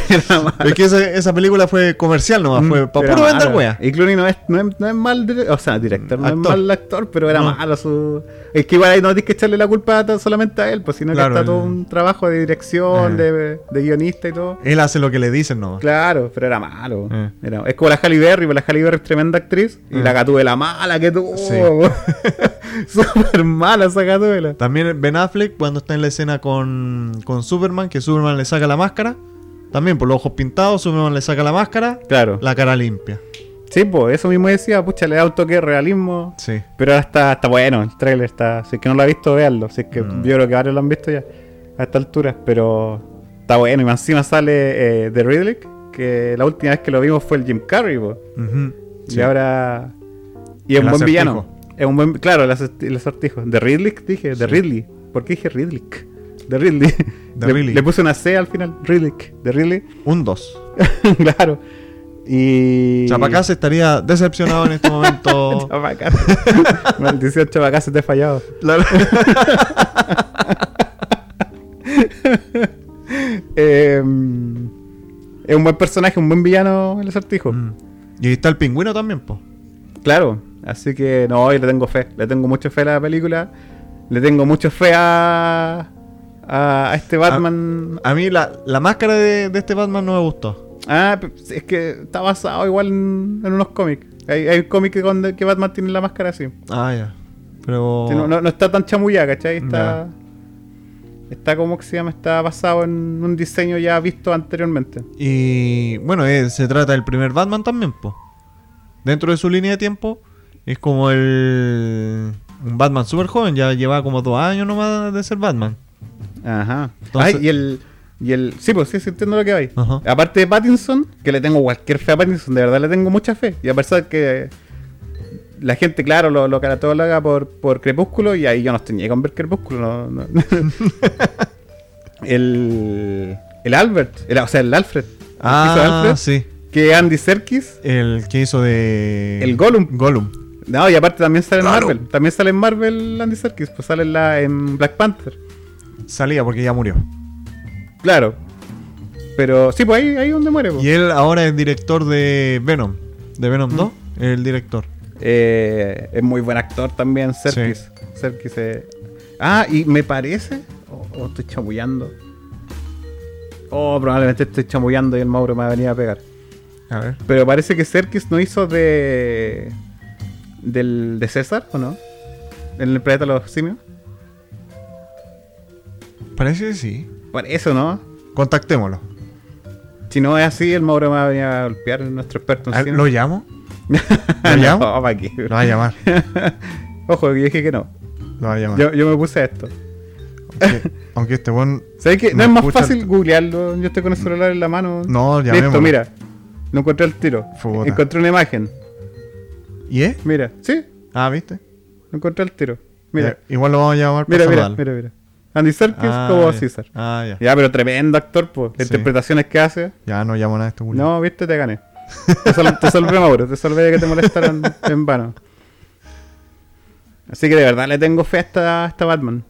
[SPEAKER 2] era malo.
[SPEAKER 1] Es que esa, esa película fue comercial nomás, fue para
[SPEAKER 2] Mm, Era
[SPEAKER 1] puro vender
[SPEAKER 2] malo.
[SPEAKER 1] wea.
[SPEAKER 2] Y Clooney no es, no es, no es mal, dire- o sea, director, no
[SPEAKER 1] Actor.
[SPEAKER 2] es mal actor, pero era
[SPEAKER 1] No.
[SPEAKER 2] malo su... Es que igual ahí no tienes que echarle la culpa tan- solamente a él, pues sino
[SPEAKER 1] Claro,
[SPEAKER 2] que está todo
[SPEAKER 1] el-
[SPEAKER 2] un trabajo de dirección,
[SPEAKER 1] Eh.
[SPEAKER 2] de, de guionista y todo.
[SPEAKER 1] Él hace lo que le dicen nomás.
[SPEAKER 2] Claro, pero era malo.
[SPEAKER 1] Eh.
[SPEAKER 2] Era- es como la Halle Berry, pues la Halle Berry es tremenda actriz, y
[SPEAKER 1] Eh.
[SPEAKER 2] la Gatúbela mala que tuvo.
[SPEAKER 1] Sí.
[SPEAKER 2] Súper mala esa Gatúbela.
[SPEAKER 1] También Ben Affleck, cuando está en la escena con, con Superman, que Superman le saca la máscara, también por los ojos pintados, Superman le saca la máscara,
[SPEAKER 2] Claro.
[SPEAKER 1] la cara limpia.
[SPEAKER 2] Sí, pues eso mismo decía, pucha, le da un toque de realismo.
[SPEAKER 1] Sí.
[SPEAKER 2] Pero ahora está, está bueno, el trailer está. Si es que no lo ha visto, véanlo. Si es que
[SPEAKER 1] Mm.
[SPEAKER 2] yo creo que varios lo han visto ya a esta altura. Pero está bueno. Y más encima sale eh, The Ridley, que la última vez que lo vimos fue el Jim Carrey, po.
[SPEAKER 1] Ujú, sí.
[SPEAKER 2] Y ahora. Y es
[SPEAKER 1] El
[SPEAKER 2] un buen
[SPEAKER 1] acertijo.
[SPEAKER 2] villano. Es un buen. Claro, el asert- el acertijo. The Ridley, dije. The Ridley. ¿Por qué dije Ridley? The Ridley.
[SPEAKER 1] The
[SPEAKER 2] le,
[SPEAKER 1] Ridley.
[SPEAKER 2] le puse una C al final. Ridley. The Ridley.
[SPEAKER 1] Un 2.
[SPEAKER 2] claro. Y.
[SPEAKER 1] Chapacase estaría decepcionado en este momento.
[SPEAKER 2] Chabacas. Maldición, Chabacas, te he fallado. Eh, es un buen personaje, un buen villano el acertijo.
[SPEAKER 1] Mm. Y ahí está el pingüino también, po.
[SPEAKER 2] Claro, así que no, yo le tengo fe. Le tengo mucha fe a la película. Le tengo mucha fe a, a, a este Batman.
[SPEAKER 1] A mí la, la máscara de, de este Batman no me gustó.
[SPEAKER 2] Ah, pe- es que está basado igual en, en unos cómics. Hay, hay un cómic que, con- que Batman tiene la máscara así.
[SPEAKER 1] Ah, ya. Pero.
[SPEAKER 2] Sí, No, no- no está tan chamullada, ¿cachai? Está. Está como que se llama, está basado en un diseño ya visto anteriormente.
[SPEAKER 1] Y bueno, eh, se trata del primer Batman también, po. Dentro de su línea de tiempo, es como el. Un Batman súper joven, ya lleva como dos años nomás de ser Batman.
[SPEAKER 2] Ajá.
[SPEAKER 1] Entonces-
[SPEAKER 2] Ay, y el. Y el. Sí, pues sí, sí, entiendo lo que hay.
[SPEAKER 1] Ajá.
[SPEAKER 2] Aparte de Pattinson, que le tengo cualquier fe a Pattinson, de verdad le tengo mucha fe. Y a pesar que. La gente, claro, lo, lo caratola por, por Crepúsculo y ahí yo no estoy ni con ver Crepúsculo. no- no. el. El Albert, el- o sea, el Alfred. el que hizo
[SPEAKER 1] Ah,
[SPEAKER 2] Alfred,
[SPEAKER 1] sí.
[SPEAKER 2] Que Andy Serkis
[SPEAKER 1] El que hizo de.
[SPEAKER 2] El Gollum.
[SPEAKER 1] Gollum.
[SPEAKER 2] No, y aparte también sale
[SPEAKER 1] Claro.
[SPEAKER 2] en Marvel. También sale en Marvel Andy Serkis, pues sale en, la, en Black Panther.
[SPEAKER 1] Salía porque ya murió.
[SPEAKER 2] Claro. Pero sí, pues ahí, ahí es donde muere. pues.
[SPEAKER 1] Y él ahora es director de Venom. De
[SPEAKER 2] Mm.
[SPEAKER 1] Venom 2, el director.
[SPEAKER 2] Eh, es muy buen actor también, Serkis. Serkis eh. Ah, y me parece. O o estoy chamullando. Oh, probablemente estoy chamullando y el Mauro me va a venir a pegar.
[SPEAKER 1] A ver.
[SPEAKER 2] Pero parece que Serkis no hizo de. Del, de César, ¿o no? En el planeta de los simios.
[SPEAKER 1] Parece que sí.
[SPEAKER 2] Parece, ¿no?
[SPEAKER 1] Contactémoslo.
[SPEAKER 2] Si no es así, el Mauro me va a venir a golpear nuestro experto
[SPEAKER 1] Ah,
[SPEAKER 2] en cine.
[SPEAKER 1] ¿Lo llamo?
[SPEAKER 2] No,
[SPEAKER 1] llamo?
[SPEAKER 2] ¿pa' qué?
[SPEAKER 1] Lo va a llamar.
[SPEAKER 2] Ojo, que yo dije que no.
[SPEAKER 1] Lo va a llamar.
[SPEAKER 2] Yo, yo me puse a esto.
[SPEAKER 1] Aunque, aunque este buen.
[SPEAKER 2] ¿Sabes qué? No
[SPEAKER 1] Me
[SPEAKER 2] es más
[SPEAKER 1] escucha
[SPEAKER 2] fácil
[SPEAKER 1] el-
[SPEAKER 2] googlearlo. Yo estoy con el celular en la mano.
[SPEAKER 1] No, ya
[SPEAKER 2] Listo, mira. Lo encontré al tiro.
[SPEAKER 1] Puta.
[SPEAKER 2] Encontré una imagen.
[SPEAKER 1] ¿Y es?
[SPEAKER 2] Mira. Sí,
[SPEAKER 1] Ah, ¿viste?
[SPEAKER 2] lo encontré al tiro. Mira.
[SPEAKER 1] Ya, igual lo vamos a llamar para
[SPEAKER 2] Mira, mira,
[SPEAKER 1] saludarlo.
[SPEAKER 2] mira, mira. Andy Serkis
[SPEAKER 1] Eh, Ah,
[SPEAKER 2] como
[SPEAKER 1] ya.
[SPEAKER 2] César.
[SPEAKER 1] Ah, ya.
[SPEAKER 2] Ya, pero tremendo actor, pues. Las
[SPEAKER 1] Sí.
[SPEAKER 2] interpretaciones que hace.
[SPEAKER 1] Ya no llamo nada a este culo.
[SPEAKER 2] No, viste, te gané. Te, sal- te salvé, Mauro. Te salvé de que te molestaran en vano. Así que de verdad le tengo fe a esta, a esta Batman.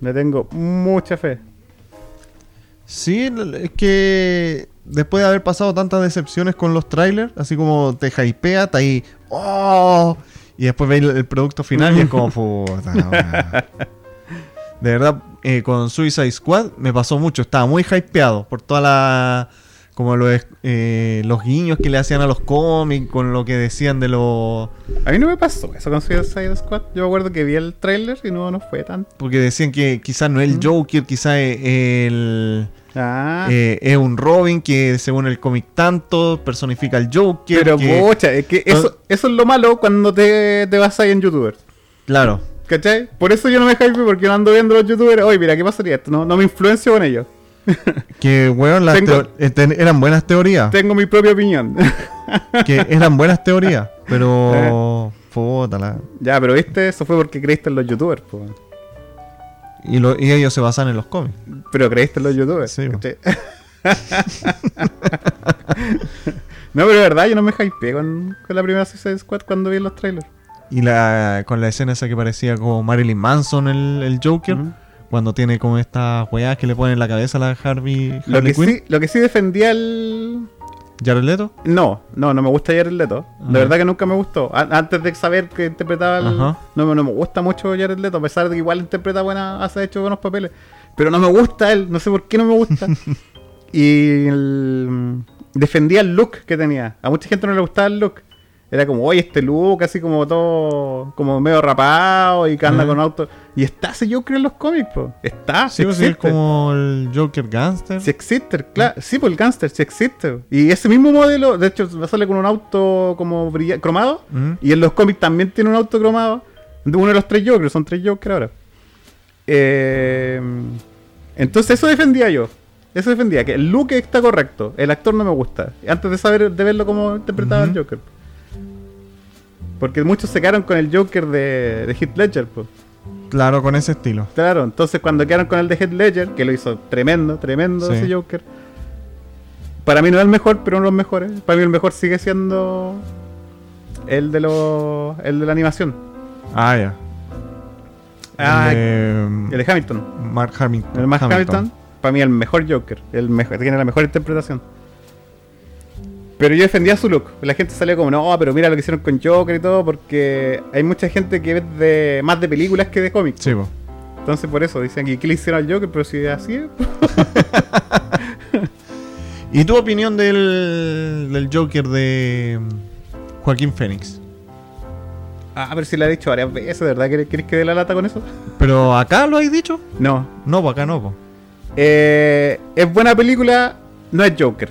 [SPEAKER 2] Le tengo mucha fe.
[SPEAKER 1] Sí, es que después de haber pasado tantas decepciones con los trailers, así como te hypea, te ahí, ¡oh! Y después veis el producto final y es como, puta. la weá". De verdad, eh, con Suicide Squad me pasó mucho, estaba muy hypeado por toda la. Como los, eh, los guiños que le hacían a los cómics, con lo que decían de los.
[SPEAKER 2] A mí no me pasó eso con Suicide Squad. Yo me acuerdo que vi el trailer y no, no fue tan.
[SPEAKER 1] Porque decían que quizás no es el Joker, quizás es el.
[SPEAKER 2] Ah,
[SPEAKER 1] Eh, es un Robin que según el cómic tanto personifica al Joker.
[SPEAKER 2] pero
[SPEAKER 1] que-
[SPEAKER 2] pocha, es que eso, eso es lo malo cuando te, te vas ahí en YouTubers.
[SPEAKER 1] Claro.
[SPEAKER 2] ¿Cachai? Por eso yo no me hype porque no ando viendo los youtubers. Oye, mira, ¿qué pasaría esto? No, no me influencio con ellos.
[SPEAKER 1] Que, weón, las
[SPEAKER 2] Tengo-
[SPEAKER 1] teo- eh, ten- eran buenas teorías.
[SPEAKER 2] Tengo mi propia opinión.
[SPEAKER 1] que eran buenas teorías. Pero...
[SPEAKER 2] Eh.
[SPEAKER 1] puta la-
[SPEAKER 2] ya, pero viste, eso fue porque creíste en los youtubers, po.
[SPEAKER 1] Y, lo- y ellos se basan en los cómics.
[SPEAKER 2] Pero creíste en los youtubers.
[SPEAKER 1] Sí, po.
[SPEAKER 2] ¿cachai? no, pero de verdad, yo no me hypeé con, con la primera Suicide Squad cuando vi los trailers.
[SPEAKER 1] Y la con la escena esa que parecía como Marilyn Manson, el, el Joker.
[SPEAKER 2] Ujú.
[SPEAKER 1] Cuando tiene como estas weas que le ponen en la cabeza a la Harvey,
[SPEAKER 2] Lo
[SPEAKER 1] Harley
[SPEAKER 2] que,
[SPEAKER 1] Quinn.
[SPEAKER 2] sí, lo que sí defendía el.
[SPEAKER 1] Jared Leto.
[SPEAKER 2] No, no, no me gusta Jared Leto.
[SPEAKER 1] Ajá.
[SPEAKER 2] De verdad que nunca me gustó. A- antes de saber que interpretaba el-
[SPEAKER 1] Ajá.
[SPEAKER 2] no, me- no me gusta mucho Jared Leto, a pesar de que igual interpreta buena, hace hecho buenos papeles. Pero no me gusta él, no sé por qué no me gusta. y el- defendía el look que tenía. A mucha gente no le gustaba el look. Era como, oye, este look, así como todo, como medio rapado y que anda
[SPEAKER 1] Ajá.
[SPEAKER 2] con auto. Y está ese Joker en los cómics, po. Está,
[SPEAKER 1] Sí, pues, sí, es
[SPEAKER 2] existe.
[SPEAKER 1] como el Joker Gangster.
[SPEAKER 2] Si existe, claro. Sí, por el gangster, si existe. Y ese mismo modelo, de hecho, sale con un auto como brilla- cromado.
[SPEAKER 1] Mm.
[SPEAKER 2] Y en los cómics también tiene un auto cromado. De uno de los tres Jokers, son tres Jokers ahora. Eh, entonces eso defendía yo. Eso defendía, que el look está correcto. El actor no me gusta. Antes de saber, de verlo como interpretaba el
[SPEAKER 1] Ujú.
[SPEAKER 2] Joker. Porque muchos se quedaron con el Joker de, de Heath Ledger, pues.
[SPEAKER 1] Claro, con ese estilo.
[SPEAKER 2] Claro, entonces cuando quedaron con el de Head Ledger, que lo hizo tremendo, tremendo
[SPEAKER 1] Sí.
[SPEAKER 2] ese Joker. Para mí no es el mejor, pero uno de los mejores. Para mí el mejor sigue siendo el de los el de la animación.
[SPEAKER 1] Ah, ya. Eh,
[SPEAKER 2] Ah,
[SPEAKER 1] El
[SPEAKER 2] el,
[SPEAKER 1] de-
[SPEAKER 2] de Hamilton.
[SPEAKER 1] Mark Hamilton.
[SPEAKER 2] El más Hamilton. para mí el mejor Joker, el mejor, tiene la mejor interpretación. Pero yo defendía su look. La gente salió como, no, pero mira lo que hicieron con Joker y todo, porque hay mucha gente que es de, más de películas que de cómics.
[SPEAKER 1] Sí, po.
[SPEAKER 2] Entonces por eso dicen que ¿qué le hicieron al Joker, pero si así es,
[SPEAKER 1] ¿Y tu opinión del, del Joker de mm, Joaquín Phoenix?
[SPEAKER 2] Ah, pero si la he dicho varias veces, ¿de verdad querés, querés que dé la lata con eso?
[SPEAKER 1] ¿Pero acá lo has dicho?
[SPEAKER 2] No.
[SPEAKER 1] No, po, acá no, po.
[SPEAKER 2] Eh, es buena película, no es Joker.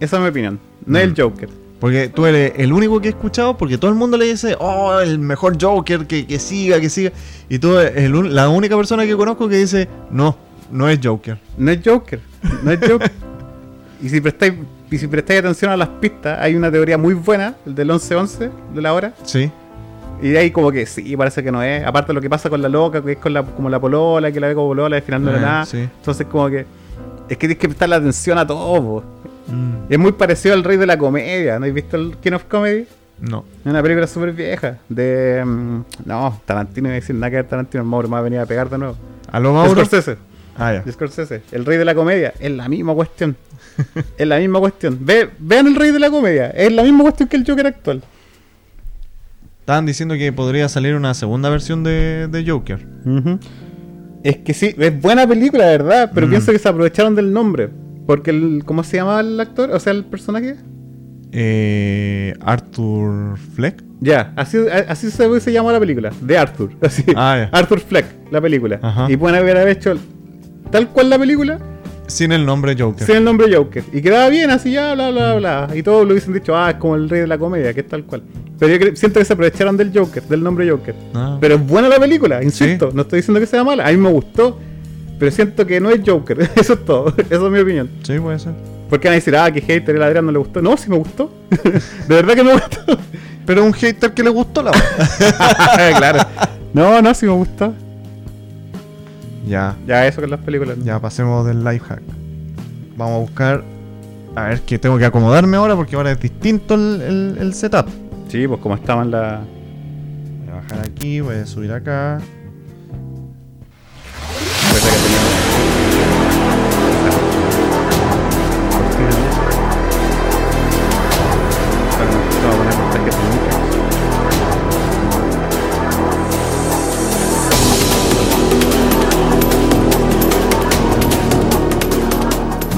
[SPEAKER 2] Esa es mi opinión. No es el Joker.
[SPEAKER 1] Porque tú eres el único que he escuchado, porque todo el mundo le dice, oh, el mejor Joker, que, que siga, que siga. Y tú eres el un- la única persona que conozco que dice, no, no es Joker.
[SPEAKER 2] No es Joker. No es Joker. y, si prestáis, y si prestáis atención a las pistas, hay una teoría muy buena, el del 11-11, de la hora.
[SPEAKER 1] Sí.
[SPEAKER 2] Y de ahí como que sí, parece que no es. Aparte de lo que pasa con la loca, que es con la, como la polola, que la ve como polola, y al final no era
[SPEAKER 1] Eh,
[SPEAKER 2] nada.
[SPEAKER 1] sí.
[SPEAKER 2] Entonces como que... Es que tienes que prestar la atención a todo. po.
[SPEAKER 1] Mm,
[SPEAKER 2] Es muy parecido al rey de la comedia. ¿No has visto el King of Comedy?
[SPEAKER 1] no.
[SPEAKER 2] Es Una película súper vieja. De. mm, no, Tarantino iba a decir nada que ver Tarantino. El Mauro me va a venir a pegar de nuevo.
[SPEAKER 1] ¿A lo Mauro?
[SPEAKER 2] Scorsese.
[SPEAKER 1] Ah, ya.
[SPEAKER 2] de Scorsese. El rey de la comedia. Es la misma cuestión. es la misma cuestión. Ve- vean el rey de la comedia. Es la misma cuestión que el Joker actual.
[SPEAKER 1] Estaban diciendo que podría salir una segunda versión de, de Joker.
[SPEAKER 2] Es que sí, es buena película, de verdad. Pero
[SPEAKER 1] Mm.
[SPEAKER 2] pienso que se aprovecharon del nombre. Porque el. ¿Cómo se llamaba el actor? O sea, el personaje.
[SPEAKER 1] Eh, Arthur Fleck.
[SPEAKER 2] Ya, así, a- así se, se llamó la película, de Arthur. Así.
[SPEAKER 1] Ah, ya.
[SPEAKER 2] Arthur Fleck, la película.
[SPEAKER 1] Ajá.
[SPEAKER 2] Y pueden haber hecho tal cual la película,
[SPEAKER 1] Sin el nombre Joker.
[SPEAKER 2] Sin el nombre Joker. Y quedaba bien así, ya, bla, bla, bla. Y todos lo hubiesen dicho, ah, es como el rey de la comedia, que es tal cual. Pero yo cre- siento que se aprovecharon del Joker, del nombre Joker.
[SPEAKER 1] Ah.
[SPEAKER 2] Pero es buena la película, insisto. No estoy diciendo que sea mala. A mí me gustó. Pero siento que no es Joker. Eso es todo. Eso es mi opinión.
[SPEAKER 1] Sí, puede ser.
[SPEAKER 2] Porque van a decir, ah, que hater, el Adrián no le gustó. No, sí me gustó. de verdad que me gustó.
[SPEAKER 1] Pero un hater que le gustó la
[SPEAKER 2] claro. No, no, sí me gustó.
[SPEAKER 1] Ya,
[SPEAKER 2] Ya, eso con las películas.
[SPEAKER 1] ya pasemos del life hack. Vamos a buscar. A ver, que tengo que acomodarme ahora porque ahora es distinto el, el- el setup.
[SPEAKER 2] Sí, pues como estaban la.
[SPEAKER 1] Voy a bajar aquí, voy a subir acá.
[SPEAKER 2] Parece que tenía-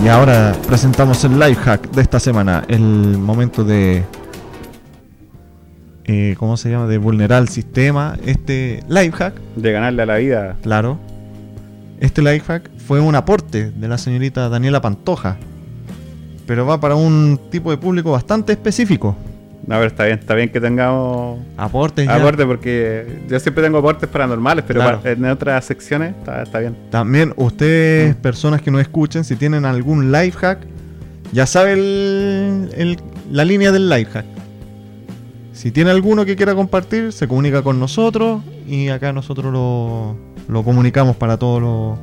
[SPEAKER 1] Y ahora presentamos el life hack de esta semana. El momento de. eh, ¿Cómo se llama? De vulnerar el sistema. Este life hack,
[SPEAKER 2] De ganarle a la vida.
[SPEAKER 1] claro. Este life hack fue un aporte de la señorita Daniela Pantoja. Pero va para un tipo de público bastante específico.
[SPEAKER 2] No, pero está bien, está bien que tengamos
[SPEAKER 1] Aportes. ya.
[SPEAKER 2] aportes porque yo siempre tengo aportes paranormales, pero
[SPEAKER 1] Claro.
[SPEAKER 2] pa- en otras secciones está, está bien.
[SPEAKER 1] También ustedes, personas que nos escuchen, si tienen algún life hack, ya sabe el- el- la línea del life hack. Si tiene alguno que quiera compartir, se comunica con nosotros y acá nosotros lo, lo comunicamos para todos los,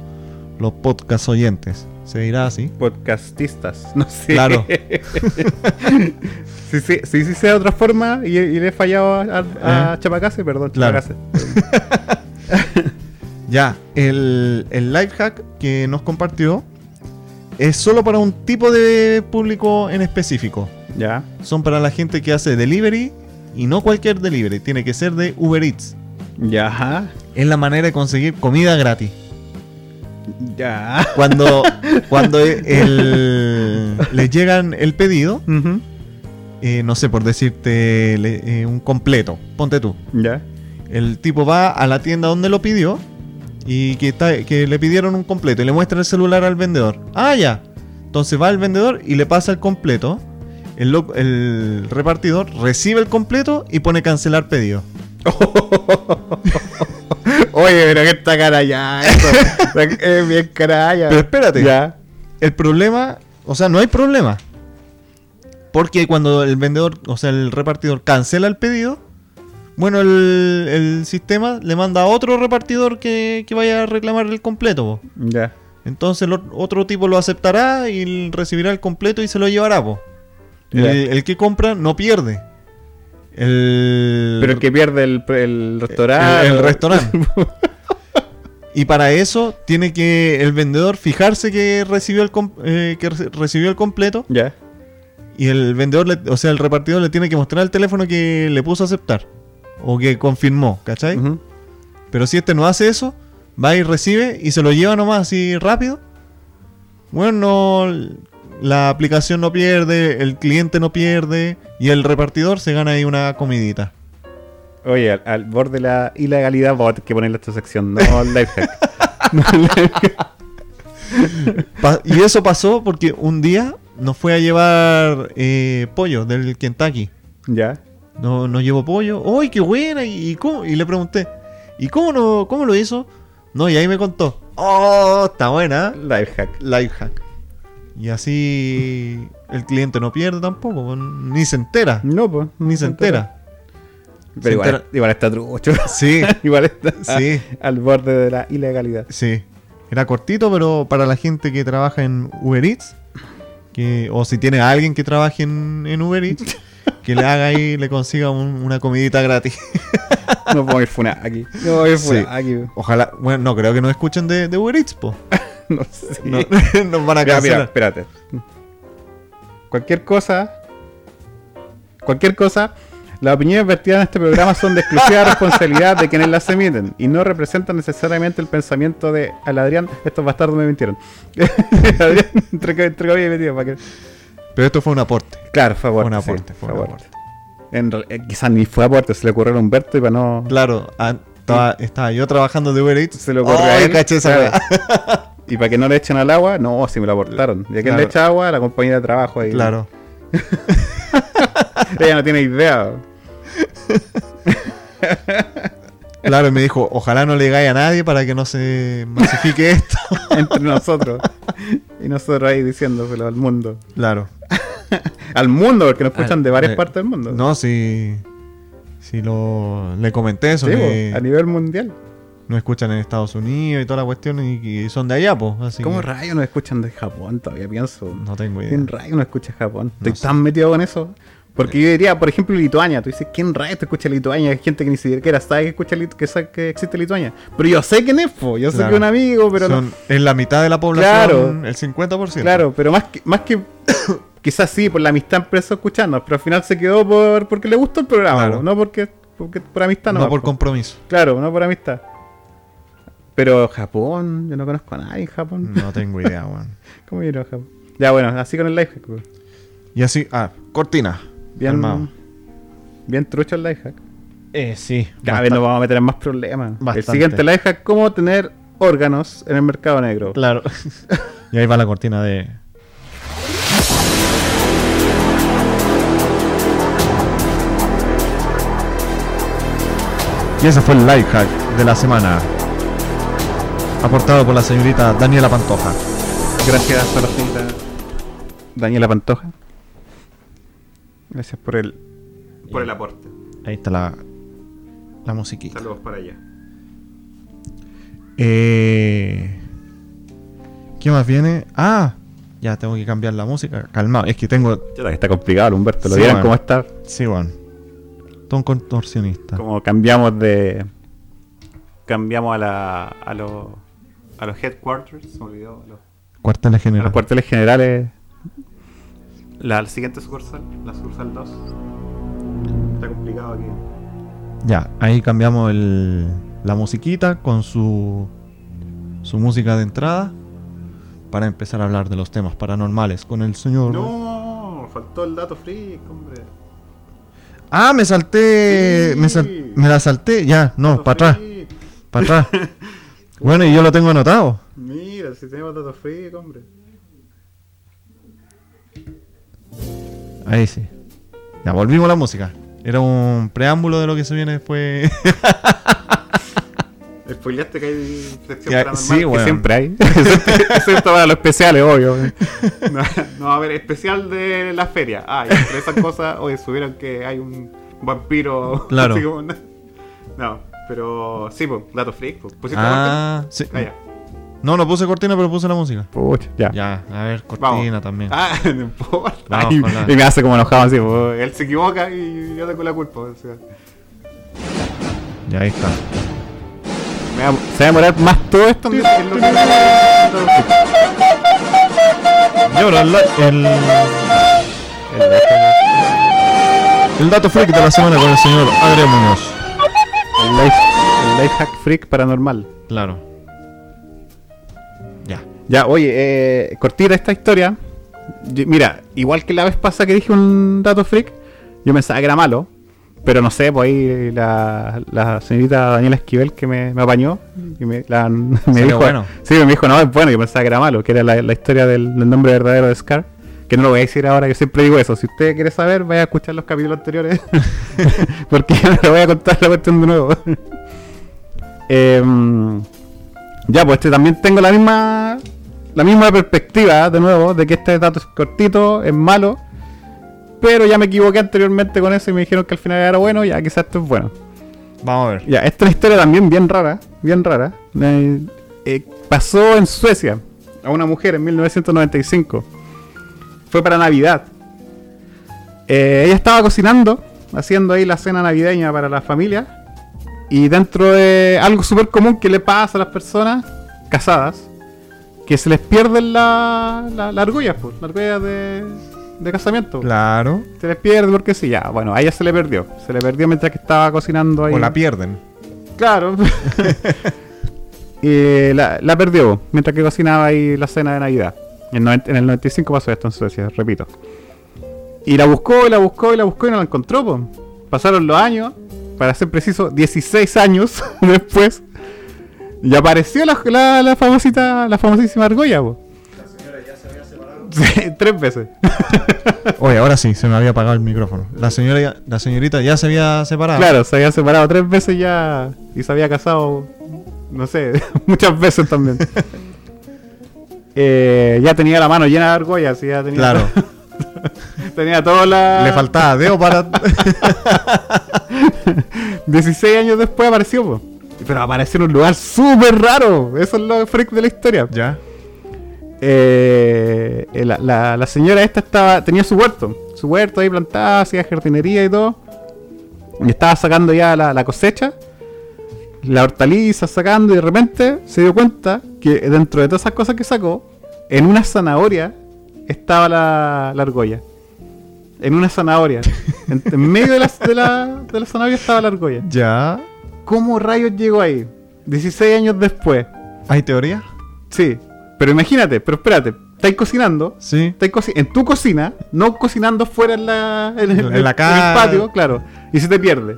[SPEAKER 1] los podcast oyentes. Se dirá así.
[SPEAKER 2] Podcastistas, no sé.
[SPEAKER 1] Claro.
[SPEAKER 2] si sí, sí, sí, sea de otra forma y, y le he fallado a, a- a Chapacase, perdón,
[SPEAKER 1] Claro.
[SPEAKER 2] Chapacase.
[SPEAKER 1] Ya, el, el life hack que nos compartió es solo para un tipo de público en específico.
[SPEAKER 2] Ya.
[SPEAKER 1] son para la gente que hace delivery y no cualquier delivery, tiene que ser de Uber Eats.
[SPEAKER 2] Ya. ajá,
[SPEAKER 1] Es la manera de conseguir comida gratis.
[SPEAKER 2] Ya.
[SPEAKER 1] Cuando, cuando el, les llegan el pedido, eh, no sé, por decirte le- eh, un completo, ponte tú.
[SPEAKER 2] Ya.
[SPEAKER 1] El tipo va a la tienda donde lo pidió y que, está- que le pidieron un completo y le muestra el celular al vendedor. Ah, ya. Entonces va el vendedor y le pasa el completo. El, loc- el repartidor recibe el completo y pone cancelar pedido.
[SPEAKER 2] Oye, pero que está cara ya. Eso. es bien cara ya.
[SPEAKER 1] Pero espérate.
[SPEAKER 2] Ya.
[SPEAKER 1] El problema, o sea, no hay problema. Porque cuando el vendedor, o sea, el repartidor cancela el pedido, bueno, el, el sistema le manda a otro repartidor que, que vaya a reclamar el completo. po.
[SPEAKER 2] Ya.
[SPEAKER 1] Entonces el ot- otro tipo lo aceptará y l- recibirá el completo y se lo llevará. po. El,
[SPEAKER 2] Ya.
[SPEAKER 1] el que compra no pierde. El,
[SPEAKER 2] Pero el que pierde el, el restaurante.
[SPEAKER 1] el, el restaurante. y para eso tiene que el vendedor fijarse que recibió el, com- eh, que re- recibió el completo
[SPEAKER 2] Ya.
[SPEAKER 1] y el vendedor, le- o sea, el repartidor le tiene que mostrar el teléfono que le puso a aceptar o que confirmó, ¿cachai?
[SPEAKER 2] Ujú.
[SPEAKER 1] Pero si este no hace eso, va y recibe y se lo lleva nomás así rápido. Bueno, no- la aplicación no pierde, el cliente no pierde y el repartidor se gana ahí una comidita.
[SPEAKER 2] Oye, al, al borde de la ilegalidad, vos tenés que ponerle esta sección, no lifehack.
[SPEAKER 1] Pa- y eso pasó porque un día nos fue a llevar eh, pollo del Kentucky.
[SPEAKER 2] ya.
[SPEAKER 1] No, no llevo pollo. ¡Uy, qué buena! ¿Y, cómo? y le pregunté, ¿y cómo, no, cómo lo hizo? No, y ahí me contó. ¡Oh, está buena!
[SPEAKER 2] Lifehack.
[SPEAKER 1] Life hack. Y así el cliente no pierde tampoco, ni se entera.
[SPEAKER 2] No, pues.
[SPEAKER 1] Ni se entera.
[SPEAKER 2] Pero
[SPEAKER 1] Se
[SPEAKER 2] igual,
[SPEAKER 1] entera.
[SPEAKER 2] igual está trucho.
[SPEAKER 1] Sí,
[SPEAKER 2] igual está
[SPEAKER 1] Sí.
[SPEAKER 2] al borde de la ilegalidad.
[SPEAKER 1] sí. Era cortito, pero para la gente que trabaja en Uber Eats, que, o si tiene a alguien que trabaje en, en Uber Eats, que le haga ahí, le consiga un- una comidita gratis.
[SPEAKER 2] No puedo ir funar aquí. No puedo ir funar
[SPEAKER 1] Sí.
[SPEAKER 2] aquí.
[SPEAKER 1] Ojalá, bueno, no creo que nos escuchen de, de Uber Eats, po.
[SPEAKER 2] No sé.
[SPEAKER 1] No, nos van a
[SPEAKER 2] Mira, mira,
[SPEAKER 1] cancelar.
[SPEAKER 2] espérate. Cualquier cosa. Cualquier cosa. Las opiniones vertidas en este programa son de exclusiva responsabilidad de quienes las emiten y no representan necesariamente el pensamiento de al Adrián. Estos bastardos me mintieron. Adrián, entre, co- entre comillas, metido para que.
[SPEAKER 1] Pero esto fue un aporte.
[SPEAKER 2] Claro, fue aporte.
[SPEAKER 1] Fue un
[SPEAKER 2] sí,
[SPEAKER 1] aporte, fue un
[SPEAKER 2] aporte. En real- eh, quizás ni fue aporte, se le ocurrió a Humberto y para no.
[SPEAKER 1] Claro, ah, estaba, estaba yo trabajando de Uber Eats.
[SPEAKER 2] Se le ocurrió
[SPEAKER 1] ¡Ay,
[SPEAKER 2] a él.
[SPEAKER 1] caché esa
[SPEAKER 2] Claro.
[SPEAKER 1] weá!
[SPEAKER 2] Y para que no le echen al agua, no, si me lo aportaron. ¿Y a quién
[SPEAKER 1] Claro.
[SPEAKER 2] le echa agua? A la compañía de trabajo ahí.
[SPEAKER 1] Claro.
[SPEAKER 2] Ella no tiene idea.
[SPEAKER 1] Claro, y me dijo, ojalá no le caiga a nadie para que no se masifique esto.
[SPEAKER 2] entre nosotros. y nosotros ahí diciéndoselo al mundo.
[SPEAKER 1] Claro.
[SPEAKER 2] Al mundo, porque nos escuchan
[SPEAKER 1] Al-
[SPEAKER 2] de varias
[SPEAKER 1] eh,
[SPEAKER 2] partes del mundo.
[SPEAKER 1] No, si, si lo, le comenté eso,
[SPEAKER 2] Sí,
[SPEAKER 1] que
[SPEAKER 2] po, a nivel mundial.
[SPEAKER 1] no escuchan en Estados Unidos y toda la cuestión y, y son de allá, pues. Así
[SPEAKER 2] ¿Cómo
[SPEAKER 1] que
[SPEAKER 2] rayos nos escuchan de Japón? Todavía pienso.
[SPEAKER 1] No tengo idea.
[SPEAKER 2] ¿Quién rayos nos escucha de Japón?
[SPEAKER 1] No
[SPEAKER 2] Estoy
[SPEAKER 1] sé.
[SPEAKER 2] tan metido con eso. Porque yo diría, por ejemplo, Lituania. Tú dices, ¿quién rayos te escucha Lituania? Hay gente que ni siquiera sabe que, escucha Lit- que, sabe que existe Lituania. Pero yo sé quién es, po. Yo sé
[SPEAKER 1] Claro.
[SPEAKER 2] que es un amigo, pero no.
[SPEAKER 1] Son- Es la mitad de la población,
[SPEAKER 2] Claro.
[SPEAKER 1] el 50%.
[SPEAKER 2] Claro, pero más que, más que quizás sí, por la amistad empezó a escucharnos, pero al final se quedó por porque le gustó el programa,
[SPEAKER 1] Claro.
[SPEAKER 2] no porque, porque por amistad
[SPEAKER 1] No,
[SPEAKER 2] nomás,
[SPEAKER 1] por
[SPEAKER 2] po.
[SPEAKER 1] compromiso.
[SPEAKER 2] Claro, no por amistad. Pero Japón, yo no conozco a nadie en Japón.
[SPEAKER 1] No tengo idea, weón.
[SPEAKER 2] ¿Cómo yo a Japón? Ya bueno, así con el lifehack. pues.
[SPEAKER 1] Y así, ah, cortina.
[SPEAKER 2] Bien,
[SPEAKER 1] Armado.
[SPEAKER 2] bien trucho el lifehack.
[SPEAKER 1] Eh, sí.
[SPEAKER 2] Cada vez nos vamos a meter en más problemas. El
[SPEAKER 1] Bastante.
[SPEAKER 2] siguiente lifehack, cómo tener órganos en el mercado negro.
[SPEAKER 1] Claro. y ahí va la cortina de. Y ese fue el life hack de la semana. Aportado por la señorita Daniela Pantoja.
[SPEAKER 2] Gracias a la junta. Daniela Pantoja. Gracias por el por el aporte.
[SPEAKER 1] Ahí está la, la musiquita.
[SPEAKER 2] Saludos para ella.
[SPEAKER 1] Eh, ¿Qué más viene? Ah, ya tengo que cambiar la música. Calmado, es que tengo.
[SPEAKER 2] Está complicado, Humberto. Lo
[SPEAKER 1] Sí,
[SPEAKER 2] vieron
[SPEAKER 1] bueno.
[SPEAKER 2] cómo está.
[SPEAKER 1] Sí, bueno. Todo un contorsionista.
[SPEAKER 2] Como cambiamos de. Cambiamos a la. a los. a los headquarters, se me olvidó. A los,
[SPEAKER 1] Cuarta la
[SPEAKER 2] a los
[SPEAKER 1] general.
[SPEAKER 2] cuarteles generales. La, la siguiente sucursal, la sucursal 2. Está complicado aquí.
[SPEAKER 1] Ya, ahí cambiamos el- la musiquita con su, su música de entrada para empezar a hablar de los temas paranormales con el señor.
[SPEAKER 2] No, faltó el dato freak, hombre.
[SPEAKER 1] Ah, me salté,
[SPEAKER 2] Sí.
[SPEAKER 1] me, sal- me la salté, ya, no,
[SPEAKER 2] Dato
[SPEAKER 1] para atrás,
[SPEAKER 2] freak.
[SPEAKER 1] para atrás. bueno, y yo lo tengo anotado.
[SPEAKER 2] Mira, si tenemos dato freak, hombre.
[SPEAKER 1] Ahí sí. Ya, volvimos a la música. Era un preámbulo de lo que se viene después.
[SPEAKER 2] Spoileaste que hay sección
[SPEAKER 1] Que hay-
[SPEAKER 2] paranormal.
[SPEAKER 1] sí,
[SPEAKER 2] que
[SPEAKER 1] weón.
[SPEAKER 2] siempre hay. Excepto para los especiales, obvio. No, no, a ver, especial de la feria. Ah, y entre esas cosas, oye, subieron que hay un vampiro.
[SPEAKER 1] Claro.
[SPEAKER 2] así como- no, pero sí, pues, dato freak. Pues, pusiste
[SPEAKER 1] ah, sí.
[SPEAKER 2] la cortina?
[SPEAKER 1] No, no puse cortina, pero puse la música.
[SPEAKER 2] Ah, ya. ya.
[SPEAKER 1] Ya, a ver, cortina
[SPEAKER 2] Vamos.
[SPEAKER 1] también.
[SPEAKER 2] Ah, no importa.
[SPEAKER 1] Vamos
[SPEAKER 2] Ay,
[SPEAKER 1] con la-
[SPEAKER 2] y me hace como enojado así, pues, él se equivoca y yo tengo la culpa. o sea,
[SPEAKER 1] Ya, ahí está.
[SPEAKER 2] me va- se va a demorar más todo esto en decir lo que- dato freak.
[SPEAKER 1] Y ahora el, el, el dato freak de la semana con el señor Adrián Muñoz.
[SPEAKER 2] El life, el life hack freak paranormal.
[SPEAKER 1] Claro. Ya.
[SPEAKER 2] Ya, oye, eh, cortita esta historia. Yo- mira, igual que la vez pasada que dije un dato freak, yo pensaba que era malo. Pero no sé, pues ahí la, la señorita Daniela Esquivel que me, me apañó. Y me, la- me
[SPEAKER 1] Salió
[SPEAKER 2] dijo,
[SPEAKER 1] bueno.
[SPEAKER 2] Sí, me dijo, no, es bueno. Yo pensaba que era malo, que era la, la historia del, del nombre verdadero de Scar. Que no lo voy a decir ahora, yo siempre digo eso. Si usted quiere saber, vaya a escuchar los capítulos anteriores. porque yo no le voy a contar la cuestión de nuevo. Em, ya, pues este también tengo la misma la misma perspectiva, de nuevo, de que este dato es cortito, es malo. Pero ya me equivoqué anteriormente con eso y me dijeron que al final era bueno, ya quizás esto es bueno.
[SPEAKER 1] Vamos a ver.
[SPEAKER 2] Ya, esta es una historia también bien rara, bien rara. Eh, eh, pasó en Suecia a una mujer en 1995. Fue para Navidad. Eh, ella estaba cocinando, haciendo ahí la cena navideña para la familia. Y dentro de algo súper común que le pasa a las personas casadas, que se les pierden las la, las argollas, pues, las argollas de, de casamiento.
[SPEAKER 1] Claro.
[SPEAKER 2] Se les pierde porque sí, ya. Bueno, a ella se le perdió. Se le perdió mientras que estaba cocinando ahí.
[SPEAKER 1] O la pierden.
[SPEAKER 2] Claro. y la, la perdió mientras que cocinaba ahí la cena de Navidad. En, noven- en el 95 pasó esto en Suecia, repito. Y la buscó, y la buscó, y la buscó y no la encontró. po. Pasaron los años, para ser preciso, 16 años después, Y apareció la, la, la famosita, la famosísima argolla, po. Sí, tres veces.
[SPEAKER 1] Oye, ahora sí, se me había apagado el micrófono. La, señora ya- la señorita ya se había separado.
[SPEAKER 2] Claro, se había separado tres veces ya y se había casado, no sé, muchas veces también. Eh, ya tenía la mano llena de argollas, sí, ya tenía,
[SPEAKER 1] Claro.
[SPEAKER 2] tenía toda la...
[SPEAKER 1] Le faltaba dedo para.
[SPEAKER 2] 16 años después apareció, po. pero apareció en un lugar súper raro. Eso es lo freak de la historia.
[SPEAKER 1] ya.
[SPEAKER 2] Eh, eh, la, la- la señora esta estaba tenía su huerto, su huerto ahí plantado, hacía jardinería y todo. Y estaba sacando ya la, la cosecha, la hortaliza sacando y de repente se dio cuenta que dentro de todas esas cosas que sacó, en una zanahoria estaba la, la argolla. En una zanahoria. En, en medio de la, de, la, de la zanahoria estaba la argolla.
[SPEAKER 1] Ya.
[SPEAKER 2] ¿Cómo rayos llegó ahí? 16 años después.
[SPEAKER 1] ¿Hay teoría?
[SPEAKER 2] Sí, pero imagínate, pero espérate, estáis cocinando,
[SPEAKER 1] Sí.
[SPEAKER 2] estáis coci- en tu cocina, no cocinando fuera en la, en, el-
[SPEAKER 1] En la
[SPEAKER 2] en el
[SPEAKER 1] ca-
[SPEAKER 2] patio, claro, y se te pierde.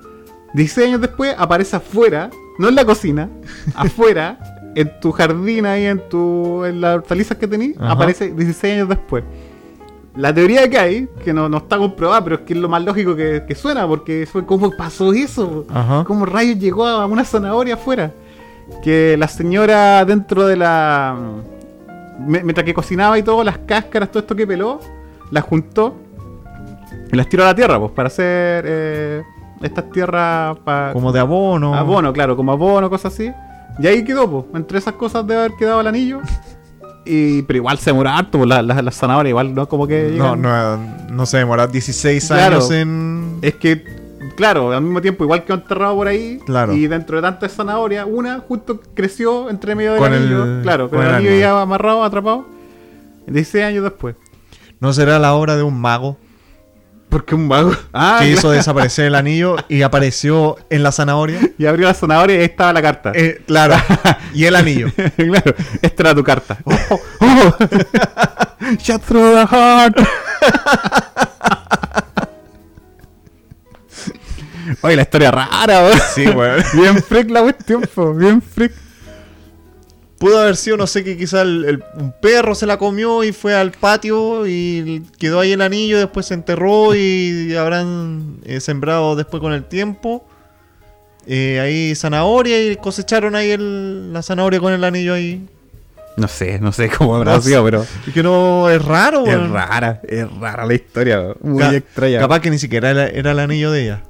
[SPEAKER 2] 16 años después aparece afuera, no en la cocina, afuera, en tu jardín ahí, en, tu, en las hortalizas que tenías,
[SPEAKER 1] Ajá.
[SPEAKER 2] aparece 16 años después. La teoría que hay, que no, no está comprobada, pero es que es lo más lógico que, que suena, Ah, porque fue cómo pasó eso,
[SPEAKER 1] Ajá.
[SPEAKER 2] cómo rayos llegó a una zanahoria afuera. Que la señora dentro de la... mm, me- Mientras que cocinaba y todo, las cáscaras, todo esto que peló, las juntó y las tiró a la tierra, pues, para hacer eh, estas tierras para...
[SPEAKER 1] Como de abono.
[SPEAKER 2] Abono, claro, como abono, cosas así. Y ahí quedó, pues. Entre esas cosas debe haber quedado el anillo. Y, pero igual se demora harto, pues, la- la- las zanahorias igual, ¿no? Como que
[SPEAKER 1] No,
[SPEAKER 2] llegan-
[SPEAKER 1] no, no se demora 16
[SPEAKER 2] Claro.
[SPEAKER 1] años en.
[SPEAKER 2] Es que, claro, al mismo tiempo igual quedó enterrado por ahí.
[SPEAKER 1] Claro.
[SPEAKER 2] Y dentro de tantas zanahorias, una justo creció entre medio del
[SPEAKER 1] Con el-
[SPEAKER 2] anillo. claro, con
[SPEAKER 1] con
[SPEAKER 2] el
[SPEAKER 1] el
[SPEAKER 2] anillo
[SPEAKER 1] árbol.
[SPEAKER 2] ya amarrado, atrapado. 16 años después.
[SPEAKER 1] ¿No será la obra de un mago
[SPEAKER 2] Porque un mago. Ah,
[SPEAKER 1] que
[SPEAKER 2] claro.
[SPEAKER 1] hizo desaparecer el anillo y apareció en la zanahoria?
[SPEAKER 2] Y abrió la zanahoria y ahí estaba la carta.
[SPEAKER 1] Eh, claro. y el anillo.
[SPEAKER 2] claro, esta era tu carta. Oh, oh. Shot through the heart. Oye, la historia rara, weón.
[SPEAKER 1] Sí, weón.
[SPEAKER 2] Bien freak la cuestión, po, bien freak.
[SPEAKER 1] Pudo haber sido, no sé, que quizá el- el- un perro se la comió y fue al patio y quedó ahí el anillo, después se enterró y habrán eh, sembrado después con el tiempo. eh, ahí zanahoria y cosecharon ahí el- la zanahoria con el anillo ahí.
[SPEAKER 2] No sé, no sé cómo habrá
[SPEAKER 1] No sé.
[SPEAKER 2] sido, pero
[SPEAKER 1] Y que no es raro,
[SPEAKER 2] es
[SPEAKER 1] weón.
[SPEAKER 2] rara, es rara la historia, weón. muy
[SPEAKER 1] Ca-
[SPEAKER 2] extraña.
[SPEAKER 1] Capaz que ni siquiera era, era el anillo de ella.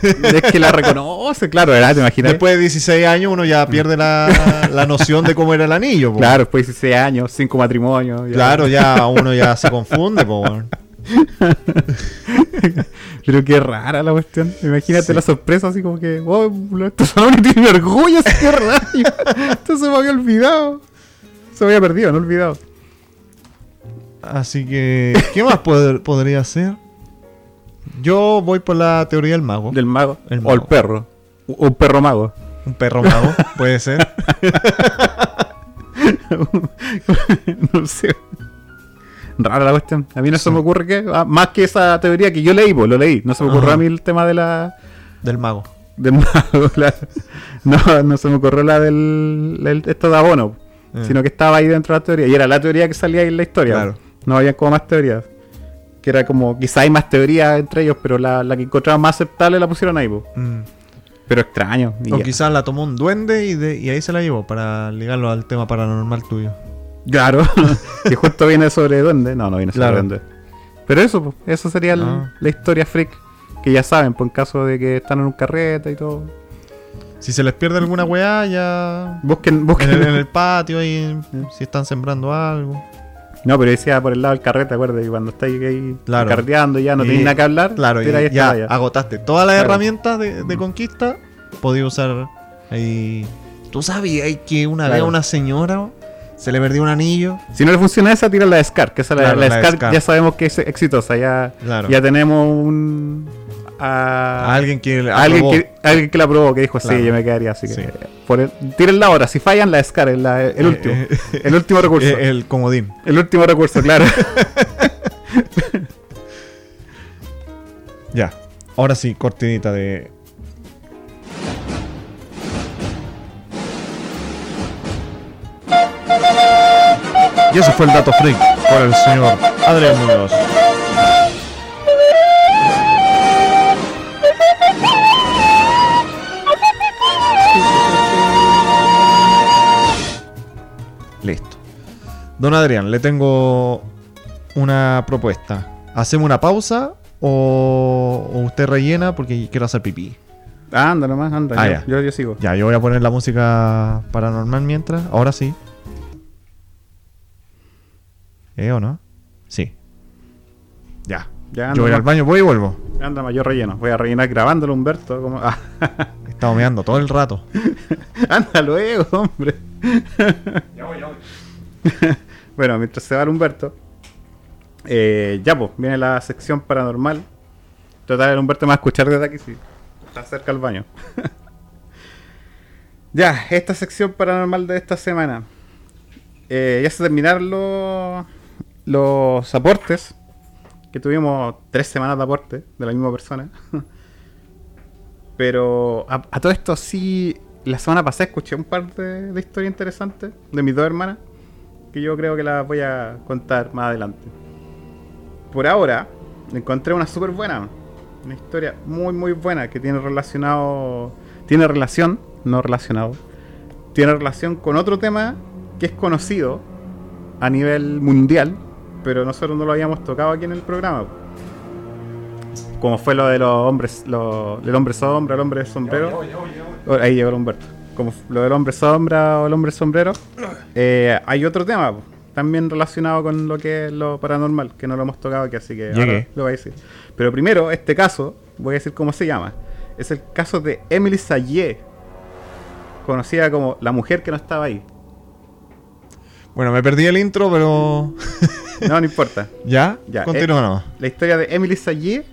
[SPEAKER 2] Es que la reconoce, claro, ¿verdad? ¿Te imaginas?
[SPEAKER 1] Después de 16 años uno ya pierde la, la noción de cómo era el anillo. po.
[SPEAKER 2] claro, después de 16 años, 5 matrimonios. ya.
[SPEAKER 1] Claro, ya uno ya se confunde, po, weón.
[SPEAKER 2] Pero qué rara la cuestión. Imagínate
[SPEAKER 1] Sí.
[SPEAKER 2] la sorpresa, así como que, oh, esta zanahoria tiene orgullo, así que rayo. Esto se me había olvidado. Se me había perdido, no olvidado.
[SPEAKER 1] Así que, ¿qué más pod- podría ser? Yo voy por la teoría del mago.
[SPEAKER 2] Del mago.
[SPEAKER 1] El
[SPEAKER 2] O el
[SPEAKER 1] mago.
[SPEAKER 2] perro. O un perro mago.
[SPEAKER 1] Un perro mago, puede ser.
[SPEAKER 2] no sé. Rara la cuestión. A mí no se me ocurre que. ah, Más que esa teoría que yo leí, pues, lo leí. No se me ocurrió
[SPEAKER 1] Ajá.
[SPEAKER 2] a mí el tema de la.
[SPEAKER 1] Del mago.
[SPEAKER 2] Del mago, claro. No, no se me ocurrió la del. del- esto de abono.
[SPEAKER 1] Eh.
[SPEAKER 2] Sino que estaba ahí dentro de la teoría. Y era la teoría que salía ahí en la historia.
[SPEAKER 1] Claro.
[SPEAKER 2] No había como más teorías. Que era como. Quizá hay más teorías entre ellos, pero la, la que encontraban más aceptable la pusieron ahí, pues.
[SPEAKER 1] Mm.
[SPEAKER 2] Pero extraño. y
[SPEAKER 1] O
[SPEAKER 2] ya.
[SPEAKER 1] quizás la tomó un duende y, de- y ahí se la llevó para ligarlo al tema paranormal tuyo.
[SPEAKER 2] Claro. que justo viene sobre duende. No, no viene sobre
[SPEAKER 1] Claro.
[SPEAKER 2] duende. Pero eso, pues, eso sería el-
[SPEAKER 1] Ah.
[SPEAKER 2] la historia freak. Que ya saben, pues en caso de que están en un carrete y todo.
[SPEAKER 1] Si se les pierde alguna weá, ya.
[SPEAKER 2] Busquen,
[SPEAKER 1] En
[SPEAKER 2] busquen.
[SPEAKER 1] el, en el patio, ahí, si están sembrando algo.
[SPEAKER 2] No, pero decía por el lado del carrete, acuérdate, que cuando estáis ahí
[SPEAKER 1] Claro.
[SPEAKER 2] carreteando ya no
[SPEAKER 1] Y-
[SPEAKER 2] tenéis nada que hablar.
[SPEAKER 1] Claro,
[SPEAKER 2] tira
[SPEAKER 1] y
[SPEAKER 2] ahí esta
[SPEAKER 1] ya
[SPEAKER 2] raya.
[SPEAKER 1] agotaste todas las
[SPEAKER 2] Claro.
[SPEAKER 1] herramientas de, de conquista. Podía usar ahí. ¿Tú sabías que una vez a
[SPEAKER 2] Claro.
[SPEAKER 1] una señora se le perdió un anillo?
[SPEAKER 2] Si no le funciona esa, tira la de Scar, que esa la-
[SPEAKER 1] Claro,
[SPEAKER 2] la,
[SPEAKER 1] la de
[SPEAKER 2] Scar,
[SPEAKER 1] Scar.
[SPEAKER 2] ya sabemos que es exitosa, ya,
[SPEAKER 1] Claro.
[SPEAKER 2] ya tenemos un a,
[SPEAKER 1] A alguien que le
[SPEAKER 2] a alguien,
[SPEAKER 1] aprobó.
[SPEAKER 2] que, alguien que la probó, que dijo,
[SPEAKER 1] Claro.
[SPEAKER 2] sí, yo me quedaría, así que
[SPEAKER 1] Sí.
[SPEAKER 2] por el- tírenla ahora, si fallan la de Scar, es la- el último,
[SPEAKER 1] eh,
[SPEAKER 2] el último recurso.
[SPEAKER 1] Eh, el comodín.
[SPEAKER 2] El último recurso, claro.
[SPEAKER 1] Ya. Ahora sí, cortinita de.
[SPEAKER 2] Y eso fue el dato freak por el señor Adrián Muñoz. Listo. Don Adrián, le tengo una propuesta. ¿Hacemos una pausa o, o usted rellena porque quiero hacer pipí?
[SPEAKER 4] Ah, anda nomás, anda.
[SPEAKER 2] Ah,
[SPEAKER 4] yo,
[SPEAKER 2] ya.
[SPEAKER 4] yo, yo sigo.
[SPEAKER 1] Ya, yo voy a poner la música paranormal mientras. Ahora sí. ¿Eh o no? Sí. Ya.
[SPEAKER 4] Ya, anda,
[SPEAKER 1] yo voy al
[SPEAKER 4] nomás.
[SPEAKER 1] baño, voy y vuelvo.
[SPEAKER 4] Anda más, yo relleno. Voy a rellenar grabándolo, Humberto. como- Ah,
[SPEAKER 1] He estado meando todo el rato.
[SPEAKER 4] anda luego, hombre. bueno, mientras se va el Humberto. eh, ya, pues, viene la sección paranormal. Total, el Humberto me va a escuchar desde aquí, sí. Está cerca al baño. ya, esta sección paranormal de esta semana. Eh, ya se terminaron los- los aportes. Que tuvimos tres semanas de aporte de la misma persona. Pero a, a todo esto sí, la semana pasada escuché un par de, de historias interesantes de mis dos hermanas, que yo creo que las voy a contar más adelante. Por ahora, encontré una súper buena, una historia muy muy buena que tiene relacionado, tiene relación, no relacionado, tiene relación con otro tema que es conocido a nivel mundial, pero nosotros no lo habíamos tocado aquí en el programa como fue lo de los hombres, lo, el hombre sombra, el hombre sombrero. Oh, Ahí llegó el Humberto. Como f- lo del hombre sombra o el hombre sombrero, eh, hay otro tema po, también relacionado con lo que es lo paranormal, que no lo hemos tocado aquí, así que
[SPEAKER 1] Llegué.
[SPEAKER 4] ahora lo voy a decir. Pero primero, este caso, voy a decir cómo se llama. Es el caso de Emily Sayé, conocida como la mujer que no estaba ahí.
[SPEAKER 1] Bueno, me perdí el intro, pero.
[SPEAKER 4] No, no importa.
[SPEAKER 1] ¿Ya? eh.
[SPEAKER 4] Ya,
[SPEAKER 1] Continúa nomás.
[SPEAKER 4] la historia de Emily Sayé,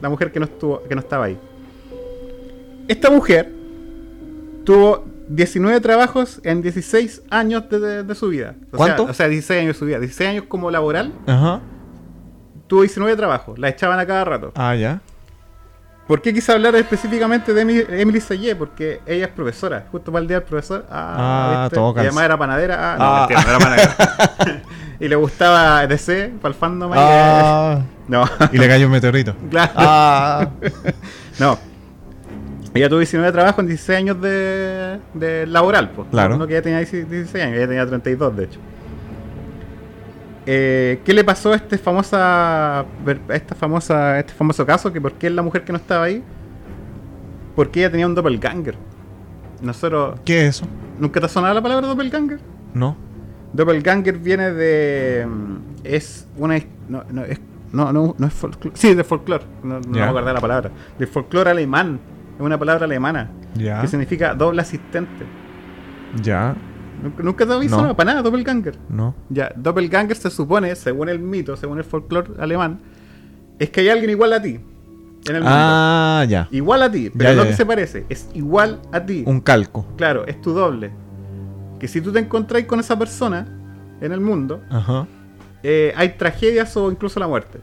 [SPEAKER 4] la mujer que no, estuvo, que no estaba ahí. Esta mujer tuvo 19 trabajos en 16 años de, de- de su vida. O
[SPEAKER 1] ¿Cuánto?
[SPEAKER 4] Sea, o sea, 16 años de su vida. 16 años como laboral,
[SPEAKER 1] Ajá.
[SPEAKER 4] tuvo 19 trabajos. La echaban a cada rato.
[SPEAKER 1] Ah, ya.
[SPEAKER 4] ¿Por qué quise hablar específicamente de Emi- Emily Sayé? Porque ella es profesora. Justo para el día del profesor.
[SPEAKER 1] Ah,
[SPEAKER 4] Ah, ¿viste?
[SPEAKER 1] todo
[SPEAKER 4] Y además
[SPEAKER 1] calza.
[SPEAKER 4] era panadera. Ah, no,
[SPEAKER 1] Ah.
[SPEAKER 4] mentira, no era panadera. y le gustaba DC, palfando maíz.
[SPEAKER 1] Ah,
[SPEAKER 4] No.
[SPEAKER 1] y le cayó un meteorito.
[SPEAKER 4] Claro.
[SPEAKER 1] Ah,
[SPEAKER 4] No. Ella tuvo 19 trabajos en 16 años de, de laboral, pues.
[SPEAKER 1] Claro.
[SPEAKER 4] No que ella tenía 16 16 años, ella tenía 32, de hecho. Eh, ¿Qué le pasó a este famosa, ver- a esta famosa, a este famoso caso? Que ¿Por qué la mujer que no estaba ahí? Porque ella tenía un doppelganger. Nosotros...
[SPEAKER 1] ¿Qué es eso?
[SPEAKER 4] ¿Nunca te ha sonado la palabra doppelganger?
[SPEAKER 1] No.
[SPEAKER 4] Doppelganger viene de... mm, Es una... his- No, no, es, no, no, no es folclore. Sí, de folclore. No, no
[SPEAKER 1] Ya.
[SPEAKER 4] me acordaba la palabra. De folclore alemán. Es una palabra alemana.
[SPEAKER 1] Ya.
[SPEAKER 4] Que significa doble asistente.
[SPEAKER 1] Ya.
[SPEAKER 4] Nunca, nunca te habéis
[SPEAKER 1] No.
[SPEAKER 4] sonado para nada doppelganger.
[SPEAKER 1] No.
[SPEAKER 4] Ya, doppelganger se supone, según el mito, según el folclore alemán, es que hay alguien igual a ti. En el mundo.
[SPEAKER 1] Ah, ya.
[SPEAKER 4] Igual a ti, pero
[SPEAKER 1] Ya,
[SPEAKER 4] no
[SPEAKER 1] ya,
[SPEAKER 4] que
[SPEAKER 1] ya.
[SPEAKER 4] se parece. Es igual a ti.
[SPEAKER 1] Un calco.
[SPEAKER 4] Claro, es tu doble. Que si tú te encontráis con esa persona en el mundo,
[SPEAKER 1] Ajá.
[SPEAKER 4] eh, hay tragedias o incluso la muerte.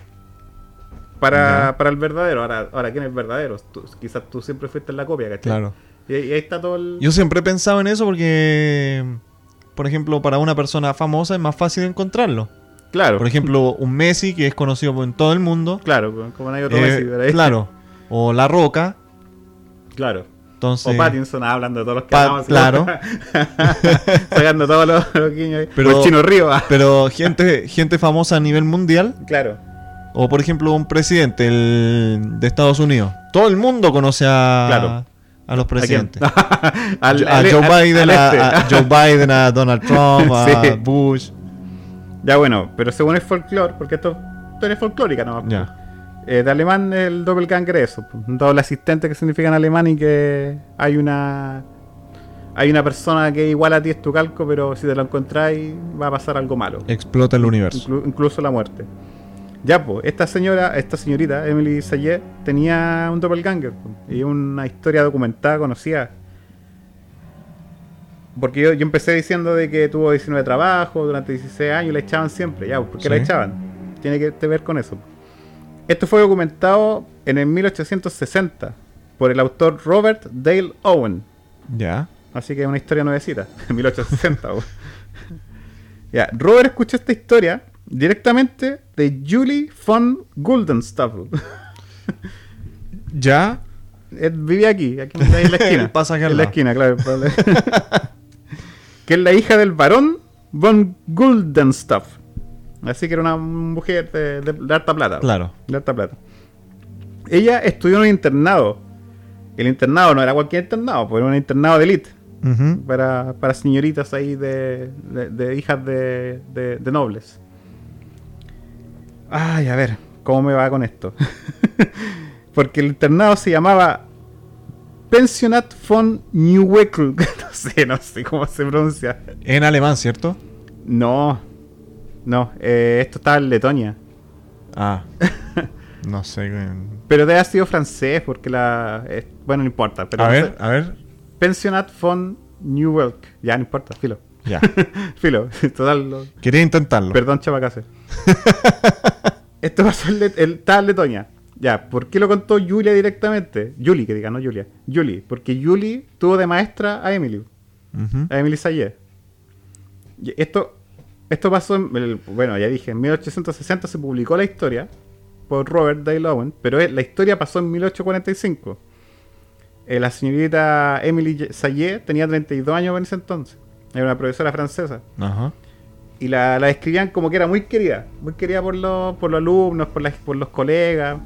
[SPEAKER 4] Para, para el verdadero. Ahora, ahora, ¿quién es el verdadero? Tú- quizás tú siempre fuiste la copia, ¿cachai?
[SPEAKER 1] Claro.
[SPEAKER 4] Y, y ahí está todo el...
[SPEAKER 1] Yo siempre he pensado en eso porque, por ejemplo, para una persona famosa es más fácil encontrarlo.
[SPEAKER 4] Claro,
[SPEAKER 1] Por ejemplo, un Messi que es conocido en todo el mundo.
[SPEAKER 4] claro, como nadie otro
[SPEAKER 1] eh,
[SPEAKER 4] Messi, pero ahí-
[SPEAKER 1] claro. O La Roca.
[SPEAKER 4] claro.
[SPEAKER 1] Entonces,
[SPEAKER 4] O Pattinson, ah, hablando de todos los que
[SPEAKER 1] Pa-
[SPEAKER 4] hablamos,
[SPEAKER 1] claro.
[SPEAKER 4] Sacando todos los, los guiños ahí.
[SPEAKER 1] Pero-
[SPEAKER 4] O el Chino Río, ah,
[SPEAKER 1] pero gente, gente famosa a nivel mundial.
[SPEAKER 4] claro.
[SPEAKER 1] O por ejemplo, un presidente el de Estados Unidos. Todo el mundo conoce a,
[SPEAKER 4] Claro.
[SPEAKER 1] a los presidentes.
[SPEAKER 4] ¿A
[SPEAKER 1] A,
[SPEAKER 4] quién? Al- al-
[SPEAKER 1] Joe
[SPEAKER 4] al-
[SPEAKER 1] Biden,
[SPEAKER 4] al
[SPEAKER 1] a,
[SPEAKER 4] este.
[SPEAKER 1] a Joe Biden, a Donald Trump, a
[SPEAKER 4] Sí.
[SPEAKER 1] Bush.
[SPEAKER 4] Ya bueno, pero según el folclore, porque esto historia es folclórica nomás.
[SPEAKER 1] Ya.
[SPEAKER 4] Eh, de alemán el doppelganger es eso, un doble asistente que significa en alemán y que hay una hay una persona que igual a ti es tu calco, pero si te lo encontráis va a pasar algo malo,
[SPEAKER 1] Explota el universo.
[SPEAKER 4] inclu- incluso la muerte. Ya pues, esta señora, esta señorita Emily Sayé tenía un doppelganger po, y una historia documentada conocida. Porque yo, yo empecé diciendo de que tuvo 19 trabajos durante 16 años y la echaban siempre, ya, pues, ¿por qué la
[SPEAKER 1] Sí.
[SPEAKER 4] echaban? Tiene que te- ver con eso. Esto fue documentado en el 1860 por el autor Robert Dale Owen.
[SPEAKER 1] Ya.
[SPEAKER 4] Así que es una historia nuevecita, en 1860. po. Ya, Robert escuchó esta historia directamente de Julie von Guldenstaffel.
[SPEAKER 1] ¿Ya?
[SPEAKER 4] Él vivía aquí, aquí en la esquina.
[SPEAKER 1] Pasa aquí al
[SPEAKER 4] en la
[SPEAKER 1] lado.
[SPEAKER 4] esquina, claro. probable. que es la hija del varón von Guldenstaff. Así que era una mujer de, de- de harta plata.
[SPEAKER 1] Claro.
[SPEAKER 4] De harta plata. Ella estudió en un internado. El internado no era cualquier internado, pues era un internado de élite.
[SPEAKER 1] Ujú.
[SPEAKER 4] Para, para señoritas ahí de, de- de hijas de, de- de nobles. Ay, a ver, ¿cómo me va con esto? Porque el internado se llamaba Pensionat von Neuweckel. No sé, no sé cómo se pronuncia.
[SPEAKER 1] En alemán, ¿cierto?
[SPEAKER 4] No, no, eh, esto estaba en Letonia.
[SPEAKER 1] Ah. No sé. güey.
[SPEAKER 4] Pero debe haber sido francés porque la... eh, bueno, no importa. Pero
[SPEAKER 1] a
[SPEAKER 4] no
[SPEAKER 1] ver,
[SPEAKER 4] sé.
[SPEAKER 1] a ver.
[SPEAKER 4] Pensionat von Neuwelk. Ya, no importa, filo.
[SPEAKER 1] Ya.
[SPEAKER 4] filo, total. lo-
[SPEAKER 1] Quería intentarlo.
[SPEAKER 4] Perdón, Chapacase. Esto pasó en, Let- en- estaba en Letonia. Ya, ¿por qué lo contó Julia directamente? Julie, que diga, no Julia. Julie, porque Julie tuvo de maestra a Emily,
[SPEAKER 1] Ujú.
[SPEAKER 4] a Emily Sayé. Y Esto, esto pasó, en el- bueno, ya dije, en 1860 se publicó la historia por Robert Dale Owen, pero es- la historia pasó en 1845. Eh, la señorita Emily Sayé tenía 32 años en ese entonces. Era una profesora francesa
[SPEAKER 1] Ajá.
[SPEAKER 4] y la, la describían como que era muy querida, muy querida por los, por los alumnos, por, las- por los colegas.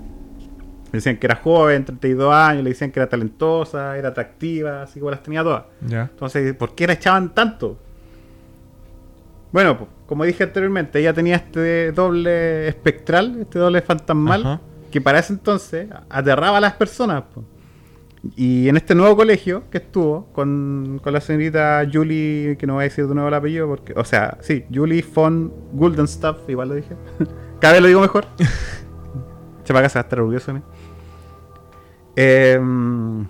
[SPEAKER 4] Le decían que era joven, 32 años, le decían que era talentosa, era atractiva, así que las tenía todas.
[SPEAKER 1] Ya.
[SPEAKER 4] Entonces, ¿por qué la echaban tanto? Bueno, pues, como dije anteriormente, ella tenía este doble espectral, este doble fantasmal,
[SPEAKER 1] Ajá.
[SPEAKER 4] que para ese entonces aterraba a las personas. po. Y en este nuevo colegio que estuvo con, con la señorita Julie, que no voy a decir de nuevo el apellido, porque, o sea, sí, Julie von Guldenstaff, igual lo dije. Cada vez lo digo mejor. Chapaca se va a estar orgulloso de mí. Em,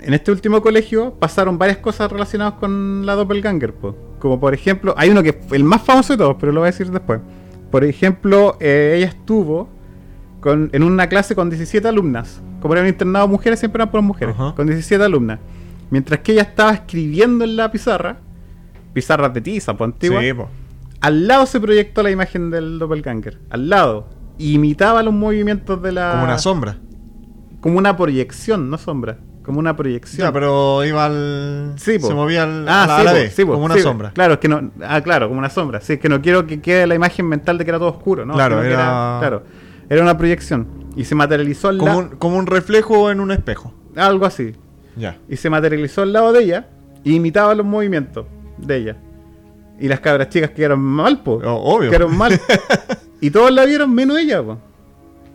[SPEAKER 4] en este último colegio pasaron varias cosas relacionadas con la doppelganger, po. como por ejemplo, hay uno que es el más famoso de todos, pero lo voy a decir después. Por ejemplo, eh, ella estuvo con- en una clase con 17 alumnas. Como era un internado de mujeres, siempre eran por mujeres,
[SPEAKER 1] Ajá.
[SPEAKER 4] con 17 alumnas. Mientras que ella estaba escribiendo en la pizarra, pizarras de tiza, po, antigua,
[SPEAKER 1] Sí, po.
[SPEAKER 4] al lado se proyectó la imagen del doppelganger, al lado. Imitaba los movimientos de la...
[SPEAKER 1] Como una sombra.
[SPEAKER 4] como una proyección, no sombra, como una proyección.
[SPEAKER 1] Ya, pero iba al.
[SPEAKER 4] Sí, po.
[SPEAKER 1] se movía al,
[SPEAKER 4] Ah,
[SPEAKER 1] a la,
[SPEAKER 4] sí,
[SPEAKER 1] a la
[SPEAKER 4] po,
[SPEAKER 1] vez,
[SPEAKER 4] sí, po,
[SPEAKER 1] como una
[SPEAKER 4] sí, po.
[SPEAKER 1] sombra.
[SPEAKER 4] Claro, es que no. Ah, claro, como una sombra. Sí, es que no quiero que quede la imagen mental de que era todo oscuro, ¿no?
[SPEAKER 1] Claro,
[SPEAKER 4] Sino que
[SPEAKER 1] era-
[SPEAKER 4] claro, era una proyección. Y se materializó al
[SPEAKER 1] Como,
[SPEAKER 4] lado.
[SPEAKER 1] un, como un reflejo en un espejo.
[SPEAKER 4] Algo así.
[SPEAKER 1] Ya.
[SPEAKER 4] Y se materializó al lado de ella. Y imitaba los movimientos de ella. Y las cabras chicas quedaron mal, po.
[SPEAKER 1] O- Oh, obvio.
[SPEAKER 4] Quedaron mal. y todos la vieron menos ella, po.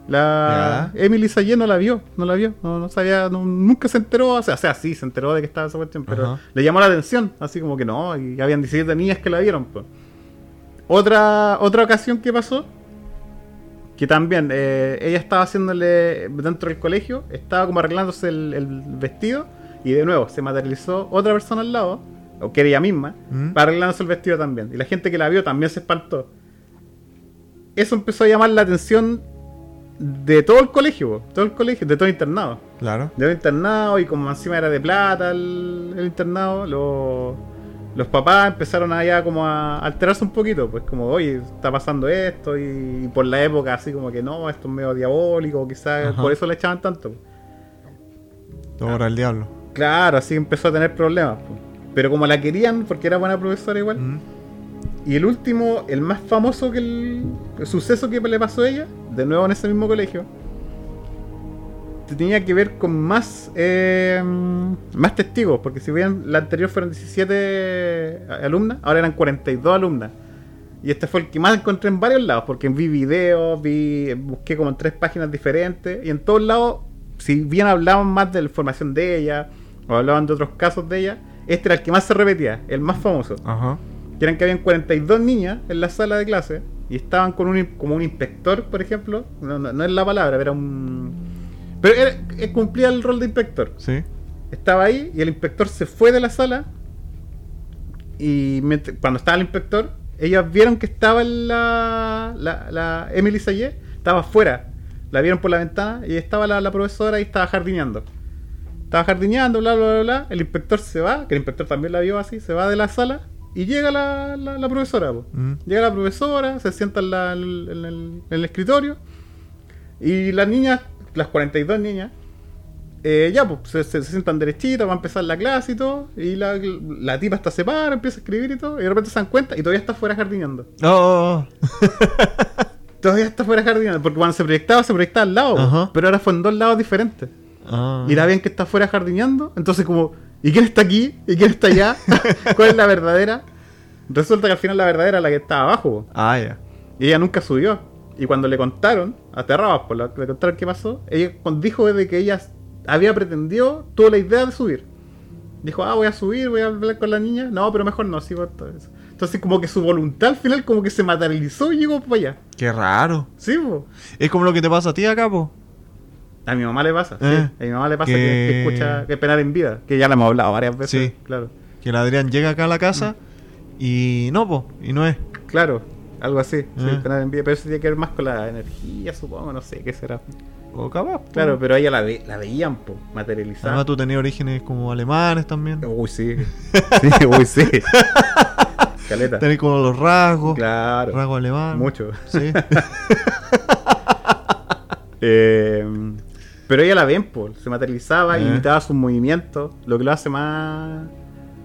[SPEAKER 4] La Emily Sayé no la vio, no la vio, no, no sabía, no- nunca se enteró, o sea, o sea, sí se enteró de que estaba esa cuestión, pero
[SPEAKER 1] Ajá.
[SPEAKER 4] le llamó la atención, así como que no, y habían 17 niñas que la vieron. po. Otra, otra ocasión que pasó, que también eh, ella estaba haciéndole dentro del colegio, estaba como arreglándose el, el vestido, y de nuevo se materializó otra persona al lado, o que era ella misma,
[SPEAKER 1] Mm.
[SPEAKER 4] arreglándose el vestido también, y la gente que la vio también se espantó eso empezó a llamar la atención de todo el colegio, po, todo el colegio, de todo el internado.
[SPEAKER 1] Claro.
[SPEAKER 4] De todo el internado, y como encima era de plata el, el internado, lo- los papás empezaron allá como a alterarse un poquito, pues como, oye, está pasando esto, y, por la época así como que no, esto es medio diabólico, quizás
[SPEAKER 1] Ajá.
[SPEAKER 4] por eso le echaban tanto. po.
[SPEAKER 1] Todo para el diablo.
[SPEAKER 4] Claro, así empezó a tener problemas. po. Pero como la querían, porque era buena profesora igual,
[SPEAKER 1] Mm.
[SPEAKER 4] Y el último, el más famoso que el, el suceso que le pasó a ella, de nuevo en ese mismo colegio, tenía que ver con más eh, más testigos, porque si bien la anterior fueron 17 alumnas, ahora eran 42 alumnas. Y este fue el que más encontré en varios lados, porque vi videos, vi busqué como en tres páginas diferentes, y en todos lados, si bien hablaban más de la información de ella, o hablaban de otros casos de ella, este era el que más se repetía, el más famoso
[SPEAKER 1] Ajá.
[SPEAKER 4] que eran que habían 42 niñas en la sala de clase y estaban con un, in- como un inspector, por ejemplo. No, no- no es la palabra, pero era un. Pero era- eh, cumplía el rol de inspector.
[SPEAKER 1] Sí.
[SPEAKER 4] Estaba ahí y el inspector se fue de la sala. Y mientras- cuando estaba el inspector, ellas vieron que estaba la, la, la Emily Sayé, estaba afuera. La vieron por la ventana y estaba la, la profesora y estaba jardineando. Estaba jardineando, bla, bla, bla, bla. El inspector se va, que el inspector también la vio así, se va de la sala Y llega la, la- la profesora. po.
[SPEAKER 1] Mm.
[SPEAKER 4] Llega la profesora, se sienta en, la- en el- en el- en el escritorio. Y las niñas, las 42 niñas, eh, ya pues se, se- se sientan derechitas, va a empezar la clase y todo. Y la, la tipa está se para, empieza a escribir y todo. Y de repente se dan cuenta y todavía está fuera jardineando.
[SPEAKER 1] Oh,
[SPEAKER 4] Todavía está fuera jardineando. Porque cuando se proyectaba, se proyectaba al lado. po.
[SPEAKER 1] Ajá.
[SPEAKER 4] Pero ahora fue en dos lados diferentes.
[SPEAKER 1] ah.
[SPEAKER 4] Y la ven que está fuera jardineando. Entonces, como, ¿y quién está aquí? ¿Y quién está allá? ¿Cuál es la verdadera? Resulta que al final la verdadera es la que estaba abajo. po.
[SPEAKER 1] Ah, ya.
[SPEAKER 4] Y ella nunca subió. Y cuando le contaron, aterradas por lo le contaron qué pasó, ella con- dijo de que ella había pretendido, tuvo la idea de subir. Dijo, ah, voy a subir, voy a hablar con la niña. No, pero mejor no, sigo todo eso. Entonces, como que su voluntad al final, como que se materializó y llegó para allá.
[SPEAKER 1] Qué raro.
[SPEAKER 4] Sí, po.
[SPEAKER 1] Es como lo que te pasa a ti acá, po.
[SPEAKER 4] A mi mamá le pasa, sí.
[SPEAKER 1] Eh,
[SPEAKER 4] A mi mamá le pasa que,
[SPEAKER 1] que-
[SPEAKER 4] que escucha que penar en vida, que ya la hemos hablado varias veces.
[SPEAKER 1] Sí.
[SPEAKER 4] Claro,
[SPEAKER 1] Que el Adrián llega acá a la casa
[SPEAKER 4] Mm.
[SPEAKER 1] y no, po. Y no es.
[SPEAKER 4] claro, algo así. sí,
[SPEAKER 1] Eh.
[SPEAKER 4] penar en vida, pero eso tiene que ver más con la energía, supongo, no sé qué será.
[SPEAKER 1] O capaz, po.
[SPEAKER 4] Claro, pero a ella la, ve- la veían, po,
[SPEAKER 1] Además,
[SPEAKER 4] materializada.
[SPEAKER 1] tú tenías orígenes como alemanes también.
[SPEAKER 4] Uy, sí. Sí, uy, sí. Caleta.
[SPEAKER 1] Tenés como los rasgos.
[SPEAKER 4] Claro.
[SPEAKER 1] Rasgos alemanes.
[SPEAKER 4] Mucho.
[SPEAKER 1] Sí.
[SPEAKER 4] Eh, pero ella la ven, po, se materializaba,
[SPEAKER 1] Eh.
[SPEAKER 4] imitaba sus movimientos, lo que lo hace más,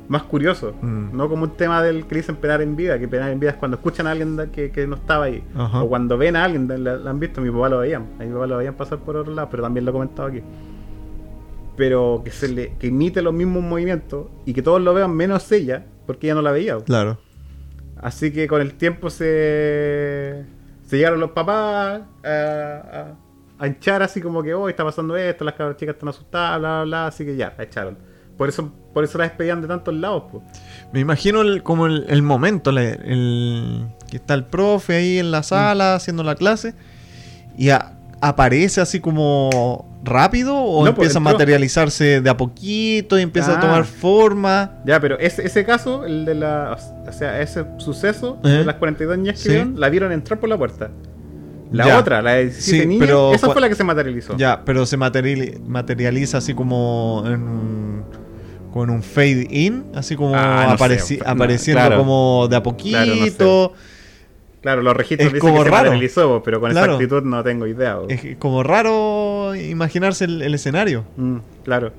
[SPEAKER 4] más curioso.
[SPEAKER 1] Mm.
[SPEAKER 4] No como un tema del que dicen penar en vida, que penar en vida es cuando escuchan a alguien da- que, que no estaba ahí.
[SPEAKER 1] Ajá.
[SPEAKER 4] O cuando ven a alguien, da- la, la han visto, mi papá lo veían, a mi papá lo veían pasar por otro lado, pero también lo he comentado aquí. Pero que se le, que imite los mismos movimientos y que todos lo vean menos ella, porque ella no la veía. po.
[SPEAKER 1] claro.
[SPEAKER 4] Así que con el tiempo se, se llegaron los papás a, a- a hinchar así como que hoy está pasando esto, las cabras chicas están asustadas, bla, bla, bla, así que ya, la echaron. Por eso, por eso la despedían de tantos lados, pues.
[SPEAKER 1] Me imagino el- como el, el momento, la- el, que está el profe ahí
[SPEAKER 4] Mm.
[SPEAKER 1] en la sala haciendo la clase y a- aparece así como rápido o
[SPEAKER 4] No, pues,
[SPEAKER 1] empieza a
[SPEAKER 4] entró.
[SPEAKER 1] materializarse de a poquito y empieza a
[SPEAKER 4] Ah.
[SPEAKER 1] tomar forma.
[SPEAKER 4] Ya, pero ese, ese caso, el de la. O sea, ese suceso,
[SPEAKER 1] Ajá.
[SPEAKER 4] de las 42 niñas que
[SPEAKER 1] Sí.
[SPEAKER 4] vieron, la vieron entrar por la puerta. La
[SPEAKER 1] Ya.
[SPEAKER 4] otra, la de 17
[SPEAKER 1] Sí,
[SPEAKER 4] niñas,
[SPEAKER 1] pero
[SPEAKER 4] esa
[SPEAKER 1] cua-
[SPEAKER 4] fue la que se materializó.
[SPEAKER 1] Ya, pero se materiali- materializa así como en un, con un fade in, así como
[SPEAKER 4] Ah, no sé,
[SPEAKER 1] apareci-
[SPEAKER 4] no,
[SPEAKER 1] apareciendo
[SPEAKER 4] claro.
[SPEAKER 1] como de a
[SPEAKER 4] Claro, no sé.
[SPEAKER 1] poquito.
[SPEAKER 4] Claro, los registros
[SPEAKER 1] Es
[SPEAKER 4] dicen
[SPEAKER 1] como
[SPEAKER 4] que se
[SPEAKER 1] raro.
[SPEAKER 4] materializó, pero con
[SPEAKER 1] Claro.
[SPEAKER 4] exactitud no tengo idea. bo.
[SPEAKER 1] Es como raro imaginarse el- el escenario.
[SPEAKER 4] Mm, claro.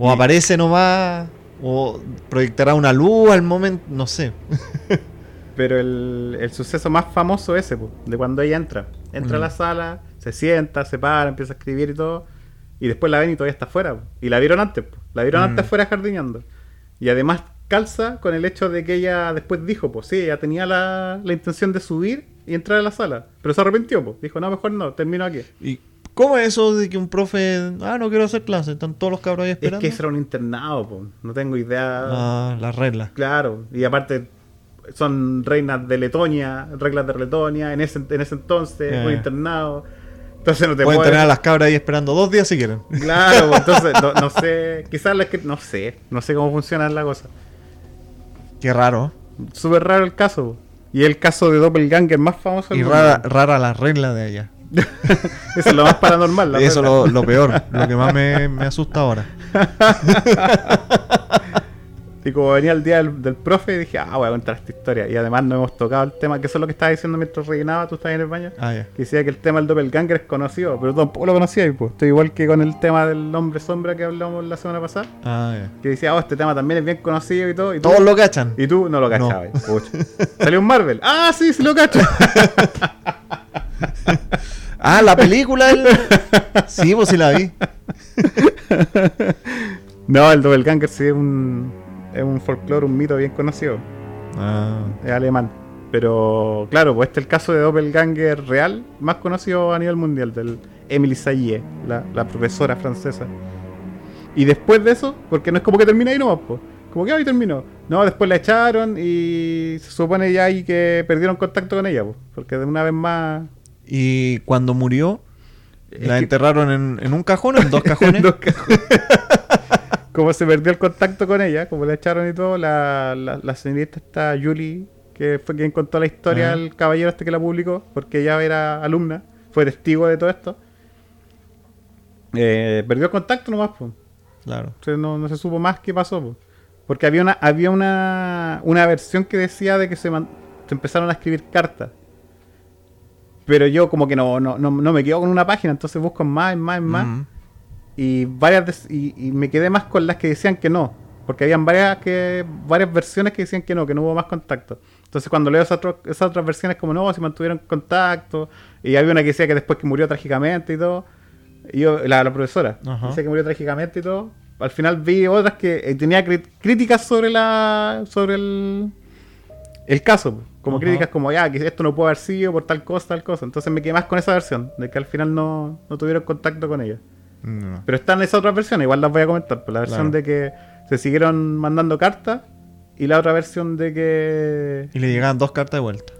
[SPEAKER 1] O aparece nomás. O proyectará una luz al momento. No sé.
[SPEAKER 4] Pero el, el suceso más famoso ese, po, de cuando ella entra. Entra a la sala, se sienta, se para, empieza a escribir y todo. Y después la ven y todavía está afuera. po. Y la vieron antes, po. la vieron antes afuera jardineando. Y además calza con el hecho de que ella después dijo, pues sí, ella tenía la, la intención de subir y entrar a la sala. Pero se arrepintió, pues. Dijo, no, mejor no, termino aquí.
[SPEAKER 1] ¿Y cómo es eso de que un profe. Ah, no quiero hacer clase. Están todos los cabros ahí
[SPEAKER 4] Es
[SPEAKER 1] esperando.
[SPEAKER 4] que eso era un internado, po. no tengo idea.
[SPEAKER 1] Ah, las reglas.
[SPEAKER 4] Claro, y aparte son reinas de Letonia, reglas de Letonia, en ese, en ese entonces,
[SPEAKER 1] Ya,
[SPEAKER 4] un
[SPEAKER 1] ya.
[SPEAKER 4] internado. Entonces no te
[SPEAKER 1] Ah. Pueden
[SPEAKER 4] puedes-
[SPEAKER 1] tener a las cabras ahí esperando dos días si quieren.
[SPEAKER 4] Claro, pues, entonces no, no sé, quizás la que no sé, no sé cómo funciona la cosa.
[SPEAKER 1] Qué raro.
[SPEAKER 4] Súper raro el caso. po. Y el caso de Doppelganger más famoso del
[SPEAKER 1] Y
[SPEAKER 4] mundo.
[SPEAKER 1] rara, rara las reglas de allá.
[SPEAKER 4] Eso es lo más paranormal. la
[SPEAKER 1] eso es
[SPEAKER 4] verdad.
[SPEAKER 1] lo, lo peor. lo que más me, me asusta ahora.
[SPEAKER 4] Y como venía el día del, del profe, dije, ah, voy a contar esta historia. Y además no hemos tocado el tema, que eso es lo que estaba diciendo mientras rellenaba, tú estabas en el baño.
[SPEAKER 1] Ah, ya.
[SPEAKER 4] Que decía que el tema del doppelganger es conocido, pero tampoco lo conocía y pues estoy igual que con el tema del hombre sombra que hablamos la semana pasada,
[SPEAKER 1] Ah, ya.
[SPEAKER 4] que decía, oh, este tema también es bien conocido y todo, y tú,
[SPEAKER 1] Todos lo cachan.
[SPEAKER 4] y tú no lo
[SPEAKER 1] No.
[SPEAKER 4] cachabas. pucha. Salió un Marvel, ah, sí, sí lo cacho.
[SPEAKER 1] Ah, la película. el- Sí, pues sí la vi.
[SPEAKER 4] no, el doppelganger sí es un, es un folclore, un mito bien conocido,
[SPEAKER 1] Ah,
[SPEAKER 4] es alemán. Pero claro, pues este es el caso de doppelganger real, más conocido a nivel mundial, del Emily Sayé, la, la profesora francesa. Y después de eso, porque no es como que termina ahí nomás, po. Como que ahí terminó. No, después la echaron y se supone ya ahí que perdieron contacto con ella, po. Porque de una vez más.
[SPEAKER 1] Y cuando murió,
[SPEAKER 4] Es
[SPEAKER 1] la
[SPEAKER 4] que-
[SPEAKER 1] enterraron en, en un cajón o en dos cajones.
[SPEAKER 4] Dos cajones. como se perdió el contacto con ella, como la echaron y todo, la, la, la señorita esta Julie, que fue quien contó la historia
[SPEAKER 1] Ah.
[SPEAKER 4] al caballero este que la publicó, porque ella era alumna, fue testigo de todo esto. Eh, perdió el contacto nomás, pues.
[SPEAKER 1] Claro.
[SPEAKER 4] O sea, no, no se supo más qué pasó. po. Porque había una, había una, una versión que decía de que se, man- se empezaron a escribir cartas. Pero yo como que no, no, no, no me quedo con una página, entonces busco en más, en más, en más.
[SPEAKER 1] Mm.
[SPEAKER 4] Y varias des- y, y me quedé más con las que decían que no. Porque habían varias que varias versiones que decían que no, que no hubo más contacto. Entonces cuando leo esas, otro- esas otras versiones como no, si mantuvieron contacto. Y había una que decía que después que murió trágicamente y todo. Y yo, la, la profesora.
[SPEAKER 1] Ajá.
[SPEAKER 4] Decía que murió trágicamente y todo. Al final vi otras que eh, tenía cri- críticas sobre la. sobre el. el caso. Como
[SPEAKER 1] Ajá.
[SPEAKER 4] críticas como ya, que esto no puede haber sido por tal cosa, tal cosa. Entonces me quedé más con esa versión, de que al final no, no tuvieron contacto con ella.
[SPEAKER 1] No.
[SPEAKER 4] Pero están esas otras versiones, igual las voy a comentar. pues, la
[SPEAKER 1] Claro.
[SPEAKER 4] versión de que se siguieron mandando cartas y la otra versión de que.
[SPEAKER 1] Y le llegaban dos cartas de vuelta.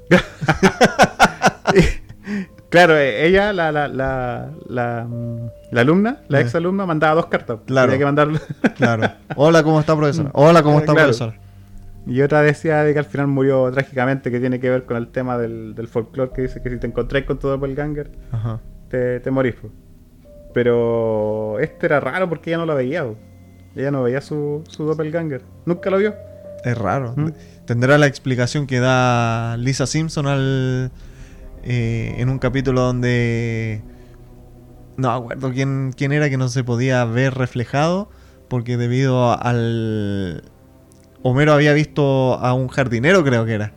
[SPEAKER 4] Claro, eh, ella, la, la, la, la, mm, la alumna, la
[SPEAKER 1] Ya.
[SPEAKER 4] ex alumna, mandaba dos cartas.
[SPEAKER 1] Eh.
[SPEAKER 4] pues,
[SPEAKER 1] Claro.
[SPEAKER 4] Tenía que mandar...
[SPEAKER 1] Claro. Hola, ¿cómo está, profesora? Hola, ¿cómo está,
[SPEAKER 4] Mm. Eh, Claro.
[SPEAKER 1] profesora?
[SPEAKER 4] y otra decía de que al final murió trágicamente, que tiene que ver con el tema del, del folclore, que dice que si te encontrás con tu doppelganger,
[SPEAKER 1] Ajá.
[SPEAKER 4] te, te morís. po. Pero este era raro porque ella no la veía. po. Ella no veía su, su doppelganger. Nunca lo vio.
[SPEAKER 1] Es raro.
[SPEAKER 4] ¿Mm?
[SPEAKER 1] Tendrá la explicación que da Lisa Simpson al eh, en un capítulo donde no acuerdo quién, quién era que no se podía ver reflejado porque debido al Homero había visto a un jardinero creo que era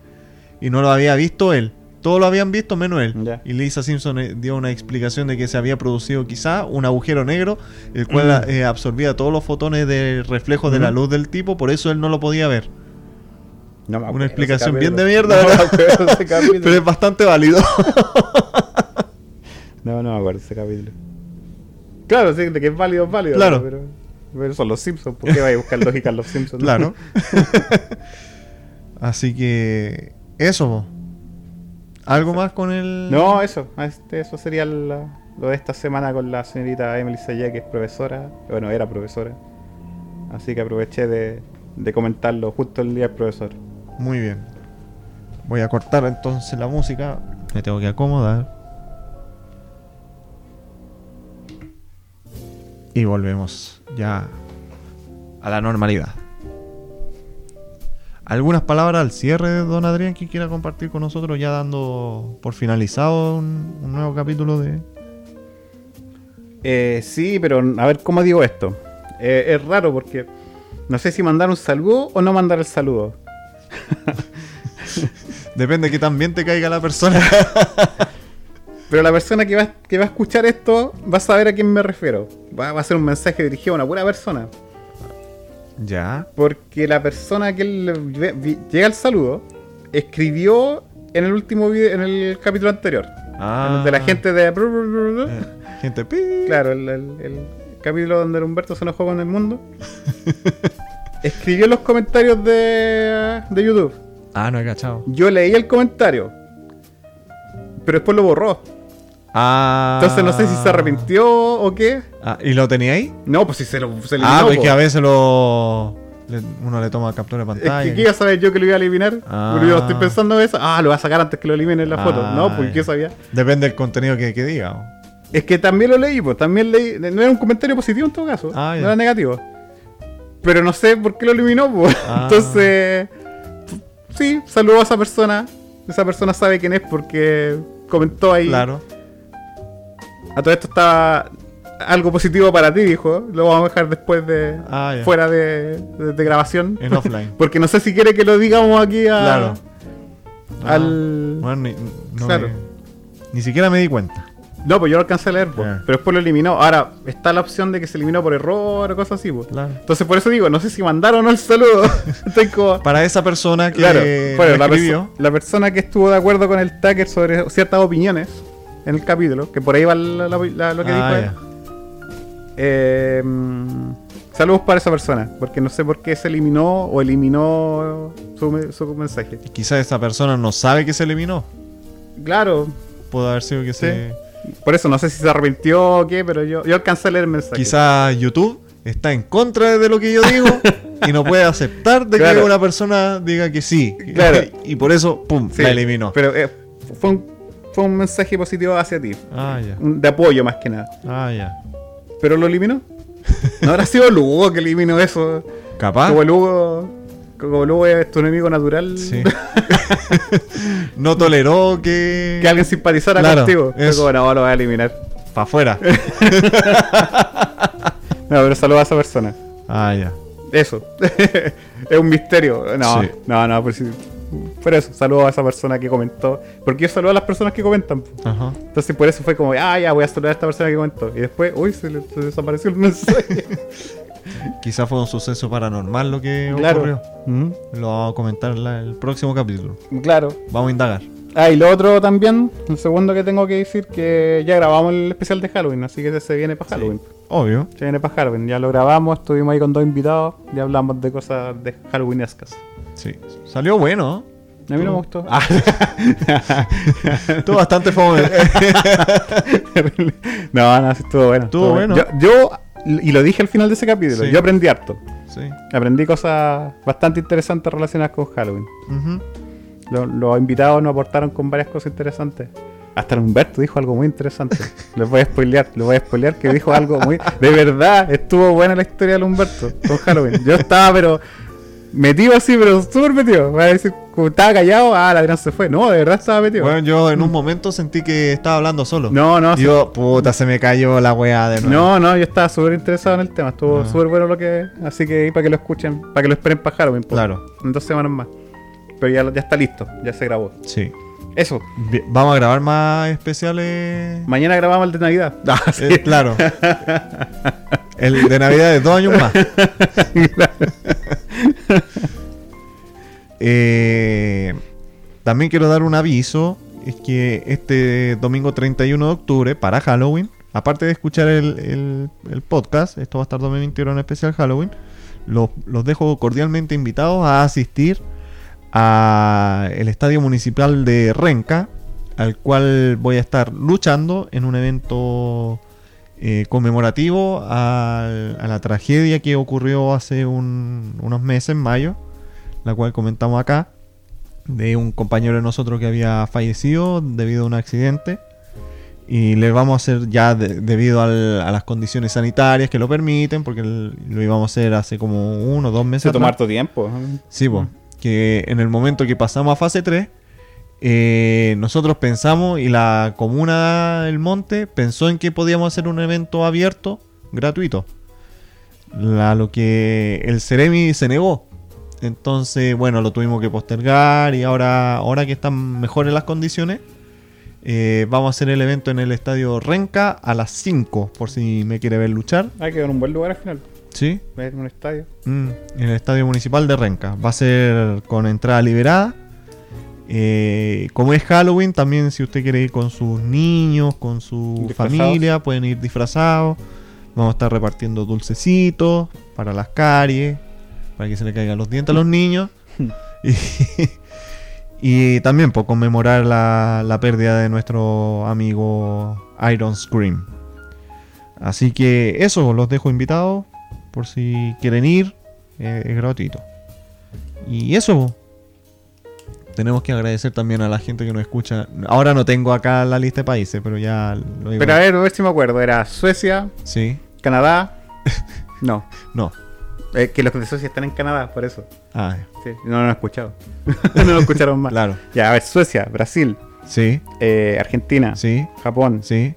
[SPEAKER 1] y no lo había visto él. Todos lo habían visto menos él.
[SPEAKER 4] Ya.
[SPEAKER 1] Y Lisa Simpson eh, dio una explicación de que se había producido quizá un agujero negro, el
[SPEAKER 4] Mm.
[SPEAKER 1] cual eh, absorbía todos los fotones de reflejo de la
[SPEAKER 4] Ujú.
[SPEAKER 1] luz del tipo, por eso él no lo podía ver.
[SPEAKER 4] No me
[SPEAKER 1] Una
[SPEAKER 4] acuerdo
[SPEAKER 1] explicación
[SPEAKER 4] ese
[SPEAKER 1] bien de
[SPEAKER 4] capítulo.
[SPEAKER 1] mierda,
[SPEAKER 4] No me
[SPEAKER 1] ¿verdad?
[SPEAKER 4] acuerdo ese Este capítulo.
[SPEAKER 1] Pero es bastante válido.
[SPEAKER 4] No, no me acuerdo ese capítulo. Claro, sí, de que es válido, es válido.
[SPEAKER 1] Claro.
[SPEAKER 4] ¿no? Pero, pero son los Simpsons. ¿Por qué vais a buscar lógica en los Simpsons? no?
[SPEAKER 1] Claro. Así que eso. po. ¿Algo más con el
[SPEAKER 4] No, eso. este- eso sería la- lo de esta semana con la señorita Emily Sayé, que es profesora. Bueno, era profesora. Así que aproveché de, de comentarlo justo el día del profesor.
[SPEAKER 1] Muy bien. Voy a cortar entonces la música. Me tengo que acomodar. Y volvemos ya a la normalidad. ¿Algunas palabras al cierre de don Adrián que quiera compartir con nosotros ya dando por finalizado un, un nuevo capítulo de...
[SPEAKER 4] Eh, sí, pero a ver cómo digo esto. Eh, es raro porque no sé si mandar un saludo o no mandar el saludo.
[SPEAKER 1] Depende que también te caiga la persona.
[SPEAKER 4] Pero la persona que va, que va a escuchar esto va a saber a quién me refiero. Va, va a ser un mensaje dirigido a una buena persona.
[SPEAKER 1] ya.
[SPEAKER 4] Porque la persona que le- ve- vi- llega al saludo escribió en el último video, en el capítulo anterior. En el de la
[SPEAKER 1] Ah.
[SPEAKER 4] gente de.
[SPEAKER 1] Eh, gente... pi.
[SPEAKER 4] Claro, el, el- el capítulo donde el Humberto se enojó con el mundo. Escribió en los comentarios de, de YouTube.
[SPEAKER 1] Ah, no he cachado.
[SPEAKER 4] Yo leí el comentario. Pero después lo borró.
[SPEAKER 1] Ah.
[SPEAKER 4] Entonces no sé si se arrepintió o qué.
[SPEAKER 1] Ah, ¿Y lo tenía ahí?
[SPEAKER 4] No, pues si se lo se
[SPEAKER 1] Ah,
[SPEAKER 4] eliminó,
[SPEAKER 1] pues
[SPEAKER 4] po.
[SPEAKER 1] que a veces lo. le- uno le toma captura de pantalla.
[SPEAKER 4] Es que ¿qué iba a saber yo que lo iba a eliminar?
[SPEAKER 1] Ah. Ah,
[SPEAKER 4] Pero yo estoy pensando eso. Ah, lo va a sacar antes que lo eliminen la foto. No,
[SPEAKER 1] Ay.
[SPEAKER 4] pues yo sabía.
[SPEAKER 1] Depende del contenido que, que diga.
[SPEAKER 4] Es que también lo leí, pues también leí. No era un comentario positivo en todo caso.
[SPEAKER 1] Ah, ya.
[SPEAKER 4] No era negativo. Pero no sé por qué lo eliminó, pues.
[SPEAKER 1] Ah.
[SPEAKER 4] Entonces. Sí, saludó a esa persona. Esa persona sabe quién es porque comentó ahí.
[SPEAKER 1] Claro.
[SPEAKER 4] A todo esto está algo positivo para ti, dijo. Lo vamos a dejar después de.
[SPEAKER 1] Ah, ya.
[SPEAKER 4] fuera de, de- de grabación.
[SPEAKER 1] En offline.
[SPEAKER 4] Porque no sé si quiere que lo digamos aquí a-
[SPEAKER 1] Claro.
[SPEAKER 4] al-
[SPEAKER 1] Ah, bueno, ni, no
[SPEAKER 4] Claro.
[SPEAKER 1] me- ni siquiera me di cuenta.
[SPEAKER 4] No, pues yo lo alcancé a leer, po,
[SPEAKER 1] Ya.
[SPEAKER 4] pero después lo eliminó. Ahora, está la opción de que se eliminó por error o cosas así, po.
[SPEAKER 1] Claro.
[SPEAKER 4] Entonces, por eso digo, no sé si mandaron o no el saludo. Estoy como-
[SPEAKER 1] Para esa persona que
[SPEAKER 4] Claro, bueno,
[SPEAKER 1] lo
[SPEAKER 4] la, perso-
[SPEAKER 1] escribió.
[SPEAKER 4] la persona que estuvo de acuerdo con el Tucker sobre ciertas opiniones en el capítulo, que por ahí va la- la- la- lo que
[SPEAKER 1] Ah,
[SPEAKER 4] dijo él. Eh, mm, saludos para esa persona, porque no sé por qué se eliminó o eliminó su, me- su mensaje.
[SPEAKER 1] ya. Quizás esa persona no sabe que se eliminó.
[SPEAKER 4] Claro,
[SPEAKER 1] Puede haber sido que se.
[SPEAKER 4] por eso no sé si se arrepintió o qué, pero yo, yo alcancé a leer el mensaje.
[SPEAKER 1] Quizás YouTube está en contra de lo que yo digo y no puede aceptar de que
[SPEAKER 4] Claro.
[SPEAKER 1] una persona diga que sí.
[SPEAKER 4] Claro.
[SPEAKER 1] y por eso, pum,
[SPEAKER 4] Sí,
[SPEAKER 1] la eliminó.
[SPEAKER 4] Pero eh, fue, un, fue un mensaje positivo hacia ti,
[SPEAKER 1] Ah, ya.
[SPEAKER 4] un- de apoyo más que nada.
[SPEAKER 1] Ah, ya.
[SPEAKER 4] Pero lo eliminó. No habrá sido Lugo que eliminó eso.
[SPEAKER 1] Capaz.
[SPEAKER 4] Como el Hugo. Como el Hugo es tu enemigo natural.
[SPEAKER 1] Sí. no toleró que.
[SPEAKER 4] Que alguien simpatizara
[SPEAKER 1] Claro,
[SPEAKER 4] contigo. Fue
[SPEAKER 1] eso.
[SPEAKER 4] como, no, lo voy a eliminar.
[SPEAKER 1] Para afuera.
[SPEAKER 4] No, pero saluda a esa persona.
[SPEAKER 1] ah, ya.
[SPEAKER 4] Eso. es un misterio. No,
[SPEAKER 1] Sí.
[SPEAKER 4] no, no, pero sí. Pero eso, saludo a esa persona que comentó. Porque yo saludo a las personas que comentan. po.
[SPEAKER 1] Ajá.
[SPEAKER 4] Entonces por eso fue como, ah, ya voy a saludar a esta persona que comentó. Y después, uy, se le se desapareció el mensaje.
[SPEAKER 1] Quizá fue un suceso paranormal lo que
[SPEAKER 4] Claro. Mm.
[SPEAKER 1] ocurrió. Lo vamos a comentar en la- el próximo capítulo.
[SPEAKER 4] claro.
[SPEAKER 1] Vamos a indagar.
[SPEAKER 4] Ah, y lo otro también, el segundo que tengo que decir, que ya grabamos el especial de Halloween, así que ese se viene para Halloween.
[SPEAKER 1] Obvio.
[SPEAKER 4] Se viene para Halloween, ya lo grabamos, estuvimos ahí con dos invitados y hablamos de cosas de Halloweenescas.
[SPEAKER 1] Sí. Salió bueno. ¿no?
[SPEAKER 4] A mí no me gustó. Ah,
[SPEAKER 1] Estuvo bastante fome.
[SPEAKER 4] no, no, sí estuvo bueno.
[SPEAKER 1] Estuvo
[SPEAKER 4] Yo, yo- y lo dije al final de ese capítulo,
[SPEAKER 1] Sí.
[SPEAKER 4] yo aprendí harto.
[SPEAKER 1] sí.
[SPEAKER 4] Aprendí cosas bastante interesantes relacionadas con Halloween.
[SPEAKER 1] Ujú.
[SPEAKER 4] Lo- los invitados nos aportaron con varias cosas interesantes. Hasta el Humberto dijo algo muy interesante. Les voy a spoilear, les voy a spoilear que dijo algo muy. De verdad, estuvo buena la historia del Humberto con Halloween. Yo estaba, pero. Metido así, pero súper metido. Va a decir, como estaba callado, ah, la Adrián se fue. No, de verdad estaba metido.
[SPEAKER 1] Bueno, yo en un momento sentí que estaba hablando solo.
[SPEAKER 4] no, no, sí.
[SPEAKER 1] Yo, puta, se me cayó la weá de nuevo.
[SPEAKER 4] no, no, yo estaba súper interesado en el tema. Estuvo
[SPEAKER 1] Ah.
[SPEAKER 4] súper bueno lo que. Así que ahí para que lo escuchen, para que lo esperen para Halloween. po.
[SPEAKER 1] Claro.
[SPEAKER 4] En dos semanas más. Pero ya, lo- ya está listo, ya se grabó.
[SPEAKER 1] Sí.
[SPEAKER 4] Eso,
[SPEAKER 1] Bien, Vamos a grabar más especiales.
[SPEAKER 4] mañana grabamos el de Navidad. Ah, sí.
[SPEAKER 1] Eh, claro. El de Navidad de dos años más. Eh, también quiero dar un aviso. Es que este domingo 31 de octubre, para Halloween, aparte de escuchar el, el- el podcast, esto va a estar domingo 21 en especial Halloween, los, los dejo cordialmente invitados a asistir a el Estadio Municipal de Renca, al cual voy a estar luchando en un evento eh, conmemorativo al- a, la tragedia que ocurrió hace un- unos meses, en mayo, la cual comentamos acá, de un compañero de nosotros que había fallecido debido a un accidente. Y le vamos a hacer ya de- debido al- a las condiciones sanitarias que lo permiten, porque el- lo íbamos a hacer hace como uno o dos meses.
[SPEAKER 4] Se toma
[SPEAKER 1] atrás.
[SPEAKER 4] harto tiempo.
[SPEAKER 1] Sí, po. que en el momento que pasamos a fase 3, nosotros pensamos y la comuna del monte pensó en que podíamos hacer un evento abierto, gratuito. A lo que el Ceremi se negó. Entonces, bueno, lo tuvimos que postergar y ahora, ahora que están mejores las condiciones, eh, vamos a hacer el evento en el estadio Renca a las 5, por si me quiere ver luchar.
[SPEAKER 4] Hay que ver un buen lugar al final.
[SPEAKER 1] Sí,
[SPEAKER 4] Es un estadio.
[SPEAKER 1] Mm, en el Estadio Municipal de Renca. Va a ser con entrada liberada. Eh, como es Halloween, también si usted quiere ir con sus niños, con su
[SPEAKER 4] Disfrazados.
[SPEAKER 1] familia, pueden ir disfrazados. Vamos a estar repartiendo dulcecitos para las caries, para que se le caigan los dientes a los niños. y, y también por conmemorar la, la pérdida de nuestro amigo Iron Scream. Así que eso, los dejo invitados por si quieren ir, eh, es gratuito. Y eso, po. tenemos que agradecer también a la gente que nos escucha. Ahora no tengo acá la lista de países, pero ya lo digo.
[SPEAKER 4] Pero a ver, a ver si me acuerdo. Era Suecia,
[SPEAKER 1] Sí,
[SPEAKER 4] Canadá. No.
[SPEAKER 1] no.
[SPEAKER 4] Eh, que los de Suecia están en Canadá, por eso.
[SPEAKER 1] Ah,
[SPEAKER 4] Sí, no lo han escuchado. no lo escucharon más.
[SPEAKER 1] claro.
[SPEAKER 4] Ya, a ver, Suecia, Brasil,
[SPEAKER 1] Sí,
[SPEAKER 4] eh, Argentina,
[SPEAKER 1] sí,
[SPEAKER 4] Japón,
[SPEAKER 1] sí,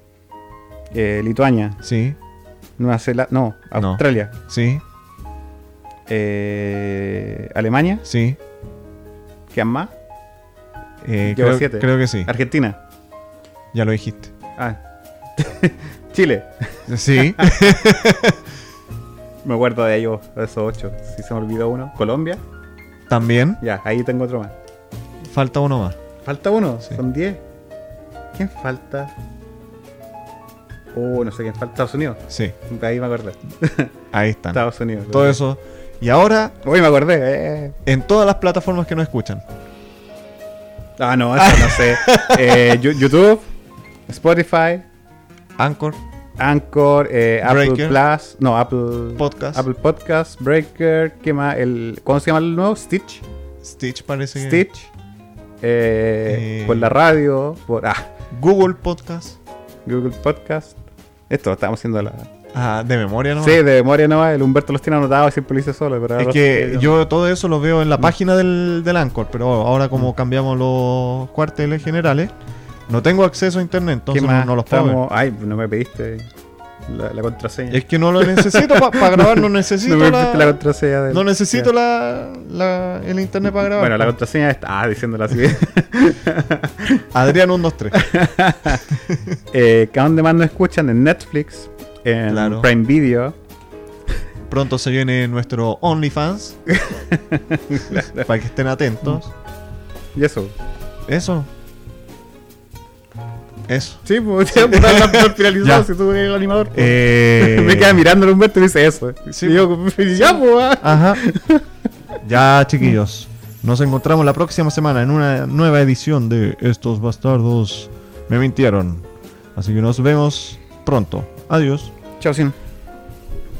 [SPEAKER 4] eh, Lituania,
[SPEAKER 1] sí,
[SPEAKER 4] Nueva Zelanda. No,
[SPEAKER 1] No.
[SPEAKER 4] Australia,
[SPEAKER 1] sí,
[SPEAKER 4] eh, Alemania,
[SPEAKER 1] sí.
[SPEAKER 4] ¿qué más?
[SPEAKER 1] Eh,
[SPEAKER 4] Llevo
[SPEAKER 1] creo,
[SPEAKER 4] siete.
[SPEAKER 1] creo que sí.
[SPEAKER 4] Argentina.
[SPEAKER 1] Ya lo dijiste.
[SPEAKER 4] Ah. Chile.
[SPEAKER 1] Sí,
[SPEAKER 4] Me acuerdo de ellos, de esos ocho. Si se me olvidó uno. Colombia.
[SPEAKER 1] también.
[SPEAKER 4] Ya, ahí tengo otro más.
[SPEAKER 1] Falta uno más.
[SPEAKER 4] Falta uno,
[SPEAKER 1] Sí.
[SPEAKER 4] son 10. ¿Quién falta? Oh, no sé quién falta. Estados Unidos.
[SPEAKER 1] Sí,
[SPEAKER 4] De ahí me acordé.
[SPEAKER 1] ahí están.
[SPEAKER 4] Estados Unidos.
[SPEAKER 1] Todo eso. Y ahora,
[SPEAKER 4] Uy, me acordé. eh.
[SPEAKER 1] en todas las plataformas que nos escuchan.
[SPEAKER 4] Ah, no, eso no sé. Eh, Yu- YouTube, Spotify,
[SPEAKER 1] Anchor,
[SPEAKER 4] Anchor, eh, Apple
[SPEAKER 1] Breaker.
[SPEAKER 4] Plus. No, Apple
[SPEAKER 1] Podcast.
[SPEAKER 4] Apple Podcast, Breaker. ¿Qué más? El, ¿Cómo se llama el nuevo? Stitch.
[SPEAKER 1] Stitch parece que...
[SPEAKER 4] Stitch. Eh,
[SPEAKER 1] Eh.
[SPEAKER 4] Por la radio. Por ah,
[SPEAKER 1] Google Podcast.
[SPEAKER 4] Google Podcast. Esto lo estamos haciendo la.
[SPEAKER 1] Ah, de memoria, ¿no?
[SPEAKER 4] Sí, de memoria nomás, el Humberto los tiene anotados y siempre lo hice solo. Pero
[SPEAKER 1] Es
[SPEAKER 4] ahora-
[SPEAKER 1] que yo todo eso lo veo en la página del, del Anchor, pero ahora
[SPEAKER 4] Mm.
[SPEAKER 1] como cambiamos los cuarteles generales, no tengo acceso a internet,
[SPEAKER 4] ¿Qué
[SPEAKER 1] entonces no,
[SPEAKER 4] más?
[SPEAKER 1] no los puedo ver.
[SPEAKER 4] Estamos- Ay, no me pediste la, la contraseña.
[SPEAKER 1] Es que no lo necesito para grabar, no necesito
[SPEAKER 4] no me
[SPEAKER 1] la,
[SPEAKER 4] pediste la contraseña del-
[SPEAKER 1] no necesito la, la- el internet para grabar.
[SPEAKER 4] Bueno, la contraseña está. Ah, diciéndola así.
[SPEAKER 1] Adrián 123.
[SPEAKER 4] eh, ¿A dónde más nos escuchan? En Netflix, en
[SPEAKER 1] Claro.
[SPEAKER 4] Prime Video.
[SPEAKER 1] Pronto se viene nuestro OnlyFans. Para que estén atentos.
[SPEAKER 4] Y eso.
[SPEAKER 1] Eso. Eso.
[SPEAKER 4] Sí, pues ya pues, la- la
[SPEAKER 2] Ya.
[SPEAKER 4] finalizado si tú eres el animador. pues.
[SPEAKER 2] Eh,
[SPEAKER 4] Me queda mirando el Humberto y dice eso.
[SPEAKER 1] Sí,
[SPEAKER 4] y yo, ya, pues. ah.
[SPEAKER 1] Ajá. Ya, chiquillos. Nos encontramos la próxima semana en una nueva edición de Estos Bastardos Me Mintieron. Así que nos vemos pronto. Adiós.
[SPEAKER 4] Chao, Sin.